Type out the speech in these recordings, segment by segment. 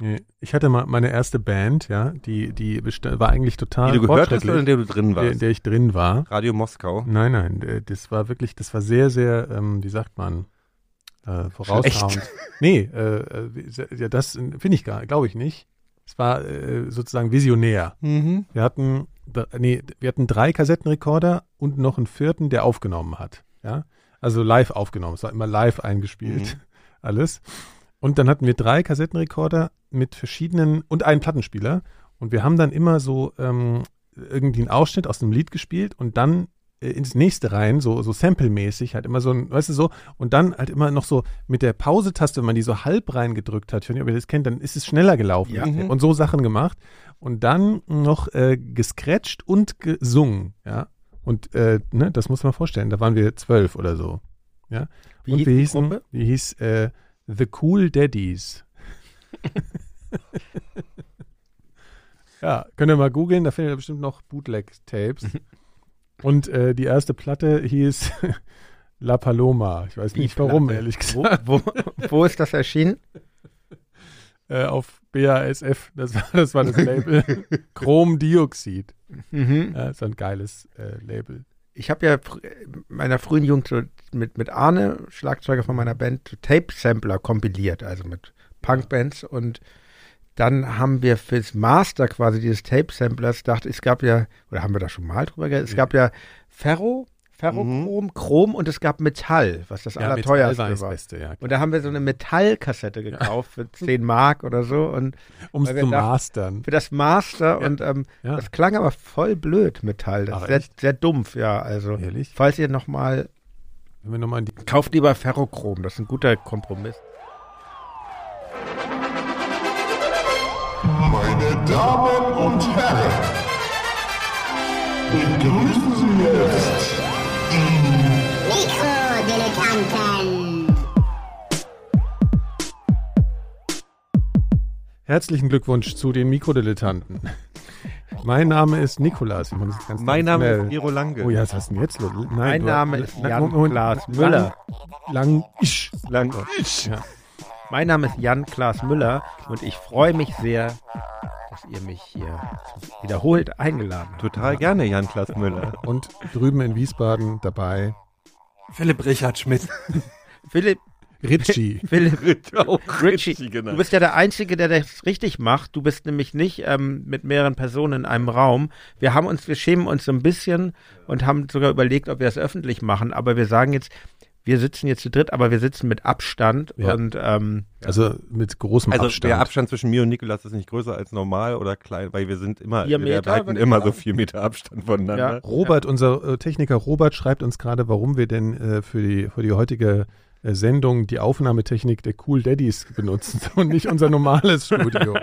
Nee. Ich hatte mal meine erste Band, ja, die, die besta- war eigentlich total Die du gehört hast fortschrittlich, oder in der du drin in warst? der ich drin war. Radio Moskau. Nein, nein, äh, das war wirklich, das war sehr, sehr, ähm, wie sagt man, äh, vorausschauend. Nee, äh, äh, wie- se- ja, das äh, finde ich gar, glaube ich nicht. Es war äh, sozusagen visionär. Mhm. Wir hatten, dr- nee, wir hatten drei Kassettenrekorder und noch einen vierten, der aufgenommen hat. Ja, also live aufgenommen. Es war immer live eingespielt, alles. Und dann hatten wir drei Kassettenrekorder mit verschiedenen und einen Plattenspieler. Und wir haben dann immer so ähm, irgendwie einen Ausschnitt aus einem Lied gespielt und dann äh, ins nächste rein, so, so Sample-mäßig, halt immer so ein, weißt du, so, und dann halt immer noch so mit der Pause-Taste, wenn man die so halb reingedrückt hat, ich weiß nicht, ob ihr das kennt, dann ist es schneller gelaufen Ja. Mhm. und so Sachen gemacht und dann noch äh, gescratcht und gesungen, ja. Und äh, ne, das muss man vorstellen, da waren wir zwölf oder so. Ja? Wie und hieß wir die hießen, Gruppe? wir hieß äh, The Cool Daddies. ja, könnt ihr mal googeln, da findet ihr bestimmt noch Bootleg-Tapes. und äh, die erste Platte hieß La Paloma. Ich weiß Die nicht warum, Platte. ehrlich gesagt. Wo, wo, wo ist das erschienen? Äh, auf BASF, das war das, war das Label. Chromdioxid. Mhm. Ja, ist ein geiles äh, Label. Ich habe ja fr- in meiner frühen Jugend so mit, mit Arne, Schlagzeuger von meiner Band, so Tape-Sampler kompiliert, also mit Punkbands. Und dann haben wir fürs Master quasi dieses Tape-Samplers gedacht, es gab ja, oder haben wir da schon mal drüber geredet, es gab ja Ferro, Ferrochrom, Chrom und es gab Metall, was das allerteuerste Mhm. Metall war das war. Beste, ja. Und da haben wir so eine Metallkassette gekauft für 10 Mark oder so und Um Weil es wir zu dachten- mastern. für das Master Ja. und ähm, Ja. das klang aber voll blöd, Metall. Das Ach, ist sehr, echt? sehr dumpf, ja. Also Ehrlich? falls ihr nochmal Wenn wir nochmal in die. Kauft lieber Ferrochrom, das ist ein guter Kompromiss. Meine Damen und Herren, begrüßen Sie jetzt Mikrodilettanten. Herzlichen Glückwunsch zu den Mikrodilettanten. mein Name ist Nikolas. Ich mach das ganz Äh, Mein Name ist schnell. Miro Lange. Oh ja, was hast du denn jetzt los? Nein, Mein du- Name ist Na, Jan Moment, Klaas lang- Müller. Lang. Ich. Lange. Mein Name ist Jan Klaas Müller und ich freue mich sehr, dass ihr mich hier zum- wiederholt eingeladen habt. Total gerne Jan-Klaas Müller. Und drüben in Wiesbaden dabei Philipp Richard Schmidt. Philipp, Ritchie. Philipp, Auch Oh, Richie, genau. du bist ja der Einzige, der das richtig macht. Du bist nämlich nicht ähm, mit mehreren Personen in einem Raum. Wir haben uns, wir schämen uns so ein bisschen und haben sogar überlegt, ob wir das öffentlich machen. Aber wir sagen jetzt, wir sitzen jetzt zu dritt, aber wir sitzen mit Abstand Ja. und ähm, Also mit großem also Abstand. der Abstand zwischen mir und Nikolas ist nicht größer als normal oder klein, weil wir sind immer, Vier wir Meter, halten würde ich immer so sagen. vier Meter Abstand voneinander. Robert, unser äh, Techniker Robert, schreibt uns gerade, warum wir denn äh, für, die, für die heutige äh, Sendung die Aufnahmetechnik der Cool Daddies benutzen und nicht unser normales Studio.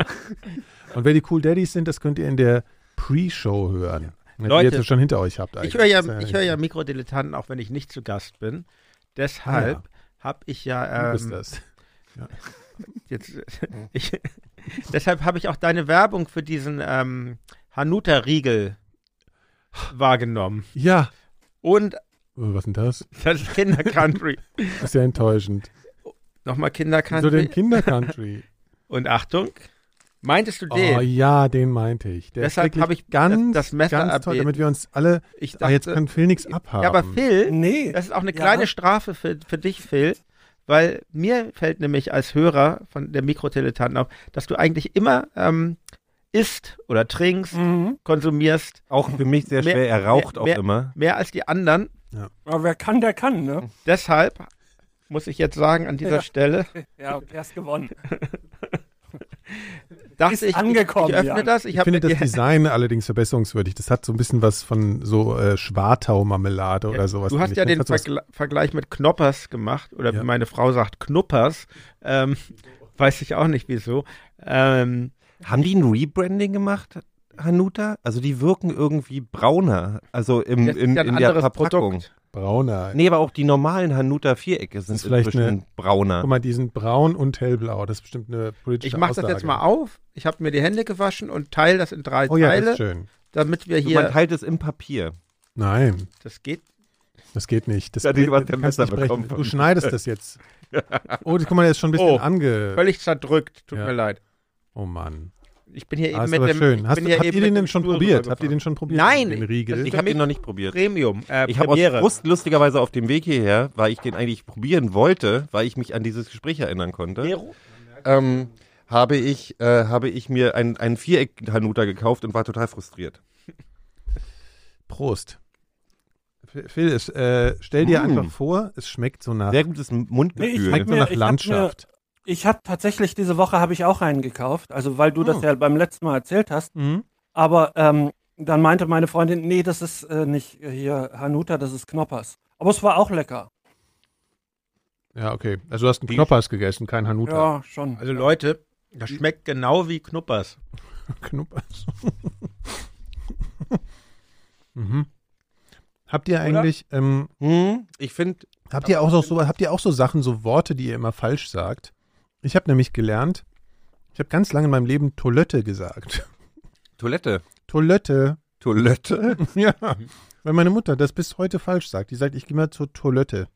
Und wer die Cool Daddies sind, das könnt ihr in der Pre-Show hören. Die Leute, ihr jetzt schon hinter euch habt Ich höre ja, Das ist ich höre ja Mikrodilettanten, auch wenn ich nicht zu Gast bin. Deshalb habe ich Du ja bist ähm, das. jetzt, ich, deshalb habe ich auch deine Werbung für diesen ähm, Hanuta Riegel wahrgenommen Ja. und Oh, Was denn das? das ist Kinder Country. Das ist ja enttäuschend. Nochmal Kinder So den Country. Kinder-Country. und Achtung, meintest du den? Oh ja, den meinte ich. Der ist Deshalb wirklich habe ich ganz, das- das Messer ganz toll, erbeten. damit wir uns alle. ich ah, jetzt kann Phil nichts abhaben. ja, aber Phil, Nee. das ist auch eine Ja. kleine Strafe für, für dich, Phil. Weil mir fällt nämlich als Hörer von der Mikroteletanten auf, dass du eigentlich immer ähm, isst oder trinkst, Mhm. konsumierst, Auch für mich sehr Mehr- schwer, er raucht mehr- auch mehr- immer. mehr als die anderen. Aber wer kann, der kann, ne? Deshalb muss ich jetzt sagen, an dieser Ja. Stelle Ja, er ist gewonnen. dachte Ist ich, angekommen, ich, ich öffne Jan. das. Ich, Ich, hab finde mir das die- Design allerdings verbesserungswürdig. Das hat so ein bisschen was von so äh, Schwartau-Marmelade oder sowas. Du finde hast ich. ja Das den hat sowas- Vergla Vergleich mit Knoppers gemacht, oder Ja. wie meine Frau sagt, Knuppers. Ähm, weiß ich auch nicht wieso. Ähm, Haben die ein Rebranding gemacht, Hanuta? Also die wirken irgendwie brauner, also im, Das ist im, ja ein in der anderes Verpackung. Produkt. brauner. Nee, aber auch die normalen Hanuta Vierecke sind Ist vielleicht inzwischen eine- brauner. Guck mal, die sind braun und hellblau. Das ist bestimmt eine politische ich mache das Aussage. jetzt mal auf. Ich habe mir die Hände gewaschen und teile das in drei Oh ja, das Teile, ist schön. damit wir Man hier. teilt es im Papier. Nein, Das geht. das geht nicht. Das Ja, die- du hast ja kannst Messer nicht brechen. bekommen von Du mir. schneidest das jetzt. Oh, guck mal, der ist schon ein bisschen Oh, ange... Völlig zerdrückt. Tut Ja. mir leid. Oh Mann. Ich bin hier eben Ah, ist mit aber dem. schön. Ich Hast, bin du- hier habt ihr eben den mit denn dem schon Stuhl probiert? Habt ihr rübergefahren. den schon probiert? Nein, Den ich- Riegel. Ich für habe mich den noch nicht probiert. Premium. Äh, Ich habe aus Premiere. Frust lustigerweise auf dem Weg hierher, weil ich den eigentlich probieren wollte, weil ich mich an dieses Gespräch erinnern konnte, Nero? ähm, habe, ich, äh, habe ich mir ein, ein Viereck-Hanuta gekauft und war total frustriert. Prost. F- Phil, es, äh, stell dir Mm. einfach vor, es schmeckt so nach, Sehr gutes Mundgefühl. Nee, schmeckt so mir- nach ich hab Landschaft. Ich habe tatsächlich diese Woche habe ich auch einen gekauft, also weil du das Hm. ja beim letzten Mal erzählt hast. Mhm. Aber ähm, dann meinte meine Freundin, nee, das ist äh, nicht äh, hier Hanuta, das ist Knoppers. Aber es war auch lecker. Ja, okay. Also du hast einen Knoppers gegessen, kein Hanuta. Ja, schon. Also Leute, das Hm. schmeckt genau wie Knuppers. Knoppers. mhm. Habt ihr eigentlich, ähm, Hm, ich finde, habt ihr auch noch so, habt ihr auch so Sachen, so Worte, die ihr immer falsch sagt? Ich habe nämlich gelernt, ich habe ganz lange in meinem Leben Toilette gesagt. Toilette. Toilette. Toilette? Ja. Weil meine Mutter das bis heute falsch sagt. Die sagt, ich gehe mal zur Toilette.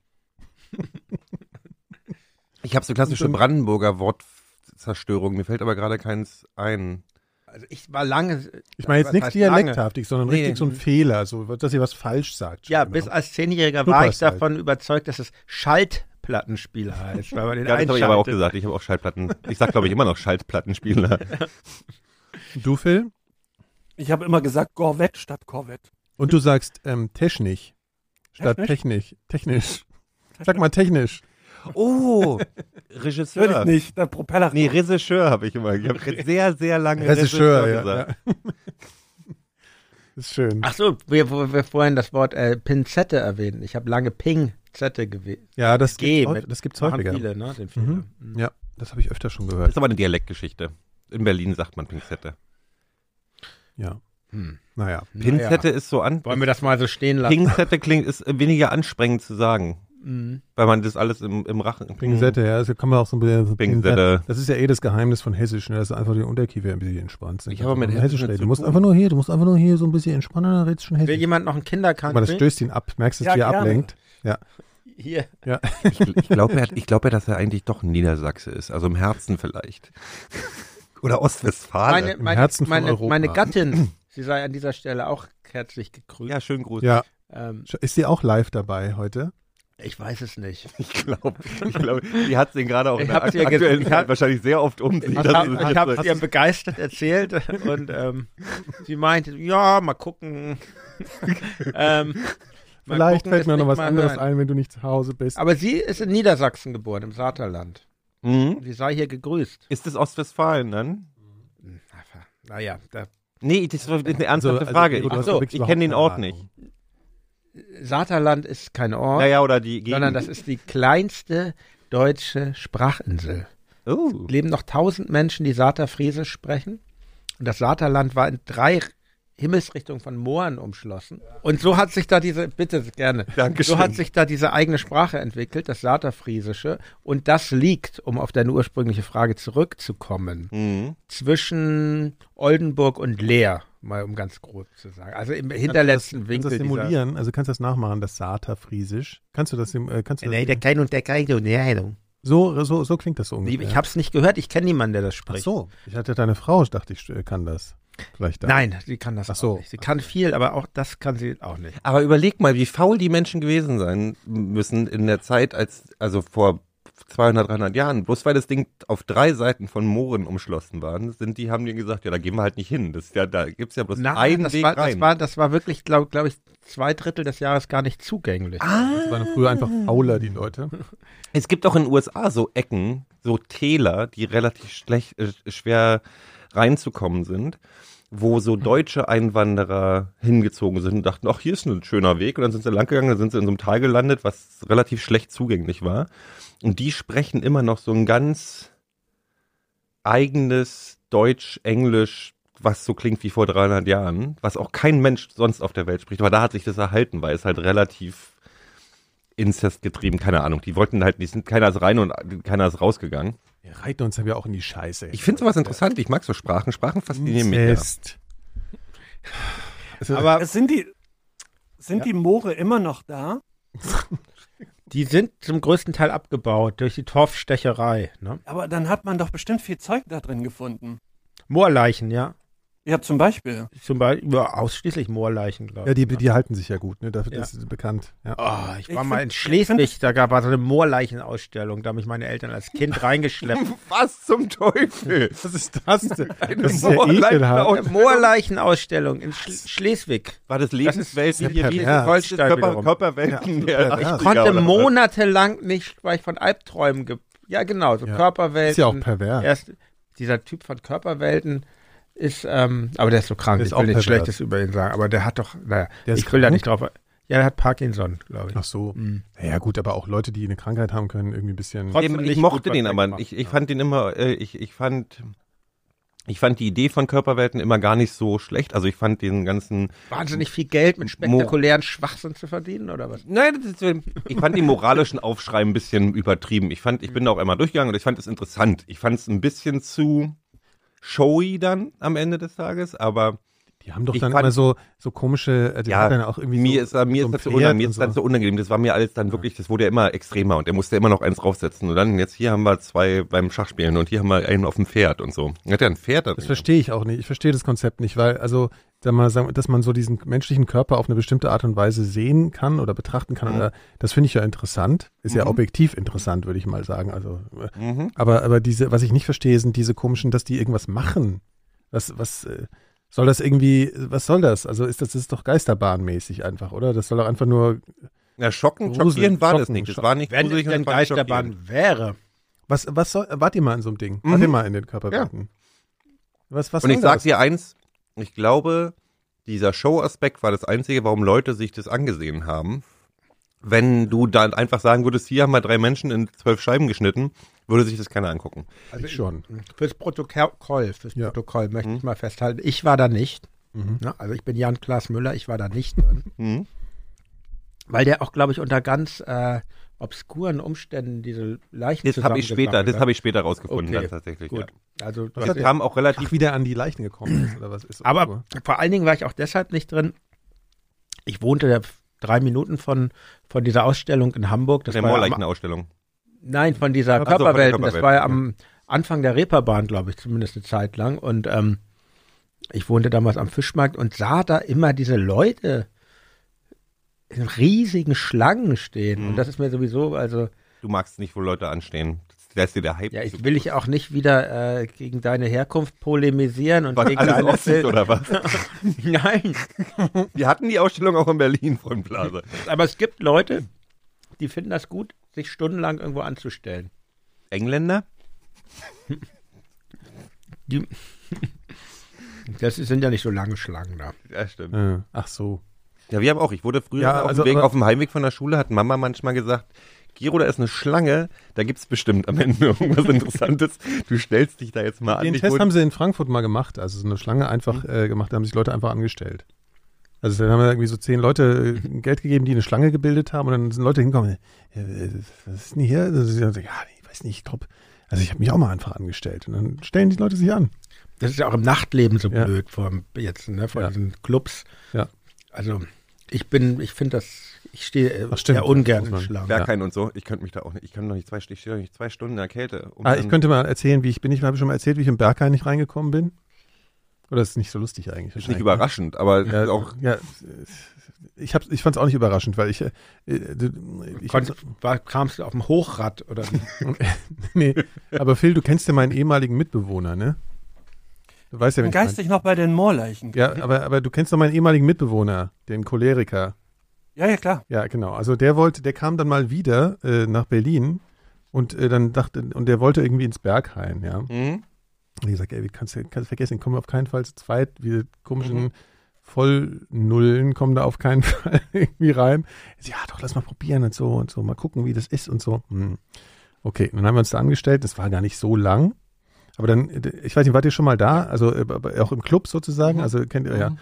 Ich habe so klassische Und- Brandenburger Wortzerstörung. Mir fällt aber gerade keins ein. Also ich war lange. Ich meine jetzt was nichts heißt lange? dialekthaftig, sondern Nee. richtig so ein Fehler, so, dass ihr was falsch sagt. Ja, Schon bis genau. als Zehnjähriger war Knuppers ich davon überzeugt, dass es Schaltplattenspieler heißt, weil man den Ja, das habe ich aber auch einschaltet. gesagt. Ich habe auch Schallplatten. Ich sag glaube ich, immer noch Schallplattenspieler. Du, Phil? Ich habe immer gesagt Gorvette statt Corvette. Und du sagst ähm, technisch statt technisch. Technisch. Sag mal technisch. Oh, Würde Regisseur. ich nicht, der Propeller. Nee, Regisseur habe ich immer. Ich habe sehr, sehr lange Regisseur, gesagt. ja. ja. Ist schön. Ach so, wir, wo wir vorhin das Wort äh, Pinzette erwähnten. Ich habe lange Pingzette gewählt. ja, das G gibt's, mit- häu- das gibt's Machen häufiger. viele, ne? Den Fehler. genau. Mhm. Ja, das habe ich öfter schon Das gehört. ist aber eine Dialektgeschichte. In Berlin sagt man Pinzette. Ja. Hm. Naja. Pinzette ist so an. Wollen wir das mal so stehen lassen? Pinzette klingt, ist weniger anstrengend zu sagen, Mhm. weil man das alles im, im Rachen. Pinsette, ja, das kann man auch so ein bisschen. Pinsette. Das ist ja eh das Geheimnis von Hessisch, ne, dass du einfach die Unterkiefer ein bisschen entspannt sind. Ich habe mit Also, Hessisch reden. nichts Du musst zu tun. einfach nur hier, du musst einfach nur hier so ein bisschen entspannen, dann redest du schon Will Hessisch. jemand noch einen Guck mal, Kinderkranken? das stößt ihn ab. Merkst du, Ja, wie er gerne. ablenkt? Hier. Ich, ich glaube, er, ich glaube, dass er eigentlich doch ein Niedersachse ist. Also im Herzen vielleicht. Oder Ostwestfalen. Meine, im meine, Herzen von meine, Europa. meine Gattin, sie sei an dieser Stelle auch herzlich gegrüßt. ja, schönen Gruß. Ja. Ähm, Ist sie auch live dabei heute? ich weiß es nicht. Ich glaube, ich glaub, die hat den gerade auch in Ich der hab's ihr aktuellen gesagt, ich Zeit hab- wahrscheinlich sehr oft um sich. Ich Das ist jetzt habe so- es ihr begeistert erzählt und ähm, sie meinte, ja, mal gucken. ähm, mal Vielleicht gucken, fällt mir ist noch nicht was mal anderes hören. ein, wenn du nicht zu Hause bist. Aber sie ist in Niedersachsen geboren, im Saterland. Mhm. Sie sei hier gegrüßt. Ist das Ostwestfalen dann? Naja, da, Nee, das war eine ernsthafte Frage. Ego, du Ich- hast so, doch wirklich ich überhaupt kenne den keine Ort Ahnung. nicht. Saterland ist kein Ort, Naja, oder die Gegend. sondern das ist die kleinste deutsche Sprachinsel. oh. leben noch 1000 Menschen, die Saterfriesisch sprechen. Und das Saterland war in drei Himmelsrichtungen von Mooren umschlossen. Und so hat sich da diese, bitte gerne, Dankeschön. so hat sich da diese eigene Sprache entwickelt, das Saterfriesische. Und das liegt, um auf deine ursprüngliche Frage zurückzukommen, Mhm. zwischen Oldenburg und Leer, mal um ganz grob zu sagen. Also im hinterletzten Kannst du Winkel. das dieser- simulieren? Also kannst du das nachmachen, das Saterfriesisch? Kannst du das, sim- äh, kannst du das Nee, der Kein und der Kein und der Heilung. so, so, so klingt das so ungefähr. Ich hab's nicht gehört, ich kenne niemanden, der das Ach spricht. so, ich hatte deine Frau, ich dachte ich äh, kann das. Vielleicht da. Nein, sie kann das Ach so. auch nicht. Sie kann viel, aber auch das kann sie auch nicht. Aber überleg mal, wie faul die Menschen gewesen sein müssen in der Zeit, als, also vor 200, 300 Jahren, bloß weil das Ding auf drei Seiten von Mooren umschlossen waren, sind die, haben die gesagt, ja, da gehen wir halt nicht hin. Das ist ja, da gibt's ja bloß Nein, einen das, Weg war, rein. Das, war, das war wirklich, glaube glaub ich, zwei Drittel des Jahres gar nicht zugänglich. Das waren früher einfach fauler, die Leute. Es gibt auch in den USA so Ecken, so Täler, die relativ schlecht, äh, schwer reinzukommen sind, wo so deutsche Einwanderer hingezogen sind und dachten, ach, hier ist ein schöner Weg. Und dann sind sie lang gegangen, dann sind sie in so einem Tal gelandet, was relativ schlecht zugänglich war. Und die sprechen immer noch so ein ganz eigenes Deutsch, Englisch, was so klingt wie vor 300 Jahren, was auch kein Mensch sonst auf der Welt spricht. Aber da hat sich das erhalten, weil es halt relativ Inzest getrieben, keine Ahnung. Die wollten halt, die sind, keiner ist rein und keiner ist rausgegangen. Wir reiten uns ja auch in die Scheiße. Hm, Ich finde sowas interessant, ich mag so Sprachen, Sprachen faszinieren mich. Ja. Test. Also, Aber Es sind die, sind die Moore immer noch da? Die sind zum größten Teil abgebaut durch die Torfstecherei. Ne? Aber dann hat man doch bestimmt viel Zeug da drin gefunden. Moorleichen, ja. Ja, zum Beispiel. Zum Beispiel ja, ausschließlich Moorleichen, glaube Ja, ich. die, die halten sich ja gut, ne? Dafür Ja. das ist bekannt. Ja. Oh. Ah, ich Ich war mal in find- Schleswig, da gab es so eine Moorleichenausstellung, da haben mich meine Eltern als Kind reingeschleppt. Was zum Teufel? Was ist das denn? Das ist ja Moorleichen ekelhaft. aus- Eine Moorleichenausstellung in Schl Schleswig. War das Das Lebenswelten ist hier? ja Dieses pervers. falsches Steil Körper, wiederum. Körperwelten der pervers. 80er Konnte oder was? monatelang nicht, weil ich von Albträumen ge Ja, genau, so Ja. Körperwelten. Ist ja auch pervers. Erst dieser Typ von Körperwelten ist, ähm, aber der ist so krank, Der ist ich will auch nichts pervers. Schlechtes über ihn sagen, aber der hat doch, naja, Der ist ich will da krank? nicht drauf. Ja, der hat Parkinson, glaube ich. Ach so. Mhm. Ja, gut, aber auch Leute, die eine Krankheit haben können, irgendwie ein bisschen. Trotzdem Eben, ich nicht mochte gut, den was aber. weggemacht Ich, ich fand den immer, äh, ich, ich fand. Ich fand die Idee von Körperwelten immer gar nicht so schlecht. Also ich fand den ganzen. Wahnsinnig viel Geld mit spektakulären Schwachsinn zu verdienen, oder was? Nein, das ist, ich fand den moralischen Aufschrei ein bisschen übertrieben. Ich fand, ich bin da auch einmal durchgegangen und ich fand es interessant. Ich fand es ein bisschen zu showy dann am Ende des Tages, aber Die haben doch Ich dann fand- immer so, so komische, äh, die Ja, haben dann auch irgendwie mir so, ist, äh, mir so ein ist das so Pferd unangenehm, mir und ist das so. so unangenehm. Das war mir alles dann wirklich, das wurde ja immer extremer und der musste immer noch eins draufsetzen. Und dann, jetzt hier haben wir zwei beim Schachspielen und hier haben wir einen auf dem Pferd und so. Hat er ein Pferd da Das drin? verstehe ich auch nicht. Ich verstehe das Konzept nicht, weil, also, sag mal, sagen wir, dass man so diesen menschlichen Körper auf eine bestimmte Art und Weise sehen kann oder betrachten kann, Mhm. oder, das finde ich ja interessant. Ist ja objektiv interessant, würde ich mal sagen. Also, äh, Mhm. aber, aber diese, was ich nicht verstehe, sind diese komischen, dass die irgendwas machen. Was, was, äh, soll das irgendwie, was soll das? Also, ist das, das ist doch geisterbahnmäßig einfach, oder? Das soll doch einfach nur, Ja, schocken, Grusel, schockierend war das schocken, nicht. Das schock- war nicht Wenn gruselig, ich denn das war nicht Geisterbahn wäre. was, was soll, wart ihr mal in so einem Ding? Wart ihr mal in den Körper Mhm. Ja. Was, was Und ich soll das? sag dir eins, ich glaube, dieser Show-Aspekt war das Einzige, warum Leute sich das angesehen haben. Wenn du dann einfach sagen würdest, hier haben wir drei Menschen in zwölf Scheiben geschnitten, würde sich das keiner angucken. Ich schon. Fürs Protokoll, fürs Ja. Mhm. Protokoll möchte ich mal festhalten. Ich war da nicht. Ja, also ich bin Jan Klaas Müller, ich war da nicht drin. Mhm. Weil der auch, glaube ich, unter ganz äh, obskuren Umständen diese Leichen Das habe ich später, das habe ich später rausgefunden, Okay, dann tatsächlich. Gut. Ja. Also Das kam auch relativ Ach, wieder an die Leichen gekommen ist, oder was ist? Aber vor allen Dingen war ich auch deshalb nicht drin. Ich wohnte ja drei Minuten von, von dieser Ausstellung in Hamburg. Das in der war ja am- Moorleichenausstellung. Nein, von dieser von der Körperwelten. Das Körperwelt, war ja ja. am Anfang der Reeperbahn, glaube ich, zumindest eine Zeit lang. Und ähm, ich wohnte damals am Fischmarkt und sah da immer diese Leute in riesigen Schlangen stehen. Mhm. Und das ist mir sowieso, also, Du magst nicht, wo Leute anstehen. Das ist dir der Hype. ja, zu ich will groß. ich auch nicht wieder äh, gegen deine Herkunft polemisieren und War gegen alles deine offen, oder was? Nein. Wir hatten die Ausstellung auch in Berlin, Freund Blase. Aber es gibt Leute, die finden das gut, sich stundenlang irgendwo anzustellen. Engländer? Die, das sind ja nicht so lange Schlangen da. Ja, stimmt. Äh, Ach so. Ja, wir haben auch. Ich wurde früher Ja, auf, also, dem Weg, aber- auf dem Heimweg von der Schule, hat Mama manchmal gesagt, Giro, da ist eine Schlange, da gibt's bestimmt am Ende irgendwas Interessantes. Du stellst dich da jetzt mal an. Den Ich Test wurde- haben sie in Frankfurt mal gemacht, also so eine Schlange einfach Hm. äh, gemacht, da haben sich Leute einfach angestellt. Also dann haben wir irgendwie so zehn Leute äh, Geld gegeben, die eine Schlange gebildet haben und dann sind Leute hingekommen, äh, äh, was ist denn hier? Also, sie haben so, ja, ich weiß nicht, ich glaube, also ich habe mich auch mal einfach angestellt. Und dann stellen die Leute sich an. Das ist ja auch im Nachtleben so Ja. blöd vom jetzt, ne, von Ja. diesen Clubs. Ja. Also ich bin, ich finde das, ich stehe äh, Ach, stimmt. sehr ungern Muss in man- Schlangen. Ja. Berghain und so. Ich könnte mich da auch nicht, ich kann noch nicht zwei, ich stehe doch nicht zwei Stunden in der Kälte. um Ah, ich dann- könnte mal erzählen, wie ich bin. Ich habe schon mal erzählt, wie ich im Berghain nicht reingekommen bin. Oder ist nicht so lustig eigentlich? ist wahrscheinlich, nicht ne? überraschend, aber es Ja, ist auch ja, ich, hab's- ich fand es auch nicht überraschend, weil ich. Äh, äh, d- ich Konnt, war, kamst du auf dem Hochrad oder wie? nee, aber Phil, du kennst ja meinen ehemaligen Mitbewohner, ne? Du weißt ja, Dann wen ich mein. geiste ich noch bei den Moorleichen. Ja, aber, aber du kennst doch meinen ehemaligen Mitbewohner, den Choleriker. Ja, ja, klar. Ja, genau. Also der wollte, der kam dann mal wieder äh, nach Berlin und äh, dann dachte, und der wollte irgendwie ins Berghain, ja. Mhm. Und ich gesagt, ey, wie kannst du kannst du vergessen, kommen wir auf keinen Fall zu zweit, wir komischen Vollnullen kommen da auf keinen Fall irgendwie rein. Ich so, ja, doch, lass mal probieren und so und so, mal gucken, wie das ist und so. Hm. Okay, dann haben wir uns da angestellt, das war gar nicht so lang. Aber dann, äh, ich weiß nicht, wart ihr schon mal da? Also äh, aber auch im Club sozusagen? Also kennt ihr, ja.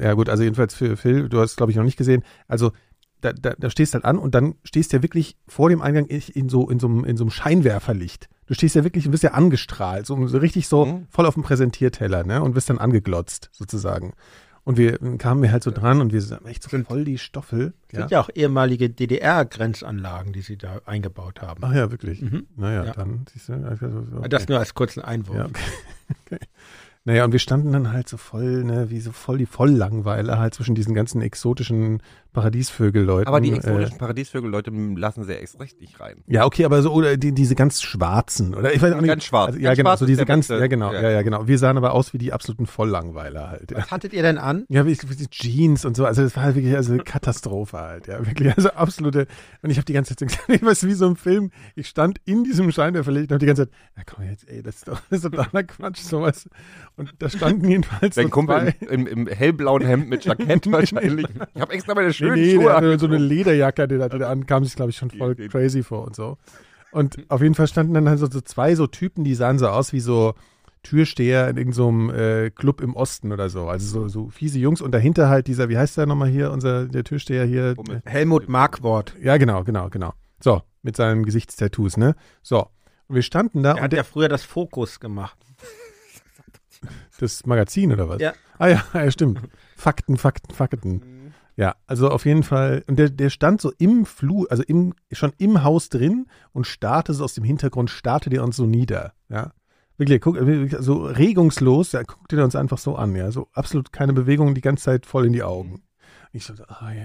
Ja gut, also jedenfalls für Phil, du hast es glaube ich noch nicht gesehen. Also da, da, da stehst halt an und dann stehst du ja wirklich vor dem Eingang in, in, so, in, so, einem- in so einem Scheinwerferlicht. Du stehst ja wirklich und bist ja angestrahlt, so, so richtig so voll auf dem Präsentierteller, ne? Und wirst dann angeglotzt, sozusagen. Und Und wir kamen wir halt so dran und wir sind echt so Sind- voll die Stoffel. Das sind ja auch ehemalige DDR-Grenzanlagen, die sie da eingebaut haben. Ach ja, wirklich. Mhm. Naja, Ja. dann siehst du. also Ah, so- Das nur als kurzen Einwurf. Ja, okay. okay. Naja, und wir standen dann halt so voll, ne, wie so voll die Volllangweile halt zwischen diesen ganzen exotischen Paradiesvögelleuten. Aber die äh, exotischen Paradiesvögel-Leute lassen sie ja erst recht nicht rein. ja, okay, aber so, oder die, diese ganz schwarzen, oder? Ich weiß auch nicht. Ganz schwarz. Also, ja, Ganz genau, schwarz so ist diese der ganz, beste. ja, genau, ja. Ja. ja, genau. Wir sahen aber aus wie die absoluten Volllangweiler halt. Ja. Was hattet ihr denn an? Ja, wie, wie die Jeans und so. Also das war halt wirklich also eine Katastrophe halt. Ja, wirklich. Also absolute. Und ich habe die ganze Zeit so gesagt, ich weiß wie so im Film. Ich stand in diesem Scheinwerferlicht und habe die ganze Zeit, ja komm jetzt, ey, das ist doch, das ist doch totaler Quatsch, sowas. Und da standen jedenfalls Dein so Kumpel zwei. im, im, im hellblauen Hemd mit Jackett wahrscheinlich. Ich habe extra meine schönen Nee, nee, Schuhe der an. hatte so eine Lederjacke, die da ankam, sich, glaube ich, schon voll crazy vor und so. Mhm. Und auf jeden Fall standen dann halt so, so zwei so Typen, die sahen so aus wie so Türsteher in irgendeinem äh, Club im Osten oder so. Also so, so fiese Jungs und dahinter halt dieser, wie heißt der nochmal hier, unser, der Türsteher hier? Äh, Hummel. Helmut Markwort. Ja, genau, genau, genau. So, mit seinen Gesichtstattoos, ne? So. Und wir standen da Er und hat ja früher das Fokus gemacht. das Magazin oder was? Ja. Ah ja, ja, stimmt. Fakten, Fakten, Fakten. Ja, also auf jeden Fall. Und der, der stand so im Flur, also im, schon im Haus drin und starrte so aus dem Hintergrund, starrte der uns so nieder. Ja. Wirklich, guck, wirklich so regungslos, ja, guckte der uns einfach so an, ja. So absolut keine Bewegung, die ganze Zeit voll in die Augen. Ich so, ah ja.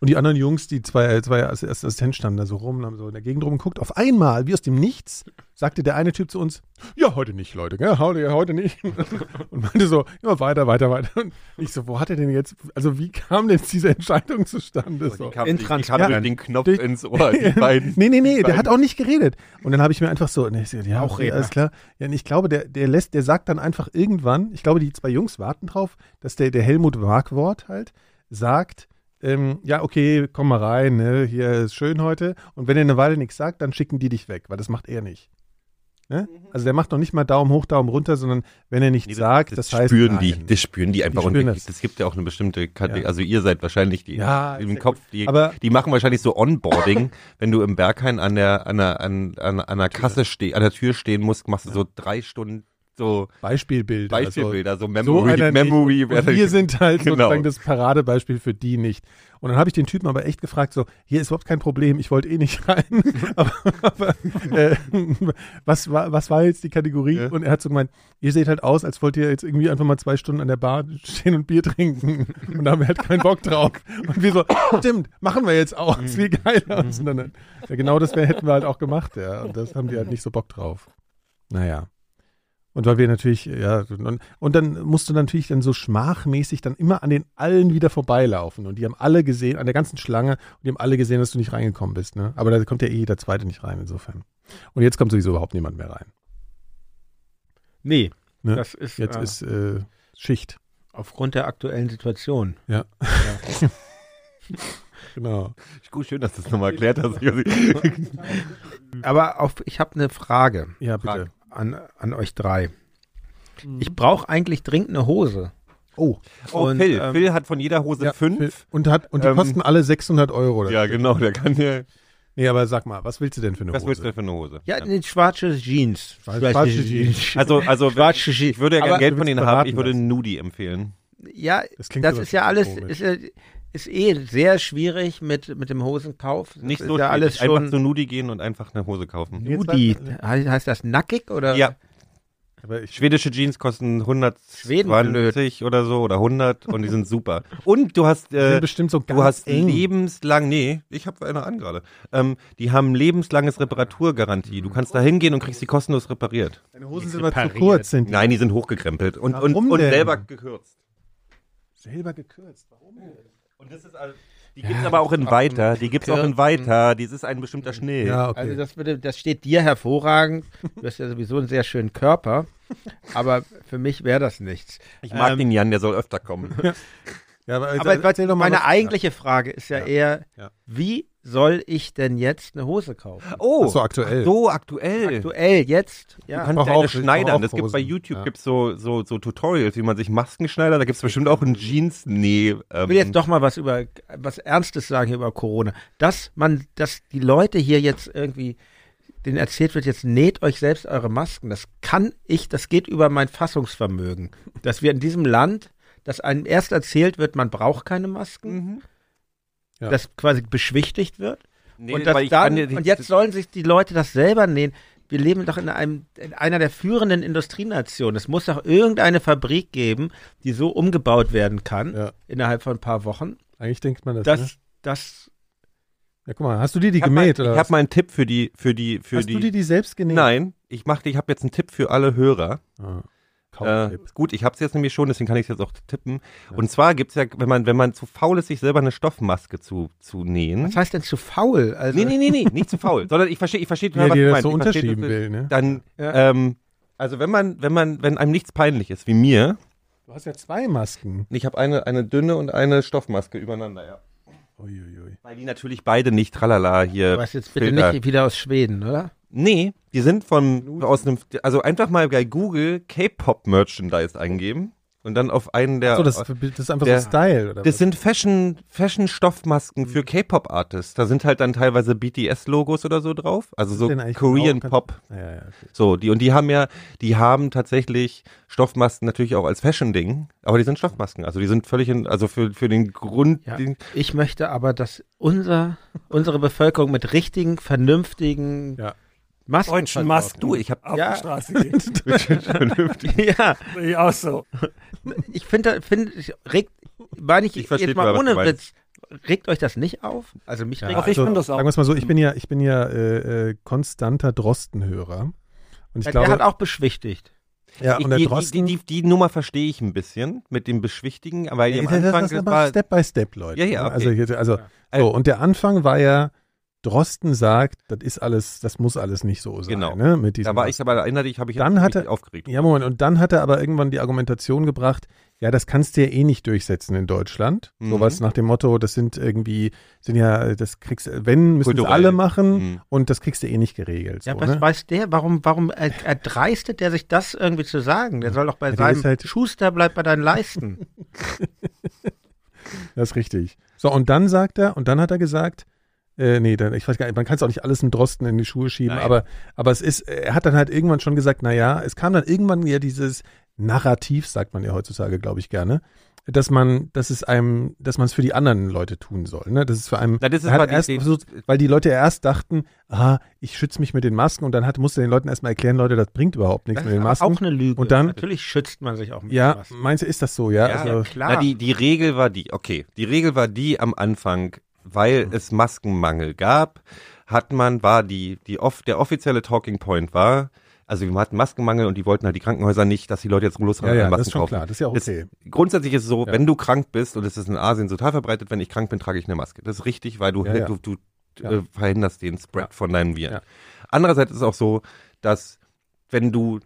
Und die anderen Jungs, die zwei, zwei Ass- Assistenten standen da so rum, und haben so in der Gegend rumgeguckt. Auf einmal, wie aus dem Nichts, sagte der eine Typ zu uns, ja, heute nicht, Leute, gell? Heute, heute nicht. Und meinte so, immer weiter, weiter, weiter. Und ich so, wo hat er denn jetzt, also wie kam denn jetzt diese Entscheidung zustande? So. Die kam, Intransparent. die kam durch den Knopf Durch- ins Ohr, die beiden. Nee, nee, nee, der hat auch nicht geredet. Und dann habe ich mir einfach so, nee, ich so, ja, Auch okay, Redner. alles klar. Ja, und ich glaube, der, der lässt, der sagt dann einfach irgendwann, ich glaube, die zwei Jungs warten drauf, dass der, der Helmut Markwort halt sagt, ähm, ja, okay, komm mal rein, ne, hier ist schön heute. Und wenn er eine Weile nichts sagt, dann schicken die dich weg, weil das macht er nicht. Ne? Also der macht noch nicht mal Daumen hoch, Daumen runter, sondern wenn er nichts Nee, sagt, das, heißt spüren nein. die, das spüren die einfach. Die spüren und das. das. das gibt ja auch eine bestimmte Kategorie. Ja. Also ihr seid wahrscheinlich die Ja, im sehr Kopf, die, Aber- die machen wahrscheinlich so Onboarding. wenn du im Berghain an der, an der, an, an, an der Kasse steh, an der Tür stehen musst, machst du so drei Stunden so Beispielbilder. Beispielbilder, also so so Memory, einer Memory. nicht. Und wir sind halt Genau. sozusagen das Paradebeispiel für die nicht. Und dann habe ich den Typen aber echt gefragt, so, hier ist überhaupt kein Problem, ich wollte eh nicht rein. aber aber äh, was, war, was war jetzt die Kategorie? Ja. Und er hat so gemeint, ihr seht halt aus, als wollt ihr jetzt irgendwie einfach mal zwei Stunden an der Bar stehen und Bier trinken. Und da haben wir halt keinen Bock drauf. Und wir so, stimmt, machen wir jetzt auch. Mhm. Das sieht geil aus. Und dann, ja, genau das wär, hätten wir halt auch gemacht, ja. Und das haben die halt nicht so Bock drauf. Naja. Und weil wir natürlich, ja, und, und dann musst du natürlich dann so schmachmäßig dann immer an den allen wieder vorbeilaufen. Und die haben alle gesehen, an der ganzen Schlange, und die haben alle gesehen, dass du nicht reingekommen bist. Ne? Aber da kommt ja eh jeder Zweite nicht rein, insofern. Und jetzt kommt sowieso überhaupt niemand mehr rein. Nee, Ne? das ist, Jetzt äh, ist äh, Schicht. aufgrund der aktuellen Situation. Ja. genau. Gut, schön, dass du es nochmal erklärt hast. Aber auf, ich habe eine Frage Ja, Frage. bitte. an, an euch drei. Ich brauche eigentlich dringend eine Hose. Oh, Oh, Und, Phil. ähm, Phil hat von jeder Hose ja, fünf. Und, hat, und die Ähm, kosten alle 600 Euro. Oder? Ja, genau, der kann ja. Nee, aber sag mal, was willst du denn für eine Was willst du Hose? denn für eine Hose? Ja, eine schwarze Jeans. Schwarze Jeans. Also, also Schwarze Jeans. ich würde ja Aber- gerne Geld du von willst denen haben. verraten Ich würde lassen. Nudi empfehlen. Ja, Das das, klingt aber ist ja schon alles, komisch. ist, ja, ist eh sehr schwierig mit, mit dem Hosenkauf. Das Nicht ist so ja alles schwierig. einfach zu schon. Nudi gehen und einfach eine Hose kaufen. Jetzt Nudi. sag- He- heißt das nackig oder? Ja, Aber ich, schwedische Jeans kosten 120 oder so oder 100 und die sind super. Und du hast die äh, sind bestimmt so ganz du hast eng. lebenslang nee, ich habe eine an gerade. Ähm, die haben lebenslanges Reparaturgarantie. Du kannst da hingehen und kriegst die kostenlos repariert. Deine Hosen sind immer zu kurz. Sind die. Nein, die sind hochgekrempelt und und, Warum und denn? selber gekürzt. Selber gekürzt. Warum denn? Und das ist also, die gibt's aber auch in weiter, die gibt's auch in weiter, dies ist ein bestimmter Schnee. Ja, okay. Also das, würde, das steht dir hervorragend. Du hast ja sowieso einen sehr schönen Körper. Aber für mich wäre das nichts. Ich mag Ähm. den Jan, der soll öfter kommen. ja, aber, jetzt Aber Also erzähl doch mal meine was- eigentliche Frage ist ja, eher, Ja. wie soll ich denn jetzt eine Hose kaufen? Oh, Ach so, Äh. aktuell. So aktuell. Aktuell jetzt? Du Ja. kannst brauche ja eine auch- ich schneidern. brauche Das auch gibt bei Hosen. YouTube Ja. gibt's so, so, so Tutorials, wie man sich Masken schneidert. Da gibt's bestimmt auch einen Jeans. Nee. Ähm, Ich will jetzt doch mal was über was Ernstes sagen hier über Corona. Dass man, dass die Leute hier jetzt irgendwie denen erzählt wird, jetzt näht euch selbst eure Masken. Das kann ich, das geht über mein Fassungsvermögen. Dass wir in diesem Land, dass einem erst erzählt wird, man braucht keine Mhm. Masken, Ja. dass quasi beschwichtigt wird. Nee, und, das weil ich dann, kann dir die- und jetzt sollen sich die Leute das selber nähen. Wir leben doch in, einem, in einer der führenden Industrienationen. Es muss doch irgendeine Fabrik geben, die so umgebaut werden kann Ja. innerhalb von ein paar Wochen. Eigentlich denkt man das. ne? Das, das, Ja, guck mal, hast du dir die Ich hab gemäht mal, oder Ich habe was? mal einen Tipp für die, für die, für Hast die. du dir die selbst genäht? Nein, ich machte, ich habe jetzt einen Tipp für alle Hörer. Ah, Äh, Kauftipp. gut, ich habe es jetzt nämlich schon, deswegen kann ich es jetzt auch tippen. Und zwar gibt es ja, wenn man, wenn man zu faul ist, sich selber eine Stoffmaske zu, zu nähen. was heißt denn zu faul? Also, Nee, nee, nee, nee, nicht zu faul, sondern ich verstehe, ich verstehe total, Wer dir das du so meinst. Ich verstehe unterschieben das- will, ne? Dann, ähm, also wenn man, wenn man, wenn einem nichts peinlich ist, wie mir, Du hast ja zwei Masken. ich habe eine, eine dünne und eine Stoffmaske übereinander, ja. Uiuiui. Weil die natürlich beide nicht tralala hier. Du warst jetzt bitte Filter. nicht wieder aus Schweden, oder? Nee, die sind von aus einem also einfach mal bei Google K-Pop Merchandise eingeben und dann auf einen der So, das, das ist einfach der- so Style, oder das was? sind Fashion Fashion Stoffmasken Mhm. für K-Pop Artists. Da sind halt dann teilweise BTS Logos oder so drauf, also so denn eigentlich Korean genau? Pop. Ja, ja, okay. So, die und die haben ja, die haben tatsächlich Stoffmasken natürlich auch als Fashion Ding, aber die sind Stoffmasken, also die sind völlig in, also für für den Grund Ja. den, Ich möchte aber, dass unser, unsere Bevölkerung mit richtigen, vernünftigen Ja. Masken Deutschen versorgt. Masken Du, ich hab- auf Halt Ja. die Straße geht. Ja, Ich auch so. ich finde, finde ich regt, meine ich, Ich versteh jetzt mal mal, was ohne du meinst. Witz, regt euch das nicht auf? Also mich Ja, regt Auch ich bin das auch. Sagen wir es mal so, ich bin ja, ich bin ja äh, äh, konstanter Drosten-Hörer. Und ich Der glaube, hat auch beschwichtigt. ja, Ich- und der die, Drosten, die, die, die, die Nummer verstehe ich ein bisschen mit dem Beschwichtigen, weil Ja, am das- Anfang das ist war, aber Step by Step, Leute. Ja, ja, ne? okay. Also, hier, also so, und der Anfang war ja, Drosten sagt, das ist alles, das muss alles nicht so sein. Genau. Ne? Mit diesem da war ich aber erinnere dich, habe ich Dann mich hatte- nicht aufgeregt. Ja, Moment. Und dann hat er aber irgendwann die Argumentation gebracht, ja, das kannst du ja eh nicht durchsetzen in Deutschland. Mhm. Sowas nach dem Motto, das sind irgendwie, sind ja, das kriegst, wenn, müssen es Kulturell. alle machen Mhm. und das kriegst du eh nicht geregelt. Ja, so, was ne? weiß der? Warum, warum er- erdreistet der sich das irgendwie zu sagen? Der soll doch bei Ja, der seinem ist halt- Schuster bleibt bei deinen Leisten. Das ist richtig. So, und dann sagt er, und dann hat er gesagt, äh, nee, dann, ich weiß gar nicht, man kann es auch nicht alles im Drosten in die Schuhe schieben, Nein. aber, aber es ist, er hat dann halt irgendwann schon gesagt, naja, es kam dann irgendwann ja dieses Narrativ, sagt man ja heutzutage, glaube ich, gerne, dass man, dass es einem, dass man es für die anderen Leute tun soll, ne? Das ist für einen, Na, das ist er hat mal die- erst die- versucht, weil die Leute erst dachten, ah, ich schütze mich mit den Masken und dann hat, musste den Leuten erstmal erklären, Leute, das bringt überhaupt nichts Das mit ist den aber Masken. auch eine Lüge. Und dann- Natürlich schützt man sich auch mit ja, Masken. meinst du, ist das so, ja? Ja, also, Klar. Na, die, die Regel war die, okay, die Regel war die am Anfang, Mhm. weil es Maskenmangel gab, hat man, war die, die off, der offizielle Talking Point war, also wir hatten Maskenmangel und die wollten halt die Krankenhäuser nicht, dass die Leute jetzt los ja, ja, Masken das ist schon kaufen. klar, das ist ja auch Das- okay. Grundsätzlich ist es so, Ja. wenn du krank bist, und es ist in Asien total verbreitet, wenn ich krank bin, trage ich eine Maske. Das ist richtig, weil du, Ja, ja. du, du Ja. äh, verhinderst den Spread Ja. von deinen Viren. Ja. Andererseits ist es auch so, dass wenn du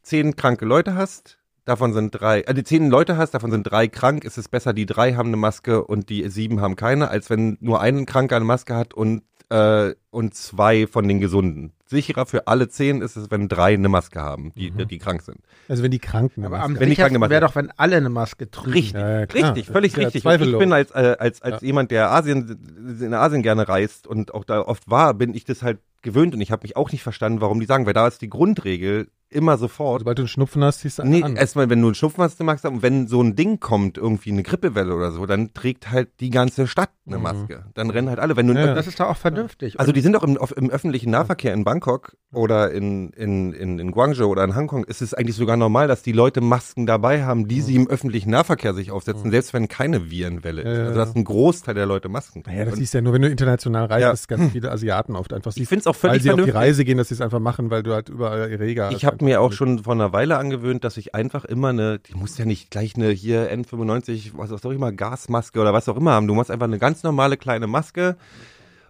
zehn kranke Leute hast, davon sind drei, äh, die zehn Leute hast, davon sind drei krank, ist es besser, die drei haben eine Maske und die sieben haben keine, als wenn nur ein Kranker eine Maske hat und, äh, und zwei von den Gesunden. Sicherer für alle zehn ist es, wenn drei eine Maske haben, die, die krank sind. Also wenn die Kranken Aber Maske am Wenn die sichersten Krankenmaske- wäre doch, wenn alle eine Maske trügen. Richtig, Ja, ja, klar. richtig, Das völlig ist ja richtig. Und ich zweifellos. bin als, äh, als, als Ja. jemand, der Asien, in Asien gerne reist und auch da oft war, bin ich das halt gewöhnt und ich habe mich auch nicht verstanden, warum die sagen, weil da ist die Grundregel immer sofort. Sobald du einen Schnupfen hast, ziehst du einen Nee, an. erstmal, wenn du einen Schnupfen hast, dann magst du, und wenn so ein Ding kommt, irgendwie eine Grippewelle oder so, dann trägt halt die ganze Stadt eine Mhm. Maske. Dann rennen halt alle. Wenn du Ja, ja. Das ist doch auch vernünftig. also die sind auch im, auf, im öffentlichen Nahverkehr in Bangkok oder in, in, in, in Guangzhou oder in Hongkong ist es eigentlich sogar normal, dass die Leute Masken dabei haben, die sie im öffentlichen Nahverkehr sich aufsetzen, selbst wenn keine Virenwelle ist. Mhm. Ja, ja, Also dass ja. ein Großteil der Leute Masken Naja, das Und siehst du ja nur, wenn du international reist, Ja. dass ganz viele Asiaten oft einfach ich siehst, finde es auch weil völlig sie auf die vernünftig. Reise gehen, dass sie es einfach machen, weil du halt überall Erreger hast. halt. Ich habe mir auch schon vor einer Weile angewöhnt, dass ich einfach immer eine, die muss ja nicht gleich eine hier N95, was auch immer, Gasmaske oder was auch immer haben. Du machst einfach eine ganz normale kleine Maske.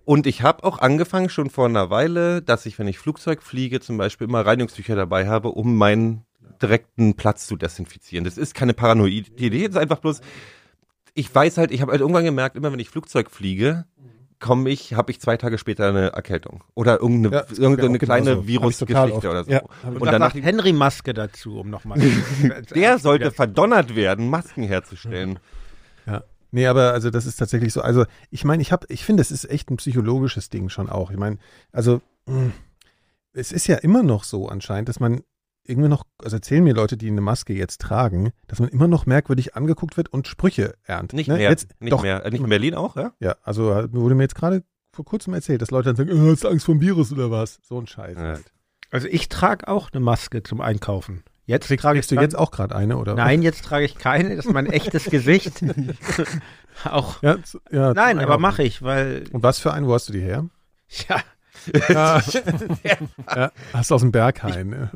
Und ich habe auch angefangen schon vor einer Weile, dass ich, wenn ich Flugzeug fliege, zum Beispiel immer Reinigungstücher dabei habe, um meinen direkten Platz zu desinfizieren. Das ist keine paranoide Idee, das ist einfach bloß, ich weiß halt, ich habe halt irgendwann gemerkt, immer wenn ich Flugzeug fliege, komme ich, habe ich zwei Tage später eine Erkältung oder irgendeine, Ja, das geht mir irgendeine auch kleine genauso. Hab ich total oft. Virusgeschichte oder so. Ja, hab ich und und dann danach macht Henry Maske dazu, um nochmal. der sollte verdonnert werden, Masken herzustellen. Ja. Nee, aber also das ist tatsächlich so. Also ich meine, ich habe, ich finde, es ist echt ein psychologisches Ding schon auch. Ich meine, also mh, es ist ja immer noch so anscheinend, dass man irgendwie noch, also erzählen mir Leute, die eine Maske jetzt tragen, dass man immer noch merkwürdig angeguckt wird und Sprüche erntet. Nicht ne? mehr. Jetzt, nicht doch, mehr. Äh, Nicht in Berlin auch, ja? Ja, also äh, wurde mir jetzt gerade vor kurzem erzählt, dass Leute dann sagen, äh, hast du Angst vor dem Virus oder was? So ein Scheiß. halt. Ja. Also ich trage auch eine Maske zum Einkaufen. Jetzt Kriegst, trage ich kriegst du dann- jetzt auch gerade eine, oder? Nein, jetzt trage ich keine. Das ist mein echtes Gesicht. auch. Ja, z- ja, Nein, aber mach. mache ich, weil Und was für einen, wo hast du die her? ja, ja, ja, hast du aus dem Berghain. ne?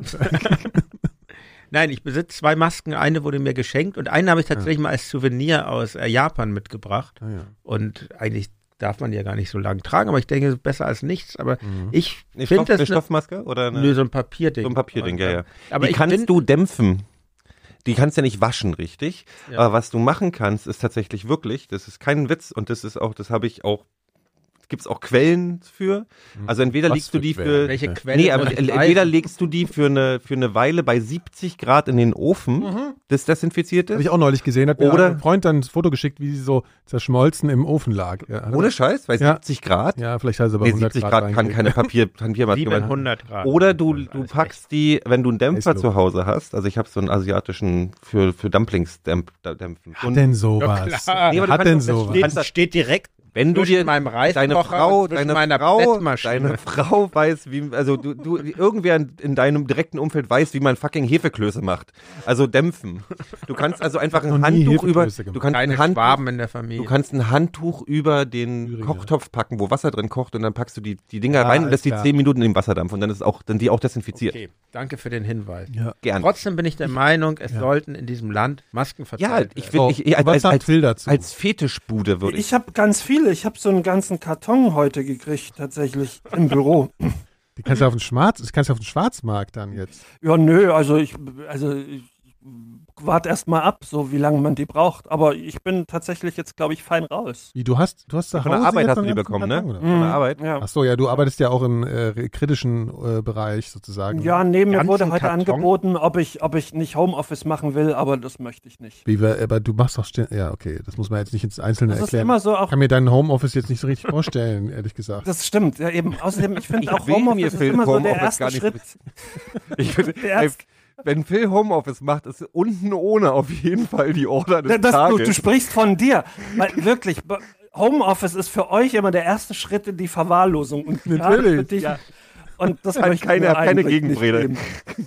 Nein, ich besitze zwei Masken. Eine wurde mir geschenkt und eine habe ich tatsächlich mal als Souvenir aus äh, Japan mitgebracht. Ah, ja. Und eigentlich darf man die ja gar nicht so lange tragen, aber ich denke, es ist besser als nichts. Aber Mhm. ich Eine, Mhm. Stoff, finde eine das ne, Stoffmaske oder eine, nö, so ein Papierding. so ein Papierding, ja, ja. Aber die ich kannst bin, du dämpfen. Die kannst ja nicht waschen, richtig? Ja. Aber was du machen kannst, ist tatsächlich wirklich, das ist kein Witz und das ist auch, das habe ich auch, gibt es auch Quellen für. Also entweder Was legst du für die Quellen? für, welche Quelle? nee, aber soll ich entweder greifen? legst du die für eine, für eine Weile bei 70 Grad in den Ofen, das desinfiziert Habe ist. ich auch neulich gesehen, hat mir Oder- ein Freund dann ein Foto geschickt, wie sie so zerschmolzen im Ofen lag. Ja, hat er- Ohne Scheiß, bei Ja. 70 Grad. ja vielleicht hat sie aber nee, 100 70 Grad, kann reingekriegt. keine Papier, Papiermaske machen. 700 Grad. Oder du, du Alles packst die, wenn du einen Dämpfer Eisluft. zu Hause hast, also ich habe so einen asiatischen für, für Dumplings dämp, dämpfen. Hat denn sowas? Ja, klar. Nee, aber du hat kannst denn auch- das sowas? steht- Steht, steht direkt wenn du zwischen dir meinem Reiskocher deine Frau, und zwischen deine meiner Frau, Bettmaschine. deine Frau weiß, wie also du, du irgendwer in- in deinem direkten Umfeld weiß, wie man fucking Hefeklöße macht. Also dämpfen. Du kannst also einfach ein Noch nie Handtuch über Hefeklöße du gemacht. kannst keine ein Handtuch, Schwaben in der Familie. Du kannst ein Handtuch über den Übrigens. Kochtopf packen, wo Wasser drin kocht und dann packst du die, die Dinger Ja, rein und alles lässt die klar. 10 Minuten in den Wasserdampf und dann ist auch dann die auch desinfiziert. okay, danke für den Hinweis. Ja. Gern. Trotzdem bin ich der Meinung, es sollten in diesem Land Masken Ja, verteilt werden. ich So, finde, ich, als, was als, sagt als, Phil dazu? als Fetischbude würde ich. Ich habe ganz viele. Ich habe so einen ganzen Karton heute gekriegt, tatsächlich im Büro. Die kannst du auf den Schwarz, das kannst du auf den Schwarzmarkt dann jetzt. Ja, nö, also ich, also ich warte erst mal ab, so wie lange man die braucht. Aber ich bin tatsächlich jetzt, glaube ich, fein raus. Wie du hast, du hast zu Von der Hause Arbeit jetzt hast noch du die einen ganzen bekommen, ne? Karton, oder? Von der Arbeit. Ja, Ach so, ja, du arbeitest ja auch im äh, kritischen äh, Bereich sozusagen. ja neben mir Ganzen wurde heute Karton? angeboten, ob ich, ob ich nicht Homeoffice machen will, aber das möchte ich nicht. Wie wir, aber du machst doch ständig, ja, okay, das muss man jetzt nicht ins Einzelne Das ist erklären. immer so ich auch. kann mir dein Homeoffice jetzt nicht so richtig vorstellen, ehrlich gesagt. Das stimmt, ja eben. Außerdem, ich Ich finde auch will mir Homeoffice ist Phil immer so der Homeoffice erste gar nicht Schritt. ich würde, Der Arzt- ey, wenn Phil Homeoffice macht, ist unten ohne auf jeden Fall die Order des Das, du, Tages. du sprichst von dir. Weil wirklich, be- Homeoffice ist für euch immer der erste Schritt in die Verwahrlosung. Und gerade Natürlich. für dich- Und das Kann möchte ich keiner- mir keine eigentlich nicht Gegenrede. geben.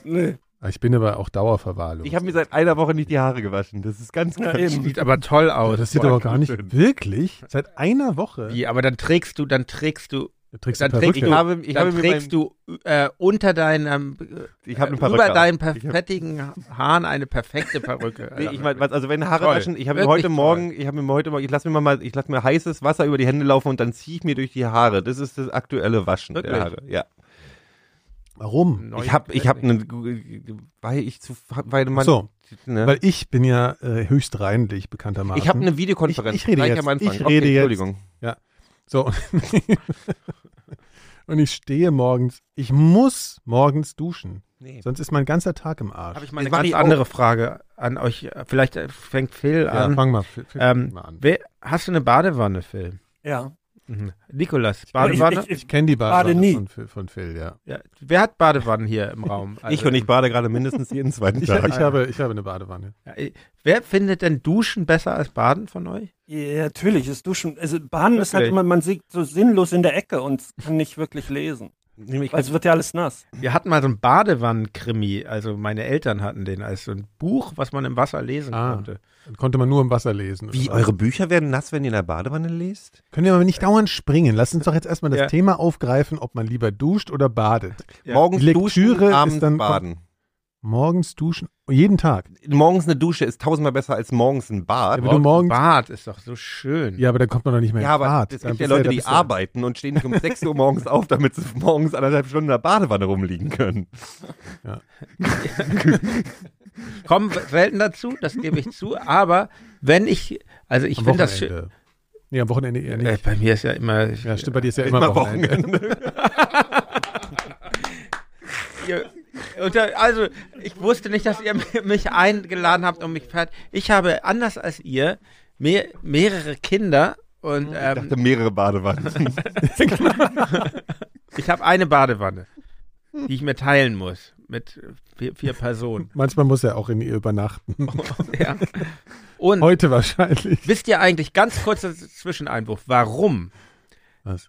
Nee, Ich bin aber auch Dauerverwahrlost. ich habe mir seit einer Woche nicht die Haare gewaschen. Das ist ganz klar. eben. Sieht aber toll aber aus. das sieht Boah, aber gar nicht schön. wirklich. Seit einer Woche Wie, aber dann trägst du, dann trägst du, Da trägst du dann Perücke. trägst du, Ich habe- ich dann habe mir trägst du äh, unter deinem, äh, Ich habe eine Perücke. über deinen auf. Ich hab- perfettigen Haaren eine perfekte Perücke. Nee, ich meine, also wenn Haare Toll. waschen, ich habe mir heute Wirklich toll. Morgen, ich habe mir heute Morgen, ich lasse mir mal, ich lasse mir heißes Wasser über die Hände laufen und dann ziehe ich mir durch die Haare. Das ist das aktuelle Waschen der Wirklich? Haare. Ja. Warum? Neue ich habe, ich habe Technik. eine, weil ich zu, weil man, so, ne? weil ich bin ja äh, höchst reinlich bekanntermaßen. ich ne- habe eine Videokonferenz. Ich- ich rede gleich jetzt. am Anfang. Ich rede jetzt. Entschuldigung. So. Und ich stehe morgens, ich muss morgens duschen. Nee. Sonst ist mein ganzer Tag im Arsch. Habe ich mal eine Das mach ganz ich auch. andere Frage an euch. Vielleicht äh, fängt Phil ja, an. fang mal, f- f- Ähm, mal an. Wer, hast du eine Badewanne, Phil? Ja. Mhm. Nikolas, Aber ich- Badewanne? ich- Ich kenne die Badewanne Bade nie. von, Phil- von Phil, ja. ja. Wer hat Badewannen hier im Raum? Also, ich und ich bade gerade mindestens jeden zweiten Ich, Tag. ich, habe, ich habe eine Badewanne. Ja, ich- Wer findet denn Duschen besser als Baden von euch? Ja, natürlich ist Duschen. Also Bahnen ist halt Wirklich? immer, man sieht so sinnlos in der Ecke und kann nicht wirklich lesen. Nämlich- Weil es wird ja alles nass. Wir hatten mal so einen Badewannenkrimi, also meine Eltern hatten den als so ein Buch, was man im Wasser lesen Ah. konnte. Dann Konnte man nur im Wasser lesen. Wie, Oder was? eure Bücher werden nass, wenn ihr in der Badewanne lest? Können wir aber nicht dauernd springen. Lass uns doch jetzt erstmal das Ja. Thema aufgreifen, ob man lieber duscht oder badet. Ja. Morgens Die Lektüre duschen, ist abends dann- baden. Morgens duschen, jeden Tag. Morgens eine Dusche ist tausendmal besser als morgens ein Bad. Aber du morgens- Bad ist doch so schön. Ja, aber dann kommt man doch nicht mehr ja, ins aber Bad. es Dann gibt ja bist du- Leute, dann die bist du ja- arbeiten und stehen nicht um 6 Uhr morgens auf, damit sie morgens anderthalb Stunden in der Badewanne rumliegen können. Kommen selten dazu, das gebe ich zu, aber wenn ich, also ich Am finde das schön. Wochenende. Nee, am Wochenende eher Äh, nicht. bei mir ist ja immer, Ja, stimmt, bei dir ist ja Ist immer, mal Wochenende. Ihr- und da- also, ich wusste nicht, dass ihr m- mich eingeladen habt und mich fertig. Ich habe anders als ihr mehr, mehrere Kinder und Ich ähm, dachte, mehrere Badewannen. ich habe eine Badewanne. die ich mir teilen muss mit vier, vier Personen. Manchmal muss er auch in ihr übernachten. ja. Und Heute wahrscheinlich. wisst ihr eigentlich, ganz kurzer Zwischeneinbruch, warum Was?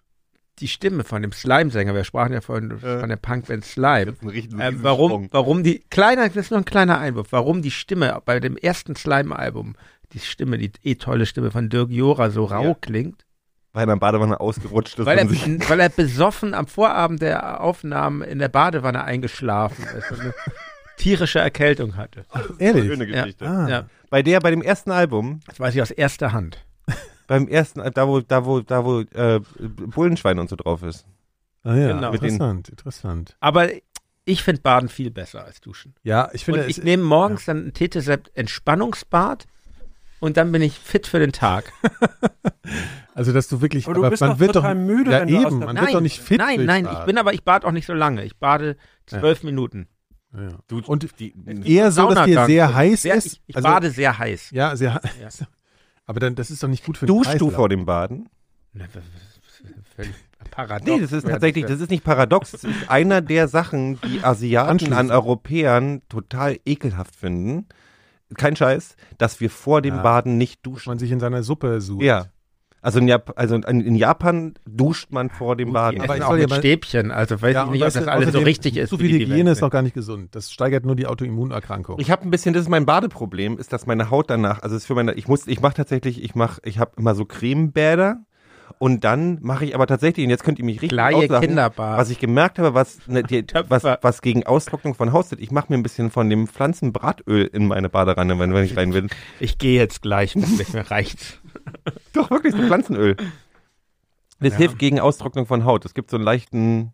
die Stimme von dem Slime-Sänger, wir sprachen ja vorhin von der Punkband Slime, Jetzt einen riesen, Ähm, riesen warum, Sprung. warum die, kleiner, das ist nur ein kleiner Einwurf, warum die Stimme bei dem ersten Slime-Album, die Stimme, die eh tolle Stimme von Dirk Jora so rau Ja. klingt, Weil er in der Badewanne ausgerutscht ist weil er, und sich weil er besoffen am Vorabend der Aufnahmen in der Badewanne eingeschlafen ist und eine tierische Erkältung hatte. Ehrlich? schöne Geschichte. Ah, Ja, Bei der, bei dem ersten Album, das weiß ich aus erster Hand. beim ersten, Al- da wo, da wo, da wo äh, Bullenschwein und so drauf ist. ah ja. Genau. Mit den- Interessant, interessant. Aber ich finde Baden viel besser als Duschen. Ja, ich finde, und ich es- nehme morgens dann ein Tetesept Entspannungsbad und dann bin ich fit für den Tag. also dass du wirklich, Aber du bist man doch wird total doch, müde, ja wenn du aus eben, der- man wird doch nicht fit. nein, durch nein, ich Baden. bin aber, ich bade auch nicht so lange. Ich bade zwölf Minuten. Ja. Du, Und die, Eher so, dass dir Saunagang. sehr heiß Sehr, ist. ich ich also, bade sehr heiß. Ja, sehr Ja. heiß. Aber dann, das ist doch nicht gut für den duschst du Kreislauf. vor dem Baden? Ne, Na, das ist Völlig paradox. Nee, das ist tatsächlich, das ist nicht paradox. Das ist einer der Sachen, die Asiaten Anschließend. an Europäern total ekelhaft finden. Kein Scheiß, dass wir vor dem Ja. Baden nicht Dass duschen. man sich in seiner Suppe sucht. Ja. Also in, Jap also in- in Japan duscht man vor dem Baden. aber aber ich auch soll ja mit mal- Stäbchen. Also weiß Ja, ich und nicht, ob weißt du, das alles so außerdem, richtig ist. Zu wie viel die die Welt Hygiene ist sind. doch gar nicht gesund. Das steigert nur die Autoimmunerkrankung. Ich habe ein bisschen, das ist mein Badeproblem, ist, dass meine Haut danach, also ist für meine, ich muss, ich mache tatsächlich, ich mache, ich habe immer so Cremebäder und dann mache ich aber tatsächlich, und jetzt könnt ihr mich richtig Gleiche auslachen, Kinderbad. Ah. was ich gemerkt habe, was, ne, die, Töpfer. was, was gegen Austrocknung von Haut ist, ich mache mir ein bisschen von dem Pflanzenbratöl in meine Badewanne, wenn, wenn ich rein will. Ich gehe jetzt gleich. Mir reicht's. Doch, wirklich, so Pflanzenöl. Das hilft gegen Austrocknung von Haut. Es gibt so einen leichten,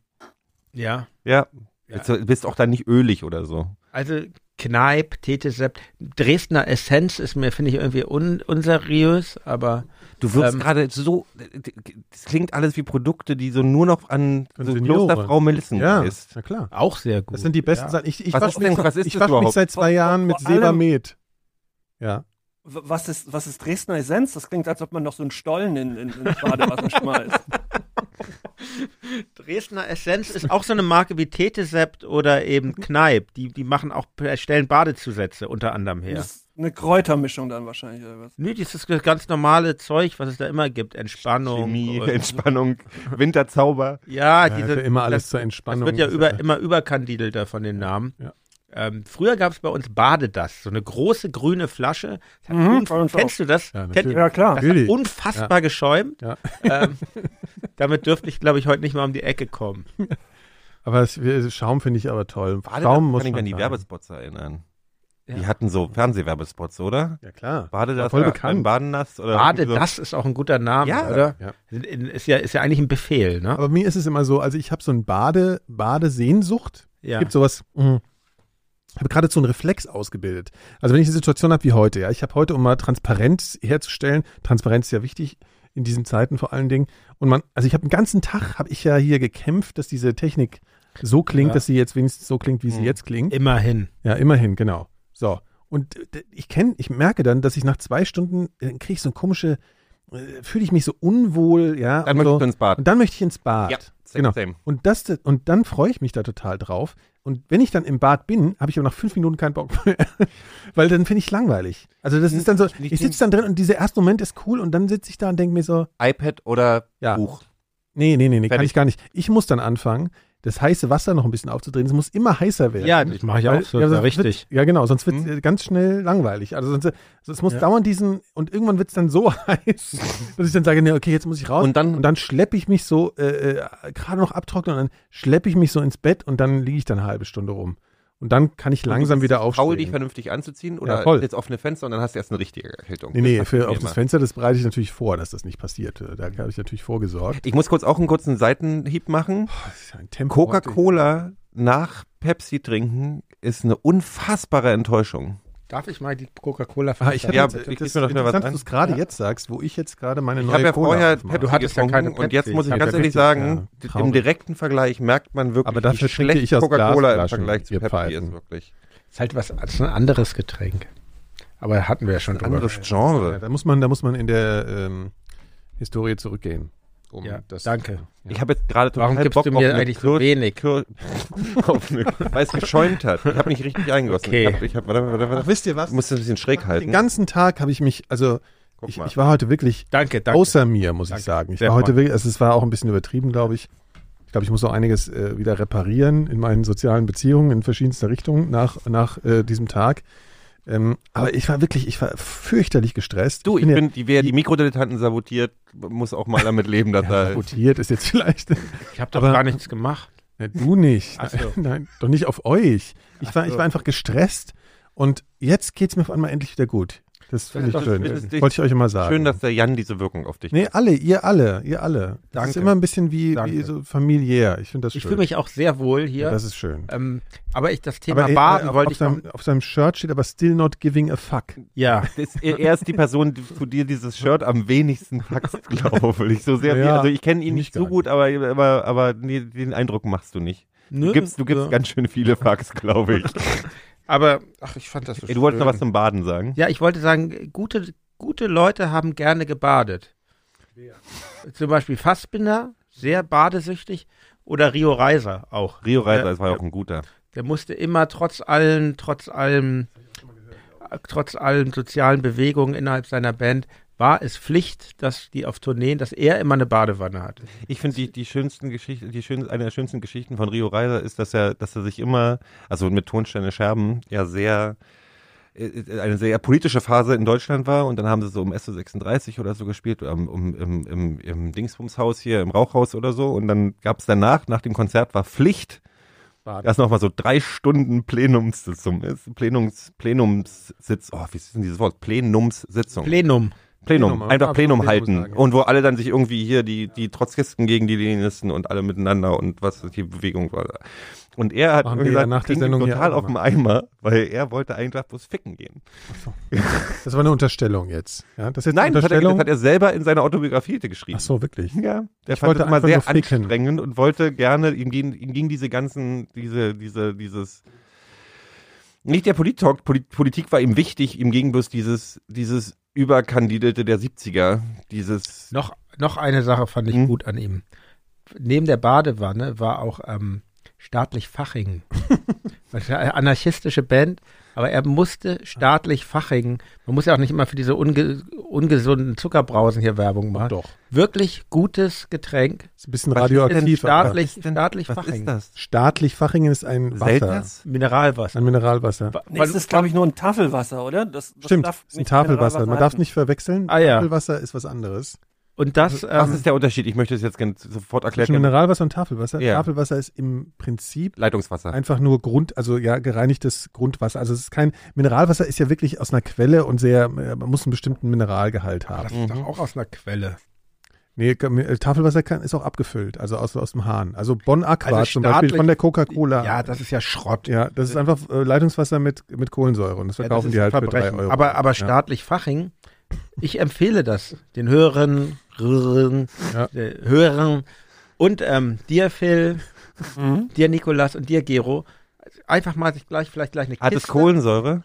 Ja. ja, Ja. Jetzt, du bist auch dann nicht ölig oder so. Also Kneip, Tetesept, Dresdner Essenz ist mir, finde ich, irgendwie un unseriös, aber Du wirkst Ähm, gerade so, das klingt alles wie Produkte, die so nur noch an Von so Senioren. Klosterfrau Melissen ja, ist. na klar. auch sehr gut. Das sind die besten ja. Sachen. Ich, ich Was wasch ist denn- mich, was ist ich das wasch mich überhaupt? seit zwei Jahren mit Vor allem- Sebamed. Ja. W- Was ist, was ist Dresdner Essenz? Das klingt, als ob man noch so einen Stollen in, in, ins Badewasser schmeißt. Dresdner Essenz ist auch so eine Marke wie Tetesept oder eben Kneip. Die, die machen auch, erstellen Badezusätze unter anderem her. Das ist eine Kräutermischung dann wahrscheinlich oder was? Nö, das ist das ganz normale Zeug, was es da immer gibt. Entspannung. Chemie, und- Entspannung, Winterzauber. ja, Ja, diese, für immer alles das, zur das Entspannung. wird ja ist über, immer überkandidelter von den Namen. Ja. Ähm, früher gab es bei uns Badedass, so eine große grüne Flasche. Das hat Mhm, unf- bei uns Kennst du das? Ja, Kennt, natürlich. Ja, klar. das hat Natürlich. unfassbar geschäumt. Ja. Ähm, damit dürfte ich, glaube ich, heute nicht mal um die Ecke kommen. Aber es, wir- Schaum finde ich aber toll. Badewanne Schaum muss kann ich mich man an die sagen. Werbespots erinnern. Ja. Die hatten so Fernsehwerbespots, oder? Ja, klar. Bade das, voll bekannt. Baden nass oder irgendwie so. Badedass ist auch ein guter Name, Ja. oder? also Ja. Ist ja, ist ja eigentlich ein Befehl, ne? Aber mir ist es immer so, also ich habe so ein Bade, Badesehnsucht. Ja. Es gibt sowas, mh, habe geradezu einen Reflex ausgebildet. Also wenn ich eine Situation habe wie heute, ja, ich habe heute, um mal Transparenz herzustellen, Transparenz ist ja wichtig in diesen Zeiten vor allen Dingen. Und man, also ich habe den ganzen Tag, habe ich ja hier gekämpft, dass diese Technik so klingt, Ja. Mhm. dass sie jetzt wenigstens so klingt, wie sie jetzt klingt. Immerhin. Ja, immerhin, genau. So. Und äh, d- ich kenne, ich merke dann, dass ich nach zwei Stunden kriege ich so eine komische, äh, fühle ich mich so unwohl, ja. und Dann möchtest so. du ins Bad. Und dann möchte ich ins Bad. Ja, same, genau. same. Und, das, und dann freue ich mich da total drauf. Und wenn ich dann im Bad bin, habe ich aber nach fünf Minuten keinen Bock mehr. Weil dann finde ich langweilig. Also das ist dann so, nicht ich sitze dann drin und dieser erste Moment ist cool und dann sitze ich da und denke mir so, iPad oder Ja. Buch. nee, nee, nee, nee, kann Oh. Fertig. ich gar nicht. Ich muss dann anfangen, das heiße Wasser noch ein bisschen aufzudrehen. Es muss immer heißer werden. Ja, das mache ich auch Weil- so, ja, ja, sonst richtig. Wird, ja, genau, sonst wird Mhm. äh, ganz schnell langweilig. Also sonst, also es muss dauernd diesen, und irgendwann wird es dann so heiß, dass ich dann sage, nee, okay, jetzt muss ich raus. Und dann- und dann schleppe ich mich so, äh, äh, gerade noch abtrocknen, und dann schleppe ich mich so ins Bett und dann liege ich dann eine halbe Stunde rum. Und dann kann ich langsam wieder Faul, dich aufstehen. vernünftig anzuzieehen oder voll. jetzt offene Fenster und dann hast du erst eine richtige Erkältung. Nee, nee, Das für, auf passiert mir das immer. Fenster, das bereite ich natürlich vor, dass das nicht passiert. Äh, Da habe ich natürlich vorgesorgt. Ich muss kurz auch einen kurzen Seitenhieb machen. Das ist ja ein Tempo. Coca-Cola nach Pepsi trinken ist eine unfassbare Enttäuschung. Darf ich mal die Coca-Cola Ah, ich hab Ja, jetzt, ich- das ich- ist mir doch wieder was interessant, dass ein. du es gerade jetzt sagst, wo ich jetzt gerade meine Ich neue habe ja Cola vorher aufmache. Pepsi Du hattest ja getrunken keine und jetzt Pepsi. muss ich Ja, ganz ehrlich Pepsi, sagen, ja, im traurig. direkten Vergleich merkt man wirklich, Aber dafür wie trinke schlecht ich aus Coca-Cola im Glasflaschen, Vergleich zu ihr Pepsi Pfeifen. ist wirklich. Ist halt was, ist ein anderes Getränk. Aber hatten wir ja schon Anderes Ja, Genre. da muss man, da muss man in der ähm, Historie zurückgehen. um Ja, das. danke. Ja. Ich habe jetzt gerade Warum total gibst Bock du auf mir eine eigentlich Kür- so wenig? Kür auf eine, weil es geschäumt hat. Ich habe nicht richtig eingegossen. Okay. Ich hab, ich hab, warte, warte, Ach, warte. wisst ihr was? Ich muss das ein bisschen schräg halten. Den ganzen Tag habe ich mich, also Guck ich, mal. ich war heute wirklich Danke, danke. außer mir, muss Danke. ich sagen. Ich Sehr war heute freundlich. wirklich, also es war auch ein bisschen übertrieben, glaube ich. Ich glaube, ich muss auch einiges äh, wieder reparieren in meinen sozialen Beziehungen in verschiedenster Richtung nach, nach äh, diesem Tag. Ähm, aber ich war wirklich, ich war fürchterlich gestresst. du, ich ja- bin, die, wer die Mikrodilettanten sabotiert, muss auch mal damit leben, dass ja, da sabotiert ist jetzt vielleicht. Ich habe doch Aber- gar nichts gemacht. Ja, du nicht. Ach so. Nein, doch nicht auf euch. Ich war, ich so. war einfach gestresst und jetzt geht es mir auf einmal endlich wieder gut. Das finde ich doch schön. schön. Wollte ich euch immer sagen. Schön, dass der Jan diese Wirkung auf dich Nee, alle, ihr alle, ihr alle. Das ist Danke. immer ein bisschen wie, wie Danke. so familiär. Ich finde das schön. Ich fühle mich auch sehr wohl hier. ja, das ist schön. ähm, aber ich das Thema Aber äh, Baden auf, wollte auf, ich noch, seinem, auf seinem Shirt steht aber still not giving a fuck. ja. Das, er, er ist die Person, die, zu dir dieses Shirt am wenigsten packst, glaube ich. So sehr, wie- Ja, also ich kenne ihn mich nicht gar so gut, aber, aber, aber nee, den Eindruck machst du nicht. Du gibst, du gibst ja. ganz schön viele Fucks, glaube ich. Aber ach, ich fand das so Ey, du wolltest schön. noch was zum Baden sagen? Ja, ich wollte sagen, gute, gute Leute haben gerne gebadet. Zum Beispiel Fassbinder, sehr badesüchtig, oder Rio Reiser auch. Rio Reiser das war ja Ja. auch ein guter. Der musste immer trotz allen, trotz allem, trotz allen sozialen Bewegungen innerhalb seiner Band, war es Pflicht, dass die auf Tourneen, dass er immer eine Badewanne hatte. Ich finde die, die schönsten Geschichten, die schön, eine der schönsten Geschichten von Rio Reiser ist, dass er, dass er sich immer, also mit Tonsteine Scherben, ja sehr äh, eine sehr politische Phase in Deutschland war und dann haben sie so um SO36 oder so gespielt, um, um, im, im, im Dingsbumshaus hier, im Rauchhaus oder so und dann gab es danach, nach dem Konzert war Pflicht, Baden. dass nochmal so drei Stunden Plenumssitzung ist, Plenums, Plenumssitz, oh, wie ist denn dieses Wort? Plenumssitzung. Plenum. Plenum, Plenum, einfach einfach Plenum, Plenum halten. sagen, ja. Und wo alle dann sich irgendwie hier die, die Trotzkisten gegen die Leninisten und alle miteinander und was die Bewegung war. Und er hat Machen irgendwie wir ja gesagt, nach der ging ihm Sendung hier total auch auf dem Eimer, weil er wollte einfach bloß ficken gehen. Das war eine Unterstellung jetzt. Ja, das ist jetzt Nein, eine das hat, er, das Unterstellung. hat er selber in seiner Autobiografie geschrieben. Ach so, wirklich. Ja, der Ich fand wollte das immer einfach sehr nur ficken. anstrengend und wollte gerne, ihm ging, ihm ging diese ganzen, diese, diese, dieses, nicht der Politik, Polit, Politik war ihm wichtig, ihm ging bloß dieses, dieses Überkandidelte der 70er, dieses, Noch, noch eine Sache fand ich Hm. gut an ihm. Neben der Badewanne war auch ähm, staatlich Fachingen. Das ist eine anarchistische Band, aber er musste staatlich Fachingen. Man muss ja auch nicht immer für diese unge ungesunden Zuckerbrausen hier Werbung machen. Doch. Wirklich gutes Getränk. Ist ein bisschen Was ist radioaktiv. aber- staatlich, staatlich was ist Fachingen. das? Staatlich Fachingen ist ein Wasser. Selters? Mineralwasser. Ein Mineralwasser. Nee, es ist, glaube ich, nur ein Tafelwasser, oder? Das, das Stimmt, darf ist ein nicht Tafelwasser. Mineralwasser Man darf heißen. nicht verwechseln. Ah, ja. Tafelwasser ist was anderes. Und das, Was ähm, ist der Unterschied? Ich möchte es jetzt gerne sofort Zwischen erklären. Mineralwasser und Tafelwasser. genau. Ja. Tafelwasser ist im Prinzip Leitungswasser. einfach nur Grund, also ja, gereinigtes Grundwasser. Also es ist kein Mineralwasser ist ja wirklich aus einer Quelle und sehr, äh, man muss einen bestimmten Mineralgehalt haben. Mhm. das ist doch auch aus einer Quelle. Nee, Ka- äh, Tafelwasser kann, ist auch abgefüllt, also aus, aus dem Hahn. Also Bon Aqua Also zum Beispiel staatlich- von der Coca-Cola. Ja, das ist ja Schrott. Ja, das ist einfach äh, Leitungswasser mit, mit Kohlensäure und das Ja, verkaufen das ist die halt für Verbrechen. drei Euro. Aber, aber ja. staatlich Faching, ich empfehle das den Hörern, Rrrrn, Ja. äh, Hörern und ähm, dir, Phil, dir, Nikolas und dir, Gero. Einfach mal sich gleich, vielleicht gleich eine Hat es Kiste. Kohlensäure?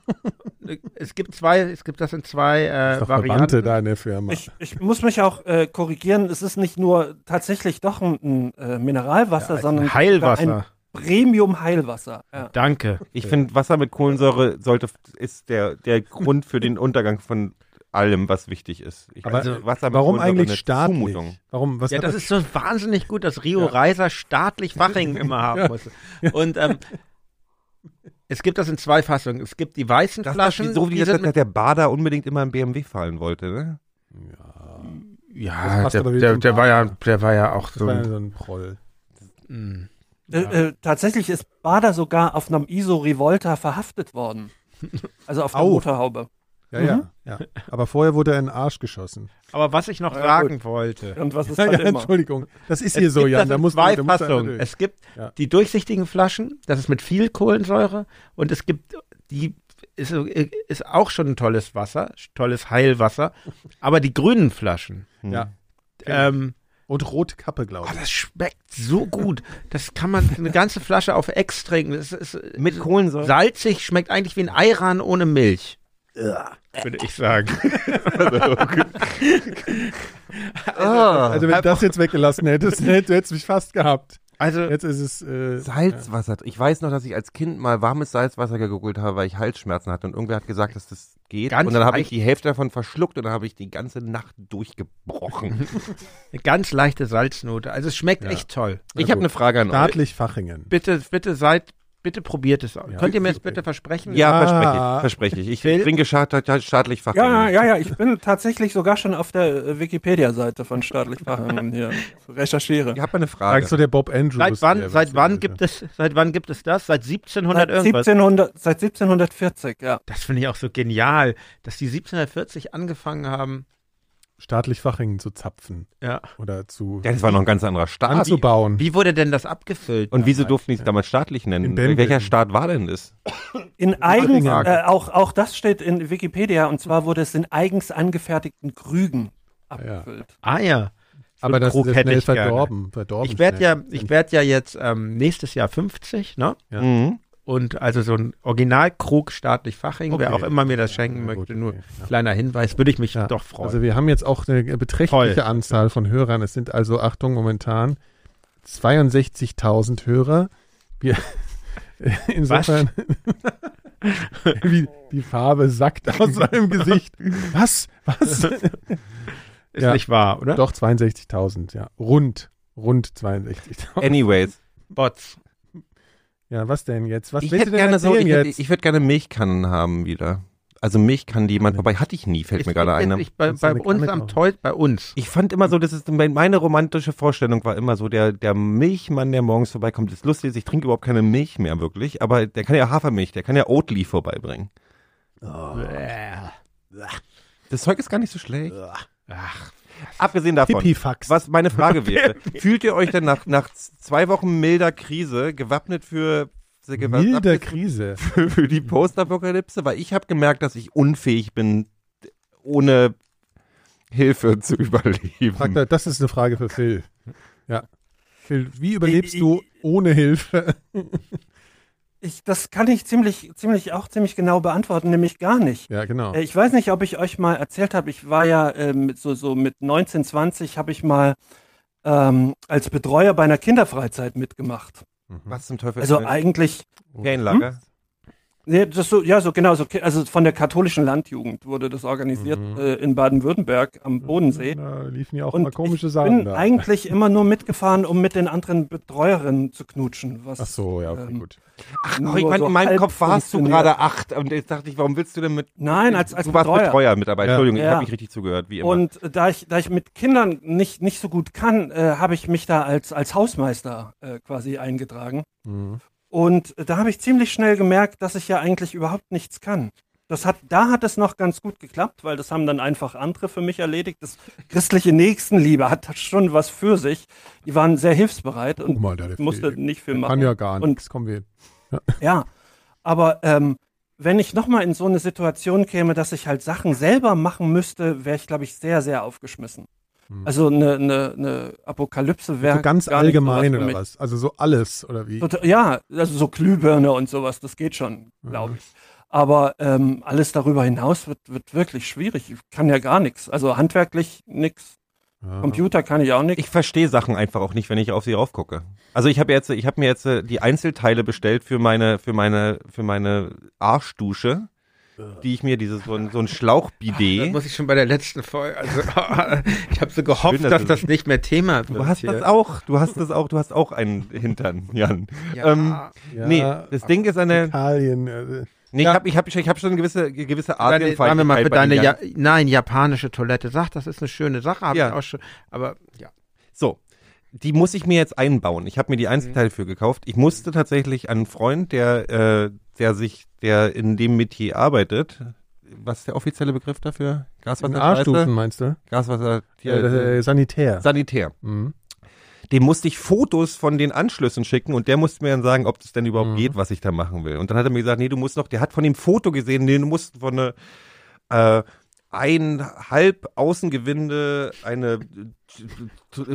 Es gibt zwei, es gibt das in zwei Ist äh, doch Verwandte Varianten. da in der Firma. Ich, ich muss mich auch äh, korrigieren, es ist nicht nur tatsächlich doch ein, ein äh, Mineralwasser, sondern Heilwasser. Premium-Heilwasser. Ja. Danke. Ich finde, Wasser mit Kohlensäure sollte, ist der, der Grund für den Untergang von allem, was wichtig ist. Ich Aber finde, Wasser mit Warum Kohlensäure eigentlich eine staatlich? Zumutung. Warum? Was Ja, hat das ist so wahnsinnig gut, dass Rio Reiser staatlich Faching immer haben Ja. musste. Und ähm, es gibt das in zwei Fassungen. Es gibt die weißen Das, das, Flaschen, so wie die das, sind mit dass der Bader unbedingt immer einen BMW fahren wollte, ne? Das Ja, passt der, aber wieder der, zum der, war ja, Baden. der war ja auch das so. war ja ein- so ein Proll. Mm. Äh, äh, tatsächlich ist Bader sogar auf einem ISO Revolta verhaftet worden. Also auf der Au. Motorhaube. Ja, Mhm. ja, ja. Aber vorher wurde er in den Arsch geschossen. Aber was ich noch Ja, sagen wollte. Und was ist Ja, ja, halt immer? Entschuldigung. Das ist hier so, gibt Jan. das Da in muss zwei da muss Fassungen. Es gibt Ja. die durchsichtigen Flaschen, das ist mit viel Kohlensäure und es gibt die ist, ist auch schon ein tolles Wasser, tolles Heilwasser, aber die grünen Flaschen. Ja. Genau. Ähm, Und Rotkappe, glaube oh, ich. das schmeckt so gut. Das kann man eine ganze Flasche auf Ex trinken. Das ist, ist Mit Kohlensäure? salzig, schmeißt- schmeckt eigentlich wie ein Eiran ohne Milch. würde ich sagen. Ah, Also wenn du das jetzt weggelassen hättest, hätt- du hättest mich fast gehabt. Also, Jetzt ist es äh, Salzwasser. Ich weiß noch, dass ich als Kind mal warmes Salzwasser gegoogelt habe, weil ich Halsschmerzen hatte und irgendwer hat gesagt, dass das geht. Ganz und dann habe ich leicht. die Hälfte davon verschluckt und dann habe ich die ganze Nacht durchgebrochen. eine ganz leichte Salznote. Also, es schmeckt Ja. echt toll. ich habe eine Frage an euch. staatlich Fachingen. Bitte, bitte seid, bitte probiert es auch. Ja. Könnt ihr mir das bitte versprechen? Ja, Ah. verspreche ich. Verspreche ich. Ich Phil? trinke staat- staatlich Fach. Ja, ja, ja, ich bin tatsächlich sogar schon auf der äh, Wikipedia-Seite von staatlich Fachhandel hier. Recherchiere. Ich habe eine Frage. Sagst du der Bob Andrews? Seit wann, seit wann gibt es? es, seit wann gibt es das? Seit 1700 Seit, irgendwas? 1700, seit 1740, ja. Das finde ich auch so genial, dass die 1740 angefangen haben. Staatlich Fachingen zu zapfen Ja. oder zu Ja, das war noch ein ganz anderer Staat. anzubauen. Wie wurde denn das abgefüllt? Und wieso durften die es damals staatlich In nennen? Belgien. Welcher Staat war denn das? In eigens, Frage. äh, auch, auch das steht in Wikipedia, und zwar wurde es in eigens angefertigten Krügen abgefüllt. ah ja. So Aber einen das Krug ist ja hätte schnell ich gerne. verdorben. verdorben Ich werde ja, schnell. ich werde ja jetzt ähm, nächstes Jahr 50, ne? Ja. Mhm. Und also so ein Originalkrug staatlich Faching, wer Okay. auch immer mir das schenken Ja, möchte, gut, nur okay, ja. kleiner Hinweis, würde ich mich Ja. doch freuen. Also wir haben jetzt auch eine beträchtliche Toll. Anzahl von Hörern. Es sind also, Achtung, momentan 62.000 Hörer. Wir, insofern, wie die Farbe sackt Also, aus seinem Gesicht. Was? Was? ist ja. nicht wahr, oder? Doch, 62.000, ja. Rund. Rund 62.000. Anyways, Bots. Ja, was denn jetzt? Was ich willst hätte du denn gerne so, ich, erzählen hätte- jetzt? ich würde gerne Milchkannen haben wieder. Also Milchkannen, die jemand, wobei hatte ich nie, fällt mir gerade ein. ne? Ich, bei, Kannst du bei eine Kanne uns am kaufen? Toll, bei uns. Ich fand immer so, das ist mein- meine romantische Vorstellung war immer so, der, der Milchmann, der morgens vorbeikommt, ist lustig, ich trinke überhaupt keine Milch mehr wirklich, aber der kann ja Hafermilch, der kann ja Oatly vorbeibringen. Ah. Das Zeug ist gar nicht so schlecht. Ach, Abgesehen davon, Pipifax. was meine Frage wäre, fühlt ihr euch denn nach, nach zwei Wochen milder Krise gewappnet für, Milder gewappnet Krise. für, für die Postapokalypse? Weil ich habe gemerkt, dass ich unfähig bin, ohne Hilfe zu Fragt überleben. er, das ist eine Frage für Phil. Ja. Phil, wie überlebst Ich- du ohne Hilfe? Ich, das kann ich ziemlich, ziemlich, auch ziemlich genau beantworten, nämlich gar nicht. Ja, genau. Äh, Ich weiß nicht, ob ich euch mal erzählt habe, ich war ja äh, mit so, so mit 19, 20 habe ich mal ähm, als Betreuer bei einer Kinderfreizeit mitgemacht. Mhm. Was zum Teufel? Also Hm? ist denn- eigentlich, Ferienlager? nee, das so, ja, so genau, so, ki- also von der katholischen Landjugend wurde das organisiert Mhm. äh, in Baden-Württemberg am Bodensee. Da äh, liefen ja auch Und mal komische Ich Sachen bin da. eigentlich immer nur mitgefahren, um mit den anderen Betreuerinnen zu knutschen. Was Ach so, ja, okay, ähm, gut. Ach, nur ich meine, so in meinem halb Kopf warst du funktioniert. gerade acht und jetzt dachte ich, warum willst du denn mit. Nein, als, als du warst Betreuer. Betreuer mit dabei. Ja. Entschuldigung, ich Ja. habe nicht richtig zugehört, wie immer. Und äh, da ich, da ich mit Kindern nicht, nicht so gut kann, äh, habe ich mich da als, als Hausmeister äh, quasi eingetragen. Mhm. Und äh, da habe ich ziemlich schnell gemerkt, dass ich ja eigentlich überhaupt nichts kann. Das hat, da hat es noch ganz gut geklappt, weil das haben dann einfach andere für mich erledigt. Das christliche Nächstenliebe hat schon was für sich. Die waren sehr hilfsbereit Guck und mal, da der musste Phil. nicht viel Oh, Kann machen. ja gar Und- nichts. Kommen wir. Ja, aber ähm, wenn ich nochmal in so eine Situation käme, dass ich halt Sachen selber machen müsste, wäre ich, glaube ich, sehr, sehr aufgeschmissen. Mhm. Also eine, eine, eine Apokalypse wäre. So Also ganz gar nicht allgemein sowas für oder mich. was? Also so alles oder wie? Total- Ja, also so Glühbirne und sowas, das geht schon, Mhm. glaube ich. Aber ähm, alles darüber hinaus wird, wird wirklich schwierig. Ich kann ja gar nichts. Also handwerklich nichts. Ja. Computer kann ich auch nichts. ich verstehe Sachen einfach auch nicht, wenn ich auf sie raufgucke. Also ich habe jetzt, ich habe mir jetzt äh, die Einzelteile bestellt für meine, für meine, für meine Arschdusche, die ich mir dieses so ein, so ein Das Schlauchbidet. Äh, muss ich schon bei der letzten Folge. Also, ich habe so gehofft, Schön, dass dass du- das nicht mehr Thema wird. Du hast hier. das auch, du hast das auch, du hast auch einen Hintern, Jan. Ja. ähm, Ja, nee, das Ding ist eine, Italien. äh, nee, Ja. ich habe ich hab, ich hab schon eine gewisse, gewisse Art deine, sagen wir mal, für deine ja, nein, japanische Toilette. Sag, das ist eine schöne Sache, habe Ja. ich auch schon. Aber ja. So, die muss ich mir jetzt einbauen. Ich habe mir die Einzelteile für gekauft. Ich musste tatsächlich an einen Freund, der, äh, der sich, der in dem Metier arbeitet, was ist der offizielle Begriff dafür? in Gaswasser, A-Stufen meinst du? Gaswasser, Ja, äh, äh, Sanitär. Sanitär. Mhm. Dem musste ich Fotos von den Anschlüssen schicken und der musste mir dann sagen, ob das denn überhaupt Mhm. geht, was ich da machen will. Und dann hat er mir gesagt, nee, du musst noch, der hat von dem Foto gesehen, nee, du musst von eine, äh, ein halb Außengewinde, eine t- t- t-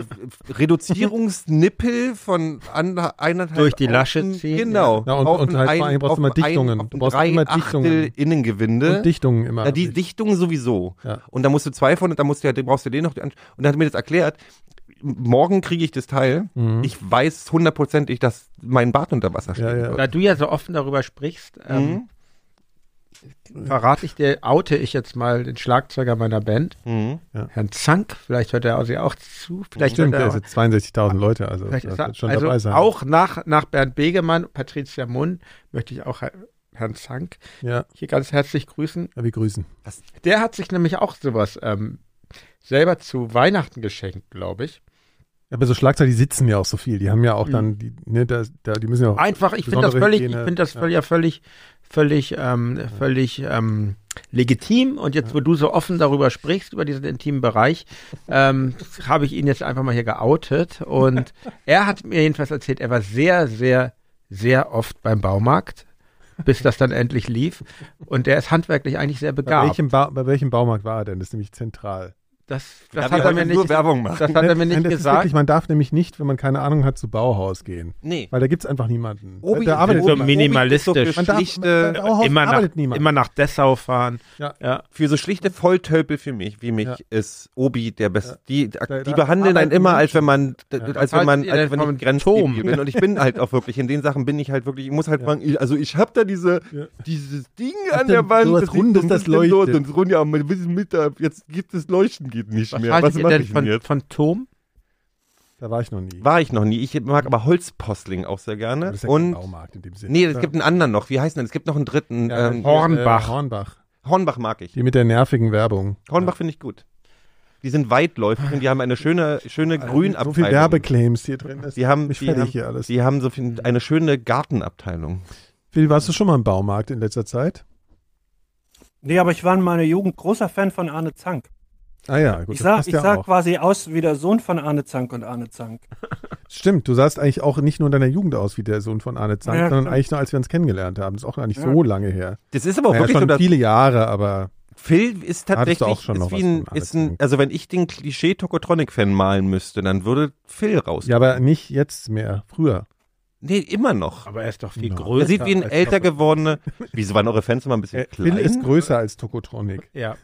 Reduzierungsnippel von an, eineinhalb Durch die Lasche Außen- ziehen, Genau. Ja, und- Auf und ein- halt vor allem brauchst du auf immer ein- Dichtungen. auf ein Du brauchst immer Dreiachtel Dichtungen. Innengewinde. Und Dichtungen immer. Ja, die Dichtung sowieso. Ja. Und da musst du zwei von, da musst du ja, den brauchst du den noch. Und dann hat er mir das erklärt, morgen kriege ich das Teil. Ich weiß hundertprozentig, dass mein Bart unter Wasser steht. Mhm. Ja, ja. Da du ja so offen darüber sprichst, ähm, Mhm. verrate ich dir, oute ich jetzt mal den Schlagzeuger meiner Band, Mhm. Herrn Zank. Vielleicht hört er auch- sie auch zu. Vielleicht Stimmt, hört er da auch, sind 62.000 Leute, also vielleicht das ist er, wird schon also dabei sein. auch nach, nach Bernd Begemann, Patricia Munn, möchte ich auch Herr- Herrn Zank Ja, hier ganz herzlich grüßen. ja, wir grüßen. Der hat sich nämlich auch sowas ähm, selber zu Weihnachten geschenkt, glaube ich. Aber so Schlagzeilen, die sitzen ja auch so viel. Die haben ja auch dann, die, ne, da, da, die müssen ja auch. Einfach, ich finde das Besondere völlig, ich Hygiene, finde das ja. völlig, ja völlig, völlig, ähm, völlig ähm, legitim. Und jetzt, wo du so offen darüber sprichst, über diesen intimen Bereich, ähm, habe ich ihn jetzt einfach mal hier geoutet. Und er hat mir jedenfalls erzählt, er war sehr, sehr, sehr oft beim Baumarkt, bis das dann endlich lief. Und er ist handwerklich eigentlich sehr bei, begabt. welchem ba bei welchem Baumarkt war er denn? Das ist nämlich zentral. Das, Da das wir hat er heute nur mir nicht, das Werbung machen. hat er mir Ne, Nein, nicht das ist Wirklich, gesagt. man darf nämlich nicht, wenn man keine Ahnung hat, zu Bauhaus gehen. Nee. Weil da gibt es einfach niemanden. Obi- da arbeitet so niemand. mini- minimalistisch. Obi ist so man für darf, schlichte, bei Bauhaus Immer nach, arbeitet niemand. immer nach Dessau fahren. Ja. für so schlichte Volltölpel für mich, wie mich Ja. ist Obi der Beste. Die, Da- die da behandeln einen arbeiten immer, als wenn man, als wenn Falls man, ihr als denn wenn vom ich Grenzdebil bin. Und ich bin halt auch wirklich, in den Sachen bin ich halt wirklich, ich muss halt sagen, ich- also ich hab da diese, Ja. dieses Ding Hat an der denn Wand. sowas liegt Rundes, so ein das bisschen dort leuchtet? Und rund, ja, mit diesem Mittag, jetzt gibt es Leuchten, geht nicht mehr. haltet Was ihr mache denn ich denn von, jetzt? von Tom? da war ich noch nie. War ich noch nie. Ich mag aber Holzpostling auch sehr gerne. das ist ja genau kein Und, Baumarkt in dem Sinne. nee, es gibt einen anderen noch. Wie heißt denn? Es gibt noch einen dritten. Ja, ähm, hier, Hornbach. Äh, Hornbach. Hornbach mag ich. Die mit der nervigen Werbung. Hornbach finde ich gut. Die sind weitläufig und die haben eine schöne, schöne Also, So Grünabteilung. viel Werbeclaims hier drin. Das Die haben, mich die fertig haben, hier alles. Die haben so viel, eine schöne Gartenabteilung. Phil, warst du schon mal im Baumarkt in letzter Zeit? Nee, aber ich war in meiner Jugend großer Fan von Arne Zank. Ah ja, gut. ich das sah, passt ich ja sah auch. quasi aus wie der Sohn von Arne Zank und Arne Zank. Stimmt, du sahst eigentlich auch nicht nur in deiner Jugend aus wie der Sohn von Arne Zank, Ja, sondern klar. eigentlich nur, als wir uns kennengelernt haben. Das ist auch gar nicht Ja. so lange her. Das ist aber auch Naja, Oh, wirklich schon so, dass viele Jahre, aber Phil ist Hattest du tatsächlich, auch schon noch ist was wie ein, von ist ein, Alex? also wenn ich den Klischee Tokotronic-Fan malen müsste, dann würde Phil raus. ja, aber nicht jetzt mehr, früher. Nee, immer noch. Aber er ist doch viel Ja. größer. Er sieht wie ein als älter Doppel- gewordene, wieso waren eure Fans immer ein bisschen Äh, Phil klein? ist größer als Tokotronic. Ja.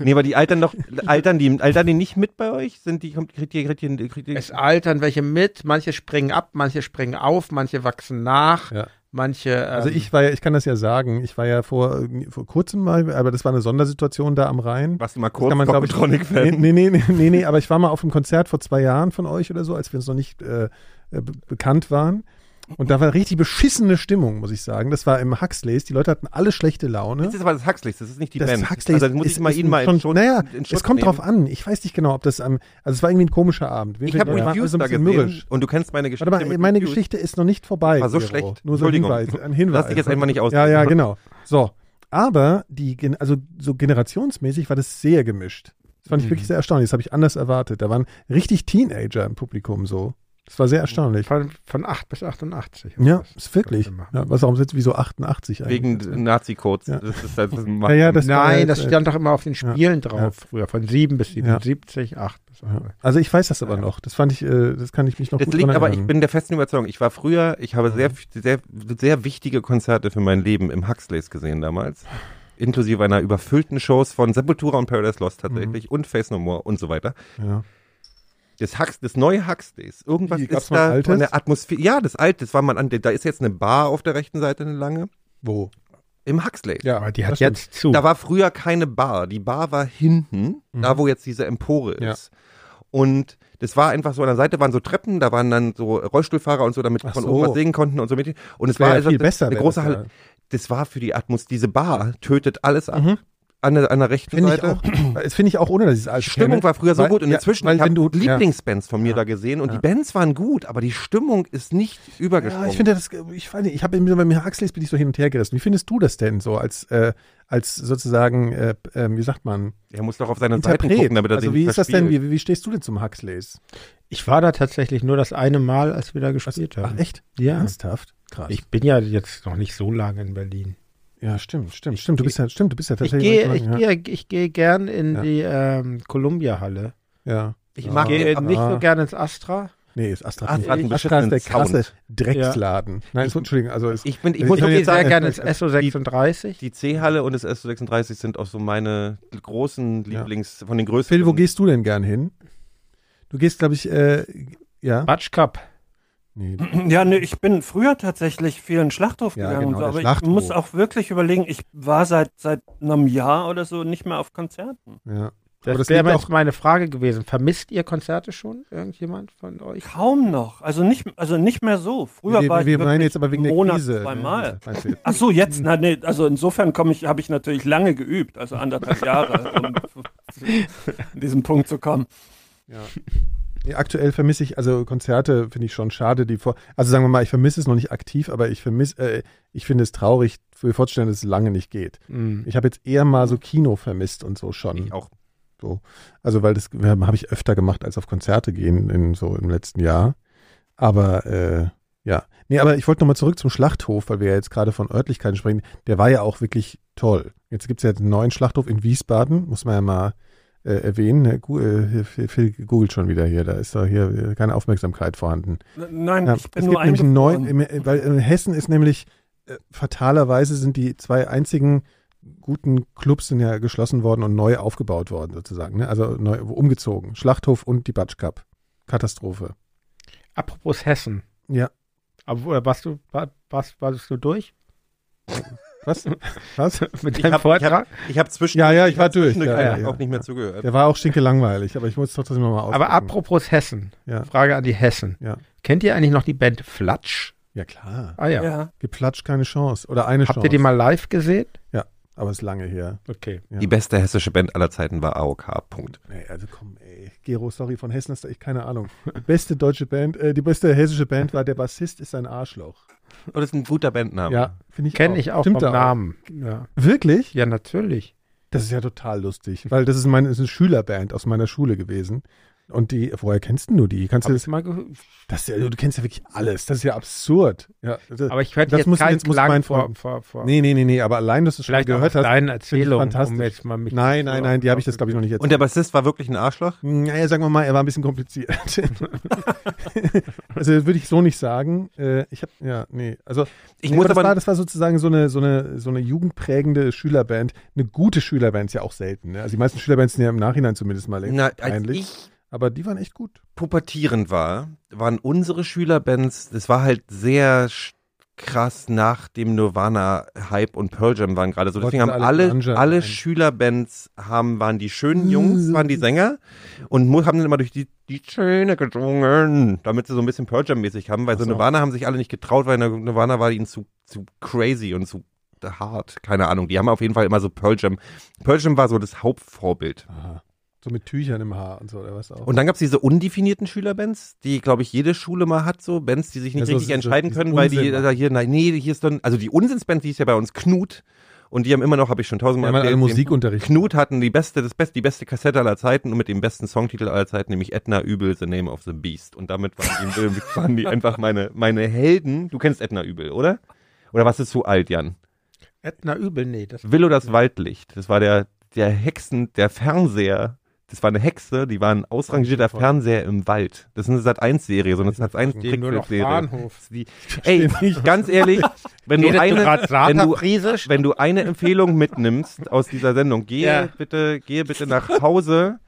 nee, aber die altern doch, altern die, altern die nicht mit bei euch? Sind die, kommt, kriegt ihr, kriegt ihr, kriegt ihr Es altern welche mit, manche springen ab, manche springen auf, manche wachsen nach, Ja. manche. Ähm, Also ich war ja, ich kann das ja sagen, ich war ja vor, äh, vor kurzem mal, aber das war eine Sondersituation da am Rhein. warst du mal Das kurz kann man, glaub ich- Tokotronic-Fan? Nee, nee, nee, nee, nee, aber ich war mal auf einem Konzert vor zwei Jahren von euch oder so, als wir uns noch nicht äh, äh, be bekannt waren. Und da war richtig beschissene Stimmung, muss ich sagen. Das war im Huxleys. Die Leute hatten alle schlechte Laune. Das ist aber das Huxleys, das ist nicht die Band. Das Huxleys also das muss ist, ich mal ist ihn mal schon, in Schutz, Naja, in Schutz es kommt nehmen. drauf an. Ich weiß nicht genau, ob das am. also es war irgendwie ein komischer Abend. Wir- Ich wir habe waren Reviews so ein da bisschen gesehen mürrisch. und du kennst meine Geschichte. Warte mal, mit meine Reviews. Geschichte ist noch nicht vorbei. War so Gero. schlecht. Nur so ein Entschuldigung. Hinweis, ein Hinweis. Lass dich jetzt einfach nicht aus- Ja, ja, genau. So, aber die, gen- also so generationsmäßig war das sehr gemischt. Das fand ich Mhm. wirklich sehr erstaunlich. Das habe ich anders erwartet. Da waren richtig Teenager im Publikum so. Das war sehr erstaunlich. von, von 8 bis 88. Ja, Das ist wirklich. könnte man machen. Ja, was, warum sind wie so 88 eigentlich? Wegen Nazi-Codes. Ja. Das ist halt das, was ja, ja, das war Nein, jetzt, das äh, stand doch immer auf den ja. Spielen drauf früher, von 7 bis Ja. 77, 8 bis Ja. 8. Also ich weiß das aber noch. Das fand ich, äh, das kann ich mich noch das gut liegt dran aber, ich erinnern. bin der festen Überzeugung, ich war früher, ich habe sehr, sehr, sehr wichtige Konzerte für mein Leben im Huxleys gesehen damals. Inklusive einer überfüllten Shows von Sepultura und Paradise Lost tatsächlich Mhm. und Face No More und so weiter. ja. Das, Hux, das neue Huxleys. Irgendwas Wie, gab's ist mal ein da altes? von der Atmosphäre. Ja, das alte, das war mal an, da ist jetzt eine Bar auf der rechten Seite eine lange. Wo? Im Huxleys. Ja, Aber die das hat stimmt. jetzt zu. Da war früher keine Bar. Die Bar war hinten, da wo jetzt diese Empore Mhm. Ja. ist. Und das war einfach so, an der Seite waren so Treppen, da waren dann so Rollstuhlfahrer und so, damit Ach von so. oben was sehen konnten und so. mit. Und es wär war ja also viel das- besser, eine wär große das Halle. ja. Das war für die Atmos, diese Bar tötet alles ab. An der, an der rechten Mhm. Finde ich Seite. auch. Äh, Das finde ich auch ohne, dass ich es als Die Stimmung war früher so gut und inzwischen weil, ich hab wenn du, ja. Lieblingsbands von mir da gesehen und die Bands waren gut, aber die Stimmung ist nicht Ja, übergesprungen. ich finde das, äh, ich weiß nicht, ich habe immer bei mir Huxleys bin ich so hin und her gerissen. Wie findest du das denn so als, äh, als sozusagen, äh, ähm, wie sagt man, er muss doch auf seine Seiten Interpret? gucken, damit er also sich wie nicht ist das denn, verspielt. wie, wie stehst du denn zum Huxleys? Ich war da tatsächlich nur das eine Mal, als wir da Was? gespielt Ach, haben. echt? Ja. Ernsthaft? Krass. Ich bin ja jetzt noch nicht so lange in Berlin. ja, stimmt, stimmt, stimmt. Du bist ja, stimmt, du bist ja Ich tatsächlich. gehe, ich ja. gehe, ich gehe gern in Ja. die ähm, Columbia-Halle. ja. Ich Ja. mag Gehe den nicht Ah. so gern ins Astra. Nee, ist Astra. Astra nicht. hat einen Astra ist der beschissenen krasse Sound. Drecksladen. Nein, so, Entschuldigung, also ist, Ich bin, ich Ich muss Ich will gehe jetzt sehr sagen, gerne ins jetzt- SO36. Die C-Halle und das S36 sind auch so meine großen Lieblings, von den größten. Phil, wo gehst du denn gern hin? Du gehst, glaube ich, äh, ja. Batsch Cup. Nee, Ja, nee, ich bin früher tatsächlich viel in den Schlachthof Ja, gegangen, und genau, so, der aber ich Schlachthof. muss auch wirklich überlegen, ich war seit, seit einem Jahr oder so nicht mehr auf Konzerten. ja. Aber Das das wäre liegt jetzt auch, meine Frage gewesen. Vermisst ihr Konzerte schon? Irgendjemand von euch? Kaum noch. Also nicht, also nicht mehr so. Früher wir, war ich wir meinen wirklich jetzt aber wegen der einen Monat, Krise. Zweimal. ne? Meinst du jetzt? Ach so, jetzt, na nee, also insofern komme ich, habe ich natürlich lange geübt, also anderthalb Jahre, um zu an diesem Punkt zu kommen. Nee, aktuell vermisse ich, also Konzerte finde ich schon schade, die vor, also sagen wir mal, ich vermisse es noch nicht aktiv, aber ich vermisse, äh, ich finde es traurig, für vorzustellen, dass es lange nicht geht. Hm. Ich habe jetzt eher mal so Kino vermisst und so schon. Mhm. Ich auch. Also, weil das ja, habe ich öfter gemacht, als auf Konzerte gehen, in, so im letzten Jahr. Aber, äh, ja. Nee, aber ich wollte nochmal zurück zum Schlachthof, weil wir ja jetzt gerade von Örtlichkeiten sprechen. Der war ja auch wirklich toll. Jetzt gibt es ja einen neuen Schlachthof in Wiesbaden, muss man ja mal äh, erwähnen. Ne? Gu äh, Phil Phil googelt schon wieder hier, da ist doch hier äh, keine Aufmerksamkeit vorhanden. N- Nein, Ja, ich bin es nur gibt nämlich ein einen neuen, im, äh, weil in Hessen ist nämlich äh, fatalerweise sind die zwei einzigen guten Clubs sind ja geschlossen worden und neu aufgebaut worden sozusagen. Ne? Also neu umgezogen. Schlachthof und die Batsch Cup. Katastrophe. Apropos Hessen. Ja. Aber wo- warst du, war, warst, warst du durch Was? Was? mit Ich deinem hab- ich hab- Vortrag? Ich habe zwischen Ja, ja, ich war hab durch. zwischendurch Ja, einfach ja, ja. auch nicht mehr zugehört. Der war auch stinke langweilig, aber ich muss trotzdem nochmal aus. Aber apropos Hessen. Ja. Frage an die Hessen. Ja. Kennt ihr eigentlich noch die Band Flatsch? Ja, klar. Ah ja. ja. Geplatscht keine Chance. Oder eine Habt Chance. ihr die mal live gesehen? aber ist lange her. Okay. Ja. Die beste hessische Band aller Zeiten war AOK. Punkt. Nee, also komm, ey. Gero, sorry, von Hessen hast du echt keine Ahnung. Die beste deutsche Band, äh, die beste hessische Band war Der Bassist ist ein Arschloch. Und das ist ein guter Bandname. Ja, finde ich Kenne ich auch Stimmt vom da Namen. Ja. Wirklich? ja, natürlich. Das ist ja total lustig, weil das ist meine das ist eine Schülerband aus meiner Schule gewesen. Und die, woher kennst denn du die? Kannst Hab du ich das, mal gehört. das ist ja, du kennst ja wirklich alles. Das ist ja absurd. Ja, das, Aber ich hätte das jetzt muss- keinen jetzt muss Klang mein vor, Freund- vor, vor. nee, nee, nee, nee, aber allein, dass du es schon mal Vielleicht gehört auch hast. deine Erzählung, fantastisch. um jetzt mal mich Nein, nein, nein, die habe ich das, glaube ich, noch nicht Und erzählt. der Bassist war wirklich ein Arschloch? Naja, sagen wir mal, er war ein bisschen kompliziert. also das würde ich so nicht sagen. Äh, ich habe, ja, nee. Also Ich Nee, muss aber das, aber- war, das war sozusagen so eine, so, eine, so eine jugendprägende Schülerband. Eine gute Schülerband ist ja auch selten. Ne? Also die meisten Schülerbands sind ja im Nachhinein zumindest mal Na, als peinlich. ich Aber die waren echt gut. pubertierend war, waren unsere Schülerbands, das war halt sehr sch- krass nach dem Nirvana-Hype und Pearl Jam waren gerade so. Wollten Deswegen haben sie alle alle, alle, Grunge sein. Schülerbands haben, waren die schönen Jungs, waren die Sänger und mu- haben dann immer durch die, die Schöne gesungen, damit sie so ein bisschen Pearl Jam-mäßig haben, weil so, Ach so. Nirvana haben sich alle nicht getraut, weil Nirvana war ihnen zu, zu crazy und zu hart, keine Ahnung. Die haben auf jeden Fall immer so Pearl Jam. Pearl Jam war so das Hauptvorbild. Aha. So mit Tüchern im Haar und so, oder was auch. Und dann gab es diese undefinierten Schülerbands, die, glaube ich, jede Schule mal hat, so Bands, die sich nicht Ja, so- richtig so- entscheiden diesen können, weil die Unsinn da hier, nein, nee, hier ist dann, also die Unsinnsband, die ist ja bei uns Knut und die haben immer noch, habe ich schon ja, tausendmal man alle erzählt, den- Musikunterricht. Knut hatten die beste, das beste, die beste Kassette aller Zeiten und mit dem besten Songtitel aller Zeiten, nämlich Edna Übel, The Name of the Beast. Und damit waren die, waren die einfach meine, meine Helden. Du kennst Edna Übel, oder? Oder was ist zu alt, Jan? Edna Übel, nee, das Willow das Waldlicht. Das war der, der Hexen, der Fernseher. Das war eine Hexe, die war ein ausrangierter Fernseher im Wald. Das ist eine Sat1-Serie, sondern eine geht nur noch Sat1-Trickfilm-Serie. Bahnhof. Die- Ey, ganz ehrlich, wenn du, eine, wenn, du, Friesisch? wenn du eine Empfehlung mitnimmst aus dieser Sendung, gehe Ja. bitte, gehe bitte nach Hause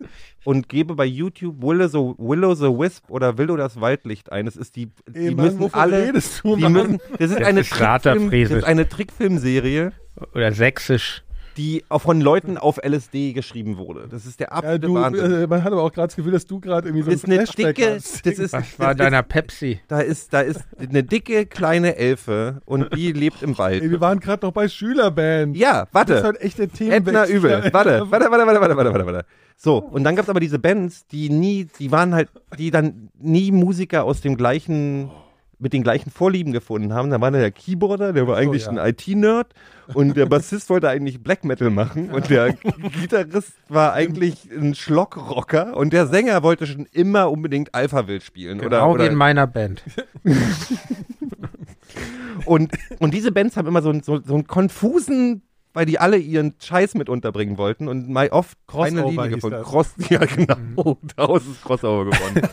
und gebe bei YouTube Willow the, Willow the Wisp oder Willow das Waldlicht ein. Das ist die, die Ey, Mann, müssen wovon alle, redest du, die Mann? müssen, das ist Das eine ist Rater Trickfilm- das Friesisch. ist eine Trickfilmserie Oder Sächsisch. die auch von Leuten auf LSD geschrieben wurde. Das ist der ja, absolute du, Wahnsinn. äh, man hat aber auch gerade das Gefühl, dass du gerade irgendwie so das ein ist eine Flashback dicke, das hast. ist, Was das war ist, deiner Pepsi? da ist, da ist eine dicke kleine Elfe und die lebt im Ey, Wald. wir waren gerade noch bei Schülerband. Das Ja, ist warte. halt echt der Thema. Edna Übel. Warte, warte, warte, warte, warte, warte, warte, warte. So, und dann gab es aber diese Bands, die nie, die waren halt, die dann nie Musiker aus dem gleichen mit den gleichen Vorlieben gefunden haben. Da war da der Keyboarder, der war eigentlich ja. ein IT-Nerd und der Bassist wollte eigentlich Black Metal machen und der Gitarrist war eigentlich ein Schlockrocker und der Sänger wollte schon immer unbedingt Alpha Will spielen oder, Genau oder in meiner Band. und, und diese Bands haben immer so, einen- so, so einen konfusen, weil die alle ihren Scheiß mit unterbringen wollten und mal oft keine Crossover Linie hieß gefunden. das. Mhm. Cross, ja, genau. Daraus ist Crossover geworden.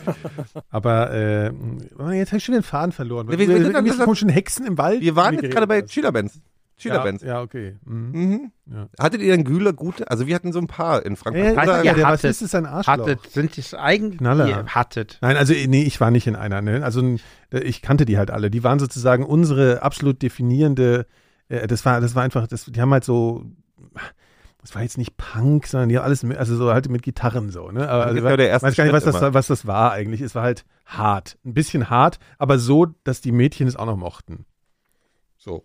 Aber äh, oh, jetzt habe ich schon den Faden verloren. Wir- wir sind dann- von komischen Hexen im Wald. Wir waren jetzt geredet gerade bei hast. Schülerbands. Schülerbands. Ja, ja, okay. Mhm. Mhm. Ja. Hattet ihr denn Güler gute? Also wir hatten so ein paar in Frankfurt. Äh, Heißt, ja, Oder- ihr der hattet- Bassist ist ein Arschloch. Hattet, sind es eigentlich? Knaller. Ihr hattet. Nein, also nee, ich war nicht in einer. Ne? Also n- ich kannte die halt alle. Die waren sozusagen unsere absolut definierende. Äh, das war, das war einfach, das, die haben halt so. Das war jetzt nicht Punk, sondern die haben alles, mit- also so halt mit Gitarren so. Ne? Aber, Das ist also, ja der erste weiß gar nicht, was Schritt das, immer. was das war eigentlich. Es war halt hart, ein bisschen hart, aber so, dass die Mädchen es auch noch mochten. So,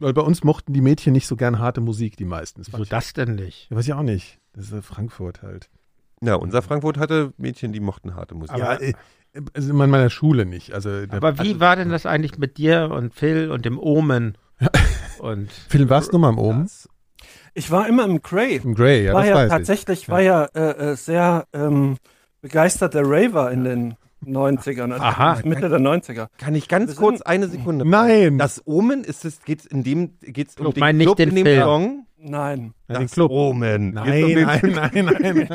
weil bei uns mochten die Mädchen nicht so gern harte Musik, die meisten. Das Wieso fand ich- das denn nicht? Ja, weiß ich auch nicht. Das ist äh, Frankfurt halt. Ja, unser Frankfurt hatte Mädchen, die mochten harte Musik. ja, äh, also in meiner Schule nicht. Also in der- Aber wie war denn das eigentlich mit dir und Phil und dem Omen? Und Phil, warst du mal am Oben? Ich war immer im Cray. Im Grey, ja, war das ja weiß ich. tatsächlich, war ja äh, äh, sehr ähm, begeisterter Raver in den 90ern, also Aha. Mitte der 90er. Kann ich ganz Wir kurz sind- eine Sekunde? Nein. Das Omen ist es, geht's in dem, geht's um Club, den mein nicht Club den in dem Film. Song? Nein. Ja, Das Omen. Geht's um den- nein, nein, nein.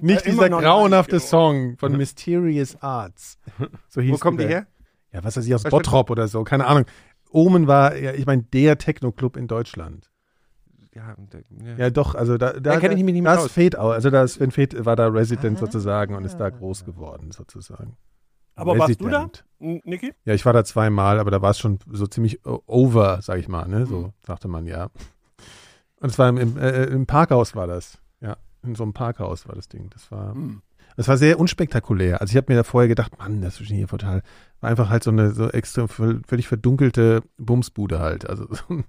Nicht Ja, immer dieser noch grauenhafte nein. Song von Mysterious Arts. So hieß Wo kommt die Band. her? Ja, was weiß ich, aus Was Bottrop oder so, keine Ahnung. Omen war, ja, ich meine, der Techno-Club in Deutschland. Ja, ja. Ja, doch, also da, da, Da kenn ich mich nicht mehr das aus. Fate auch. Also da Sven Fate war da Resident sozusagen und ist da groß geworden sozusagen. Aber warst du da, Resident. N- Niki? Ja, ich war da zweimal, aber da war es schon so ziemlich o- over, sag ich mal, ne? So dachte man, ja. Und es war im, im, äh, im Parkhaus war das. Ja, in so einem Parkhaus war das Ding. Das war, das war sehr unspektakulär. Also ich habe mir da vorher gedacht, Mann, das ist hier total. War einfach halt so eine so extrem völ- völlig verdunkelte Bumsbude halt. Also so ein-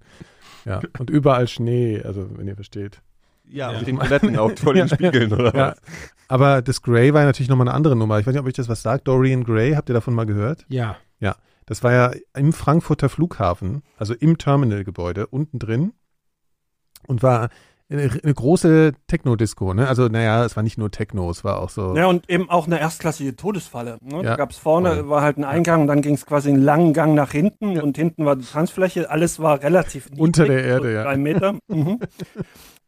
ja. Und überall Schnee, also wenn ihr versteht. Ja, mit den Toiletten auch vor den Spiegeln, oder Ja. was? Aber das Grey war ja natürlich nochmal eine andere Nummer. Ich weiß nicht, ob euch das was sagt. Dorian Gray, habt ihr davon mal gehört? ja, Ja, das war ja im Frankfurter Flughafen, also im Terminalgebäude unten drin und war eine, eine große Techno-Disco, ne? Also naja, es war nicht nur Techno, es war auch so. Ja, und eben auch eine erstklassige Todesfalle. Ne? Ja. Da gab es vorne, Voll. war halt ein Eingang und dann ging es quasi einen langen Gang nach hinten und hinten war die Tanzfläche. Alles war relativ niedrig, Unter der Erde, so ja. Drei Meter. mhm.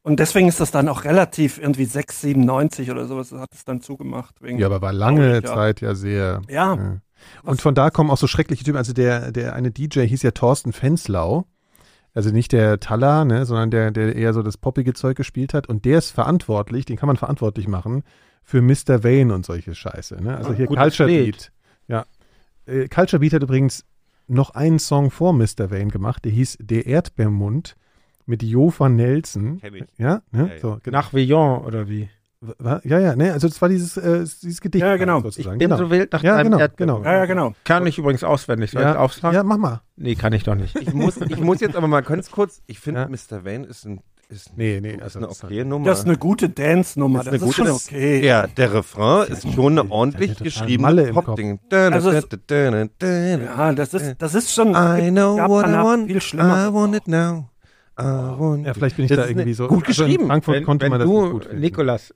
Und deswegen ist das dann auch relativ irgendwie 6,97 oder sowas, das hat es dann zugemacht. Wegen Ja, aber war lange Traurig, ja. Zeit ja sehr. Ja, Ja. Und von da kommen auch so schreckliche Typen. Also der, der eine DJ hieß ja Thorsten Fenslau. Also nicht der Talla, ne, sondern der, der eher so das poppige Zeug gespielt hat. Und der ist verantwortlich, den kann man verantwortlich machen, für Mr. Vane und solche Scheiße. Ne? Also hier Gutes Culture Bild. Beat. Ja. Äh, Culture Beat hat übrigens noch einen Song vor Mr. Vane gemacht, der hieß Der Erdbeermund mit Jo van Nelson. Kenn ich. Ja, ne? Ja, ja. So, genau. nach Villon oder wie? Wa- ja, ja, ne, also das war dieses, äh, dieses Gedicht. Ja, halt genau. Ich Sozusagen. bin genau. so wild nach Ja, deinem genau, Erdbeer. genau. ja, ja, genau. Kann ich übrigens auswendig. Soll ich ja, aufschlagen? ja, mach mal. Nee, kann ich doch nicht. Ich muss, ich muss jetzt aber mal ganz kurz, ich finde, Ja. Mr. Vane ist, ein, ist, ein, Nee, nee, ist also eine das- okay Nummer. Das ist eine gute Dance-Nummer, das, Das ist eine ist schon gute- okay. Ja, der Refrain ist schon eine Ja, ordentlich total Malle geschriebene im Popding. Also es- Ja, das Äh. ist, das ist schon I know gab what I danach want. viel schlimmer. I want it now. I want Ja, it. vielleicht bin ich Das da ist irgendwie eine- so. Gut also geschrieben. In Frankfurt wenn, konnte wenn man das du, nicht gut finden. Nikolas,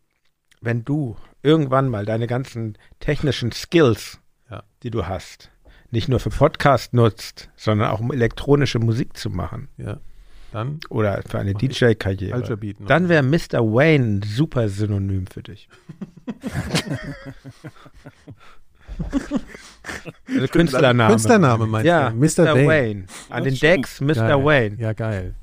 wenn du irgendwann mal deine ganzen technischen Skills, Ja. die du hast, nicht nur für Podcast nutzt, sondern auch um elektronische Musik zu machen Ja. Dann oder für eine ich Culture DJ-Karriere, Beat. noch. dann wäre Mr. Wayne ein super Synonym für dich. also Künstlername. Künstlername meinst Ja, du? Mr. Wayne. An den Decks Mr. Geil. Wayne. Ja, geil.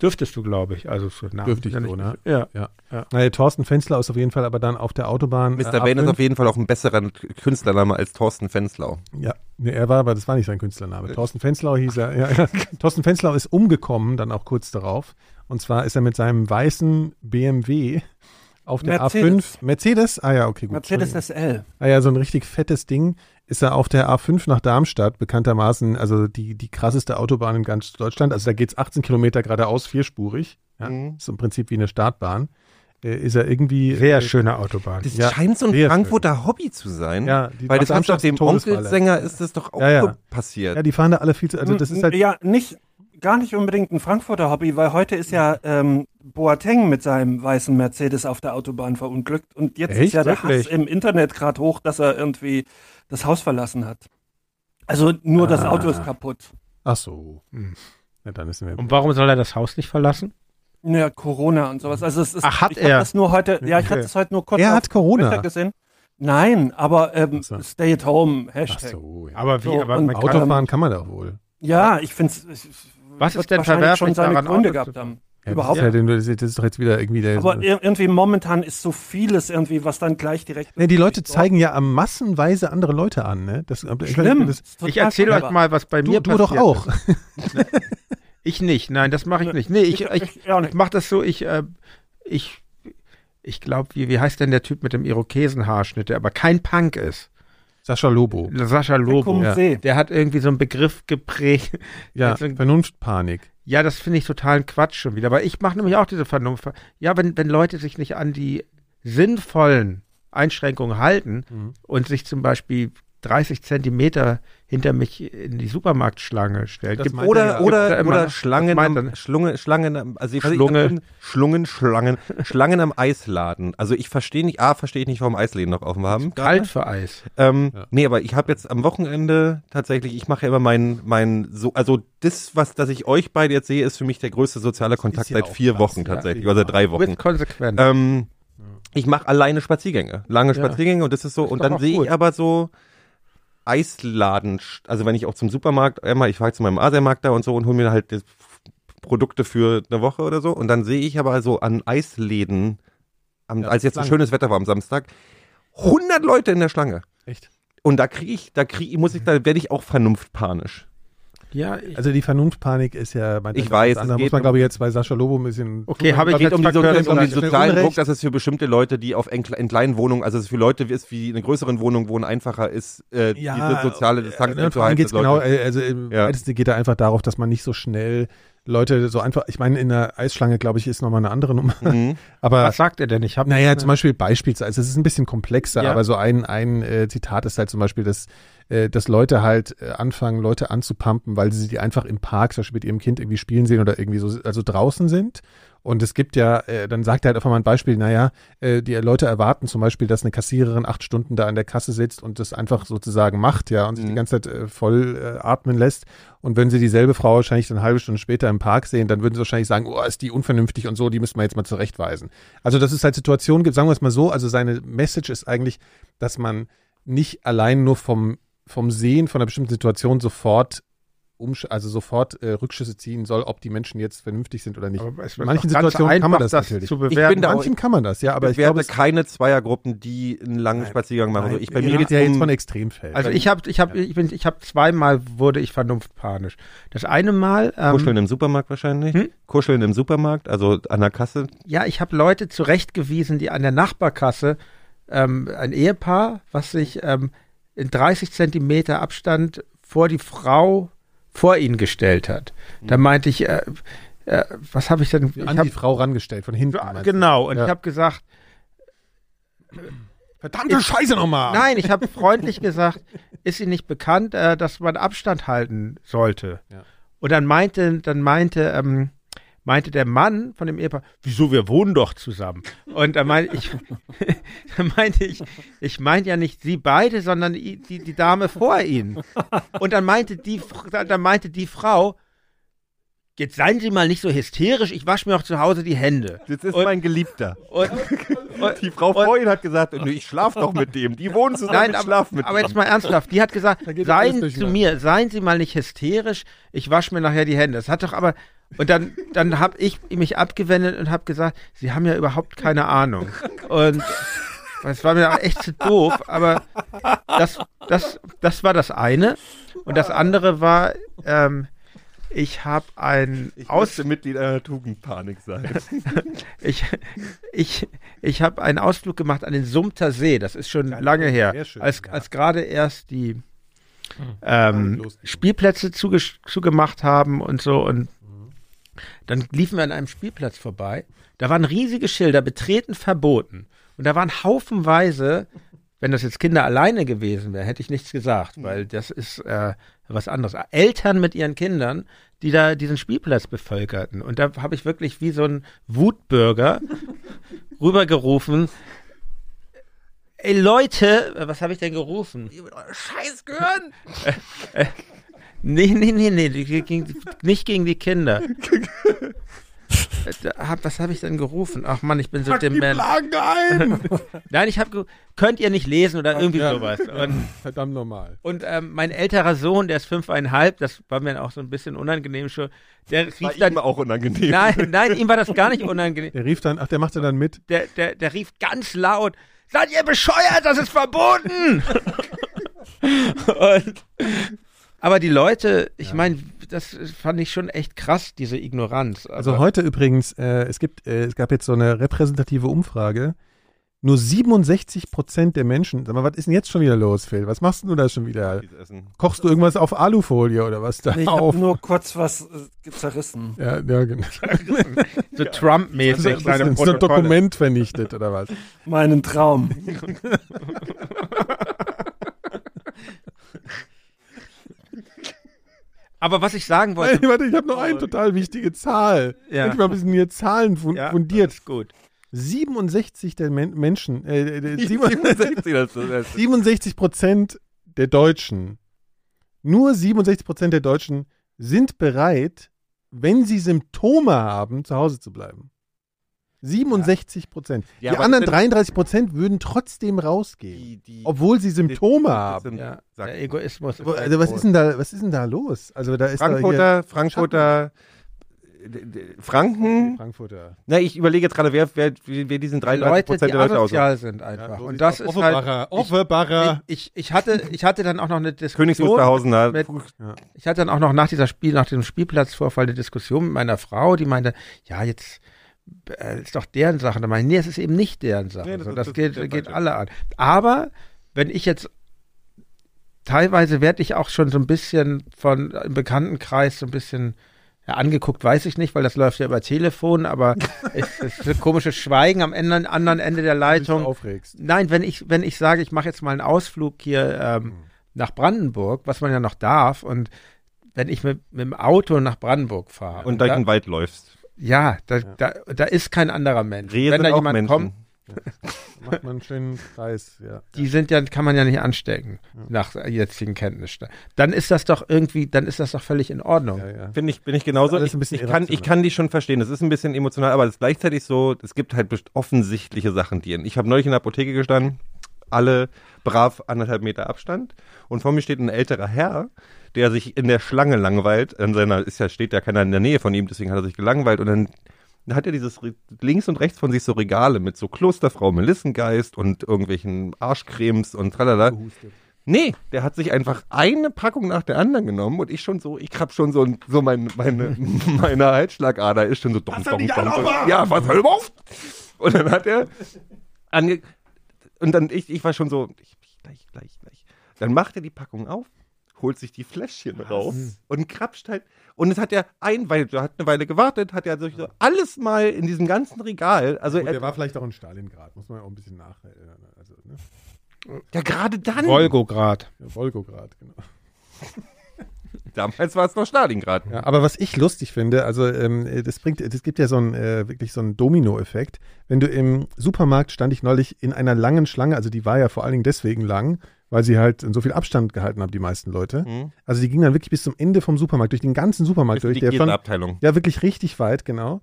Dürftest du, glaube ich. Also so Namen Dürfte ich sind ja so, ne? nicht- Ja. Ja. Ja. Naja, Thorsten Fenzler ist auf jeden Fall aber dann auf der Autobahn. äh, Mr. Wayne ist auf jeden Fall auch ein besserer Künstlername als Thorsten Fenslau. jeden Ja, nee, er war, aber das war nicht sein Künstlername. Thorsten Fenzlau hieß er. Ja, ja. Thorsten Fenzlau ist umgekommen, dann auch kurz darauf. Und zwar ist er mit seinem weißen BMW auf der A5. Mercedes. Mercedes? Ah ja, okay, gut. Mercedes Entschuldigung. SL. Ah ja, so ein richtig fettes Ding ist er auf der A5 nach Darmstadt, bekanntermaßen, also die, die krasseste Autobahn in ganz Deutschland. Also da geht's 18 Kilometer geradeaus, vierspurig. Ja, Mhm. Ist im Prinzip wie eine Startbahn. äh, ist er irgendwie. Sehr äh, schöne Autobahn. Das Ja, scheint so ein sehr Frankfurter Hobby zu sein. Ja, die- weil das am ist doch Samstag dem Todesfalle. Onkelsänger ist das doch auch Ja, ja. so passiert. Ja, die fahren da alle viel zu. Also das ist halt. ja, nicht, gar nicht unbedingt ein Frankfurter Hobby, weil heute ist ja ähm, Boateng mit seinem weißen Mercedes auf der Autobahn verunglückt und jetzt ist Echt? ja der Wirklich? Hass im Internet gerade hoch, dass er irgendwie das Haus verlassen hat. Also nur das Ah. Auto ist kaputt. Ach so. Hm. Ja, dann ist wir. Und warum soll er das Haus nicht verlassen? Ja, Corona und sowas. Also es ist, Ach, hat ich hab er? das nur heute, ja, ich Okay. hatte das heute nur kurz Er auf hat Corona. Twitter gesehen. Nein, aber ähm, Ach so. Stay at Home, Ach Hashtag. so. Ja. Aber wie? So, aber und man kann- Autofahren kann man doch wohl. Ja, ich finde es. Was ist denn schon verwerflich seine daran, Auto Gründe zu gehabt fahren? haben. Ja, Überhaupt Das ist, ja, denn- das ist das ist doch jetzt wieder irgendwie der. Aber ir irgendwie momentan ist so vieles irgendwie, was dann gleich direkt. Nee, die Leute zeigen ja am massenweise andere Leute an, ne? Das, Schlimm. Das, Ist total Ich erzähle furchtbar. euch mal, was bei du mir du passiert doch auch. Ist. Ich nicht, nein, das mache ich nicht. Nee, ich, ich, ich auch ich mache das so, ich, äh, ich, ich glaube, wie, wie heißt denn der Typ mit dem Irokesenhaarschnitt, der aber kein Punk ist? Sascha Lobo. Sascha Lobo. ja. See. Der hat irgendwie so einen Begriff geprägt. Ja, Deswegen- Vernunftpanik. Ja, das finde ich totalen Quatsch schon wieder. Aber ich mache nämlich auch diese Vernunft. Ja, wenn, wenn Leute sich nicht an die sinnvollen Einschränkungen halten Mhm. und sich zum Beispiel 30 Zentimeter hinter mich in die Supermarktschlange stellen. Das Gibt- meint er Oder, ja. Gibt's oder, da immer oder noch? Schlangen, Was meint am, er? Schlunge, Schlangen, am- also ich weiß nicht, Schlunge. Schlungen, Schlungen, Schlangen, Schlangen am Eisladen. Also ich verstehe nicht, A, verstehe ich nicht, warum Eisläden noch offen haben. kalt für Eis. Ähm, Ja. Nee, aber ich habe jetzt am Wochenende tatsächlich, ich mache ja immer mein, mein, so, also das, was, dass ich euch beide jetzt sehe, ist für mich der größte soziale Kontakt ja seit auch vier krass, Wochen ja. tatsächlich, oder seit drei Wochen. With Äh, konsequent. Ähm, ich mache alleine Spaziergänge, lange Spaziergänge und das ist so. und doch dann auch sehe gut. ich aber so Eisladen, also wenn ich auch zum Supermarkt, einmal, ich fahre zu meinem Asiamarkt da und so und hole mir halt die Produkte für eine Woche oder so. Und dann sehe ich aber so an Eisläden, am, Ja, als jetzt so Schlangen. schönes Wetter war am Samstag, 100 Leute in der Schlange. Echt? Und da kriege ich, da kriege muss ich, da werde ich auch vernunftpanisch. ja, ich, Also die Vernunftpanik ist ja mein Ich weiß, es Da muss geht man um- glaube ich jetzt bei Sascha Lobo ein bisschen okay, habe ich geht um, die Verkörper- sozialen- um den Verkörper- sozialen Unrecht. Druck, dass es für bestimmte Leute, die auf en, in kleinen Wohnungen, also es für Leute ist, wie in einer größeren Wohnung wohnen, einfacher ist, äh, diese soziale Distanz äh, vor allem geht's dass genau, Leute- äh, also im Ja. Ältesten geht da einfach darauf, dass man nicht so schnell Leute so einfach, ich meine, in der Eisschlange, glaube ich, ist nochmal eine andere Nummer. Mhm. Aber was sagt er denn? Ich habe Naja, zum Beispiel beispielsweise, es ist ein bisschen komplexer, Ja. aber so ein, ein äh, Zitat ist halt zum Beispiel, dass, äh, dass Leute halt äh, anfangen, Leute anzupumpen, weil sie die einfach im Park zum Beispiel mit ihrem Kind irgendwie spielen sehen oder irgendwie so, also draußen sind. Und es gibt ja, äh, dann sagt er halt einfach mal ein Beispiel, naja, äh, die Leute erwarten zum Beispiel, dass eine Kassiererin acht Stunden da an der Kasse sitzt und das einfach sozusagen macht, ja, und sich die ganze Zeit äh, voll äh, atmen lässt. Und wenn sie dieselbe Frau wahrscheinlich dann eine halbe Stunde später im Park sehen, dann würden sie wahrscheinlich sagen, oh, ist die unvernünftig und so, die müssen wir jetzt mal zurechtweisen. Also, dass es halt Situationen gibt, sagen wir es mal so, also seine Message ist eigentlich, dass man nicht allein nur vom, vom Sehen von einer bestimmten Situation sofort umsch also sofort äh, Rückschüsse ziehen soll, ob die Menschen jetzt vernünftig sind oder nicht. Aber genau, es In ist manchen doch ganz Situationen kann man einfach, das, das natürlich. zu bin bewerten. da- manchen kann man das, ja, aber ich ich glaube, es werde keine Zweiergruppen, die einen langen Spaziergang machen. Also ich bei ihr mir redet geht's ja jetzt um- von Extremfällen. also ich habe, ich habe, ich bin, ich habe zweimal wurde ich vernunftpanisch. Das eine Mal, ähm, Kuscheln im Supermarkt wahrscheinlich. Hm? Kuscheln im Supermarkt, also an der Kasse. ja, ich habe Leute zurechtgewiesen, die an der Nachbarkasse ähm, ein Ehepaar, was sich ähm, in 30 Zentimeter Abstand vor die Frau vor ihn gestellt hat. Da meinte ich, äh, äh, was habe ich denn? Ich an hab, Mhm. die Frau rangestellt, von hinten. Ah, meinst du? genau, und Ja. ich habe gesagt, Verdammte Scheiße nochmal! nein, ich habe freundlich gesagt, ist Ihnen nicht bekannt, äh, dass man Abstand halten sollte. Ja. Und dann meinte, dann meinte, ähm, meinte der Mann von dem Ehepaar, wieso, wir wohnen doch zusammen. Und da meinte ich, da meinte ich, ich meinte ja nicht sie beide, sondern i- die, die Dame vor ihnen. Und dann meinte die, Fr- dann dann meinte die Frau, jetzt seien Sie mal nicht so hysterisch, ich wasche mir auch zu Hause die Hände. Das ist Und- mein Geliebter. Und, und, Die Frau und- vorhin hat gesagt, "Nö, ich schlaf doch mit dem. Die wohnen zusammen, Nein, ich aber, schlaf mit aber dem. jetzt mal ernsthaft. Die hat gesagt, Da geht alles seien zu durcheinander. mir, seien Sie mal nicht hysterisch, ich wasche mir nachher die Hände. Das hat doch aber. Und dann, dann habe ich mich abgewendet und habe gesagt, Sie haben ja überhaupt keine Ahnung. Und es war mir auch echt zu doof, aber das, das, das war das eine. Und das andere war, ähm, ich habe ein Ich Aus, müsste Mitglied einer Tugendpanik sein. ich, ich, ich habe einen Ausflug gemacht an den Sumter See. Das ist schon lange her. sehr schön, als ja. Hm. als gerade erst die ähm, losging. Mhm. Spielplätze zuge zugemacht haben und so. Und Dann liefen wir an einem Spielplatz vorbei. Da waren riesige Schilder, betreten verboten. Und da waren haufenweise, wenn das jetzt Kinder alleine gewesen wären, hätte ich nichts gesagt, weil das ist äh, was anderes. Eltern mit ihren Kindern, die da diesen Spielplatz bevölkerten. Und da habe ich wirklich wie so ein Wutbürger rübergerufen. Ey Leute, was habe ich denn gerufen? Scheiß Gehirn! Nee, nee, nee, nee, die- die- gegen, nicht gegen die Kinder. Äh, da hab- Was habe ich denn gerufen? Ach Mann, ich bin so dement. Lagen ein! Nein, ich habe könnt ihr nicht lesen oder irgendwie sowas. Und, Verdammt normal. und ähm, mein älterer Sohn, der ist fünfeinhalb, das war mir auch so ein bisschen unangenehm schon. Der War rief dann, ihm auch unangenehm. nein, nein, ihm war das gar nicht unangenehm. Der rief dann, ach, der machte dann mit. Der, der, der rief ganz laut: Seid ihr bescheuert? Das ist verboten! und, aber die Leute, ich meine, das fand ich schon echt krass, diese Ignoranz. Also Aber- heute übrigens, äh, es, gibt, äh, es gab jetzt so eine repräsentative Umfrage. Nur 67 Prozent der Menschen, sag mal, was ist denn jetzt schon wieder los, Phil? Was machst denn du da schon wieder? Dieses Essen. Kochst du irgendwas auf Alufolie oder was da Nee, ich auf? habe nur kurz was äh, zerrissen. Ja, ja, genau. Also, so Trump-mäßig. Das kleine ist ein Protokolle. Dokument vernichtet oder was? Meinen Traum. Aber was ich sagen Nein, wollte, warte, ich habe noch eine total wichtige Zahl. Oh, Ja. Ich mal ein bisschen hier Zahlen fun Ja, fundiert. ist gut. 67 der Men Menschen, äh, äh, 67 67, das ist das Essen. 67 Prozent der Deutschen, nur 67 Prozent der Deutschen sind bereit, wenn sie Symptome haben, zu Hause zu bleiben. 67 Prozent. Ja, die aber anderen sind- 33 Prozent würden trotzdem rausgehen, Die- die- obwohl sie Symptome die- haben. sind- Ja, sagt- der Egoismus. Wo- Also was ist denn da, was ist denn da los? Also da ist da Frankfurter, Frankfurter, d- d- hier, Franken. Frankfurter. Na, ich überlege jetzt gerade, wer, wer, wer diesen die 33 Leute, Prozent die der Leute ausmacht. asozial sind einfach. so Und sieht's das aus. ist halt. Offenbarer, offenbarer. Ich, ich, hatte, ich hatte dann auch noch eine Diskussion. Königs Wusterhausener. mit- Puh, Ich hatte dann auch noch nach dieser Spiel, nach dem Spielplatzvorfall eine Diskussion mit meiner Frau, die meinte, ja, jetzt äh, ist doch deren Sache. Da meine ich, nee, es ist eben nicht deren Sache. Nee, das das so, ist- das, das geht, ist- geht alle an. Aber wenn ich jetzt teilweise werde ich auch schon so ein bisschen von äh, im Bekanntenkreis so ein bisschen ja, angeguckt, weiß ich nicht, weil das läuft ja über Telefon, aber es ist so ein komisches Schweigen am anderen, anderen Ende der dich so Leitung. aufregst. Nein, wenn ich, wenn ich sage, ich mache jetzt mal einen Ausflug hier ähm, nach Brandenburg, was man ja noch darf, und wenn ich mit, mit dem Auto nach Brandenburg fahre. Und durch da, den Wald läufst. ja, da, da, da ist kein anderer Mensch. Rehe wenn sind da auch jemand Menschen. kommt, Macht man einen schönen Kreis, ja. die sind ja, kann man ja nicht anstecken, nach jetzigen Kenntnissen. Dann ist das doch irgendwie, dann ist das doch völlig in Ordnung. ja, ja. Finde ich, bin ich genauso. Das ist alles ein bisschen Ich, ich, kann, ich irrational. kann die schon verstehen. Das ist ein bisschen emotional, aber es ist gleichzeitig so, es gibt halt best- offensichtliche Sachen, die. Ich habe neulich in der Apotheke gestanden, alle brav anderthalb Meter Abstand. Und vor mir steht ein älterer Herr, der sich in der Schlange langweilt. An seiner, ist ja, steht ja keiner in der Nähe von ihm, deswegen hat er sich gelangweilt. Und dann dann hat er dieses Re- links und rechts von sich so Regale mit so Klosterfrau Melissengeist und irgendwelchen Arschcremes und tralala. Oh, Nee, der hat sich einfach eine Packung nach der anderen genommen und ich schon so, ich hab schon so, ein- so mein, meine, meine Halsschlagader ist schon so dumm, dumm, dumm. Ja, was, hör mal auf! Und dann hat er ange und dann ich, ich war schon so, ich, ich, gleich, gleich, gleich. Dann macht er die Packung auf, holt sich die Fläschchen raus und krapscht halt. Und es hat er ein, weil er hat eine Weile gewartet, hat er so so alles mal in diesem ganzen Regal. Also Gut, der er, war vielleicht auch in Stalingrad, muss man ja auch ein bisschen nacherinnern. Also, ne? ja gerade dann. Volgograd. Ja, Wolgograd, genau. Damals war es noch Stalingrad. Ja, aber was ich lustig finde, also ähm, äh, das bringt, das gibt ja so einen äh, wirklich so einen Domino-Effekt. Wenn du im Supermarkt stand ich neulich in einer langen Schlange, also die war ja vor allen Dingen deswegen lang, weil sie halt so viel Abstand gehalten haben, die meisten Leute. Also die gingen dann wirklich bis zum Ende vom Supermarkt, durch den ganzen Supermarkt Mhm. Bis in durch, die der schon, Käseabteilung. ja wirklich richtig weit, genau.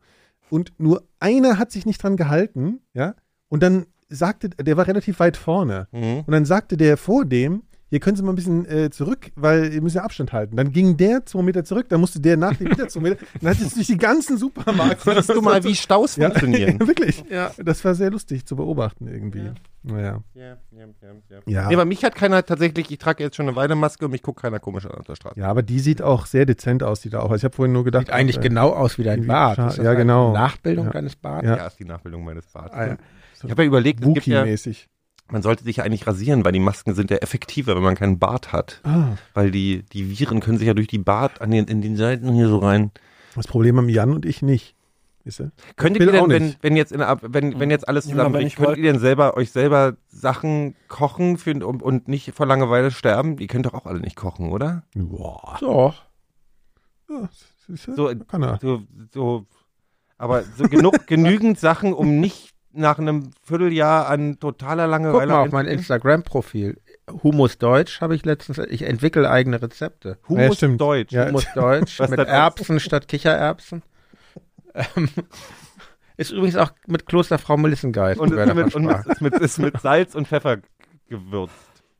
Und nur einer hat sich nicht dran gehalten, ja. Und dann sagte, der war relativ weit vorne. Mhm. Und dann sagte der vor dem, hier können Sie mal ein bisschen äh, zurück, weil ihr müsst ja Abstand halten. Dann ging der zwei Meter zurück, dann musste der nach dem wieder zwei Meter. Dann hattest du durch die ganzen Supermarkt. Siehst du mal, wie Staus ja, funktionieren. wirklich. Ja. Das war sehr lustig zu beobachten irgendwie. Naja. Ja, ja, ja, ja. Ja. Nee, aber mich hat keiner tatsächlich, ich trage jetzt schon eine Weile Maske und mich guckt keiner komisch an auf der Straße. ja, aber die sieht auch sehr dezent aus, die da auch. Also Ich habe vorhin nur gedacht. Sieht eigentlich äh, genau aus wie dein Irgendwie Bart. scha- Ist das ja, eine genau. Nachbildung Ja. deines Bartes? Ja. Ja, ist die Nachbildung meines Bartes. Ah, ja. Ich habe ja überlegt, es gibt ja, Wookie-mäßig. man sollte sich ja eigentlich rasieren, weil die Masken sind ja effektiver, wenn man keinen Bart hat. Ah. Weil die, die Viren können sich ja durch die Bart an den, in den Seiten hier so rein. Das Problem haben Jan und ich nicht. Wisst ihr? Könntet Will ihr denn, auch wenn, nicht. wenn jetzt in der Ab- wenn, wenn jetzt alles Ja, aber zusammenbricht, ich könnt wollt- ihr denn selber euch selber Sachen kochen für, und, und nicht vor Langeweile sterben? Ihr könnt doch auch alle nicht kochen, oder? Boah. Doch. Ja, das ist ja- So, kann er. so, so aber so genug genügend Sachen, um nicht nach einem Vierteljahr an totaler Guck Langeweile mal auf einz- mein Instagram-Profil. Humus Deutsch habe ich letztens. Ich entwickle eigene Rezepte. Ja, Humus stimmt. Deutsch. Ja. Humus Deutsch Was mit das Erbsen statt Kichererbsen. Ähm, ist übrigens auch mit Klosterfrau Melissengeist. Und, wer ist davon mit, und sprach. ist, mit, ist mit Salz und Pfeffer gewürzt.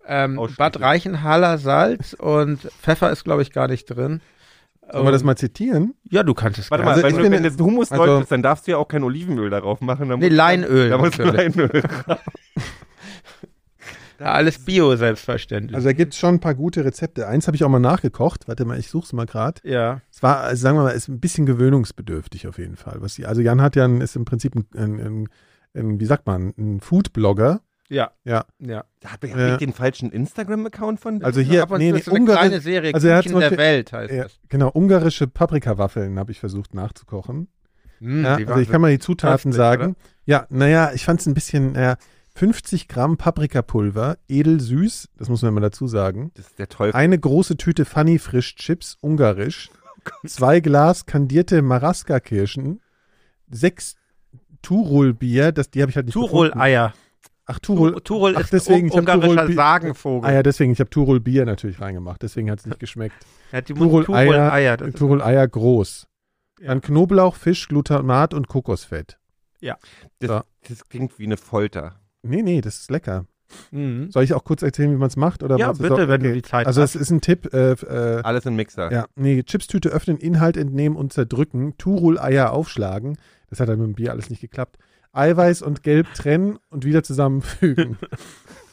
Ähm, Oh, Ausschnitte. Bad Reichenhaller Salz und Pfeffer ist, glaube ich, gar nicht drin. Ähm, Sollen wir das mal zitieren? Ja, du kannst es Warte Also gerne. mal, wenn, ich du, finde- wenn das Humus also- Deutsch ist, dann darfst du ja auch kein Olivenöl darauf machen. Dann Nee, musst- Leinöl. Da muss natürlich. Leinöl. Ja, alles Bio, selbstverständlich. Also da gibt es schon ein paar gute Rezepte. Eins habe ich auch mal nachgekocht. Warte mal, ich suche es mal gerade. ja. Es war, also sagen wir mal, ist ein bisschen gewöhnungsbedürftig auf jeden Fall. Was die, also Jan hat ja ein, ist im Prinzip ein, ein, ein, ein wie sagt man, ein Food-Blogger. Ja. Ja. Ja. Hab ich, Ja. hab ich den falschen Instagram-Account von? Also hier, Aber nee, nee, das ist eine Ungarin- kleine Serie, also er hat Küchen zum der Beispiel- Welt heißt ja, das. genau, ungarische Paprikawaffeln habe ich versucht nachzukochen. Hm, Ja, die also ich waren- kann mal die Zutaten kräftig, sagen. oder? Ja, naja, ich fand es ein bisschen, naja, 50 Gramm Paprikapulver, edel süß, das muss man immer dazu sagen. Das ist der Teufel. Eine große Tüte Funny Frisch Chips, ungarisch. Zwei Glas kandierte Maraska-Kirschen. Sechs Turul-Bier, das, die habe ich halt nicht gefunden. Turul-Eier. Ach, Turul. Turul Ach, ist deswegen, deswegen, ich hab ungarischer Turul-Bi- Sagenvogel. Ah ja, deswegen, ich habe Turul-Bier natürlich reingemacht, deswegen hat es nicht geschmeckt. Ja, die Turul-Eier- Turul-Eier, das ist- Turul-Eier groß. Dann Knoblauch, Fisch, Glutamat und Kokosfett. Das, das klingt wie eine Folter. Nee, nee, das ist lecker. Mhm. Soll ich auch kurz erzählen, wie man es macht? Oder Ja, meinst du bitte, so- wenn du die Zeit Also, hast. es ist ein Tipp. Äh, äh, Alles in Mixer. Ja, nee, Chipstüte öffnen, Inhalt entnehmen und zerdrücken, Turul-Eier aufschlagen. Das hat dann mit dem Bier alles nicht geklappt. Eiweiß und Gelb trennen und wieder zusammenfügen.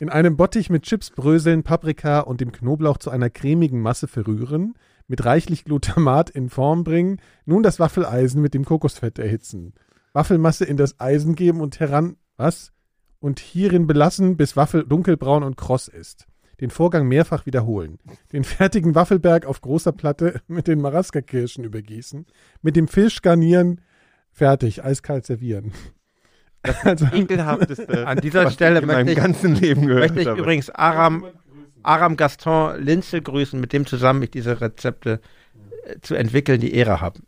In einem Bottich mit Chips bröseln, Paprika und dem Knoblauch zu einer cremigen Masse verrühren, mit reichlich Glutamat in Form bringen, nun das Waffeleisen mit dem Kokosfett erhitzen. Waffelmasse in das Eisen geben und heran. Was? Und hierin belassen, bis Waffel dunkelbraun und kross ist. Den Vorgang mehrfach wiederholen. Den fertigen Waffelberg auf großer Platte mit den Maraska-Kirschen übergießen. Mit dem Fisch garnieren. Fertig. Eiskalt servieren. Also, Ekelhafteste. An dieser was Stelle ich in meinem möchte ich- ganzen Leben gehört Möchte ich habe. übrigens Aram, Aram Gaston Linzel grüßen, mit dem zusammen ich diese Rezepte äh, zu entwickeln, die Ehre habe.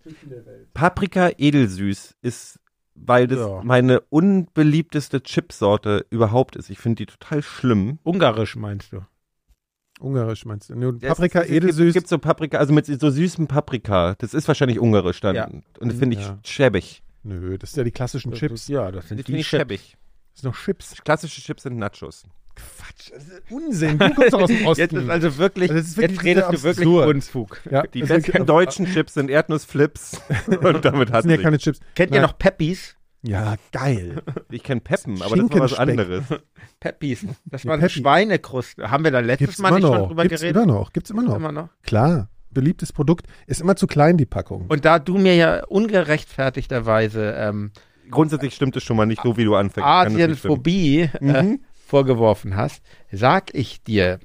Paprika edelsüß ist, weil das Ja. meine unbeliebteste Chipsorte überhaupt ist. Ich finde die total schlimm. Ungarisch meinst du? Ungarisch meinst du? Nur Ja, Paprika es, es, Es edelsüß. gibt, es gibt so Paprika, also mit so süßem Paprika. Das ist wahrscheinlich ungarisch dann. Ja. Und das finde ich Ja. schäbig. Nö, das sind ja die klassischen Chips. Ja, das sind Das finde die ich Chips. schäbig. Das sind noch Chips. Klassische Chips sind Nachos. Quatsch. Das ist Unsinn. Du kommst doch aus dem Osten. Jetzt ist also wirklich, Also das ist wirklich jetzt redest du wieder wirklich absurd. Unfug. ja, Die das besten sind- deutschen Chips sind Erdnussflips. Und damit Das hat sind ja sich. keine Chips. Kennt ihr Nein. noch Peppies? Ja, geil. Ich kenne Peppen, aber das ist noch was Schinkenspeck. anderes. Peppies. Das Nee, waren Peppi. Schweinekruste. Haben wir da letztes Gibt's Mal immer nicht schon noch. drüber Gibt's geredet? immer noch. Gibt's immer noch. Immer noch. Klar. Beliebtes Produkt. Ist immer zu klein, die Packung. Und da du mir ja ungerechtfertigterweise ähm, Grundsätzlich stimmt es schon mal nicht so, wie du anfängst. Kann das nicht stimmen. Asienphobie äh, vorgeworfen hast, sag ich dir,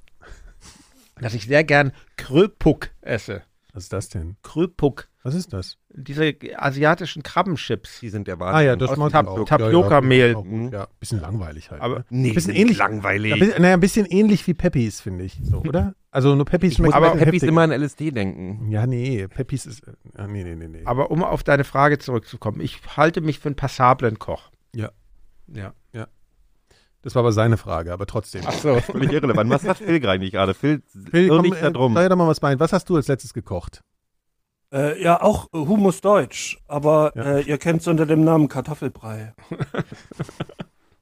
dass ich sehr gern Kröpuk esse. Was ist das denn? Kröpuk. Was ist das? Diese asiatischen Krabbenchips. Die sind der Ah ja, Wahnsinn. das Aus mag Tap- ich auch. Tapioca-Mehl. Ja, Ja, gut, ja, bisschen langweilig halt. Aber- ne? Nee, bisschen sind ähnlich. langweilig. Ja, bisschen, naja, ein bisschen ähnlich wie Peppis, finde ich. So, oder? Also nur Peppis schmeckt aber ein bisschen Peppis heftiger. immer an LSD denken. Ja, nee, Peppis ist. äh, ah, Nee, nee, nee, nee. Aber um auf deine Frage zurückzukommen, ich halte mich für einen passablen Koch. Ja. Ja. Das war aber seine Frage, aber trotzdem. Achso. Völlig irrelevant. Was hat Phil gerade nicht gerade? Phil, Phil, irr komm, dich da äh, drum. Sei doch mal was bei. Was hast du als letztes gekocht? Äh, ja, auch äh, Humus Deutsch, aber Ja. äh, ihr kennt es unter dem Namen Kartoffelbrei.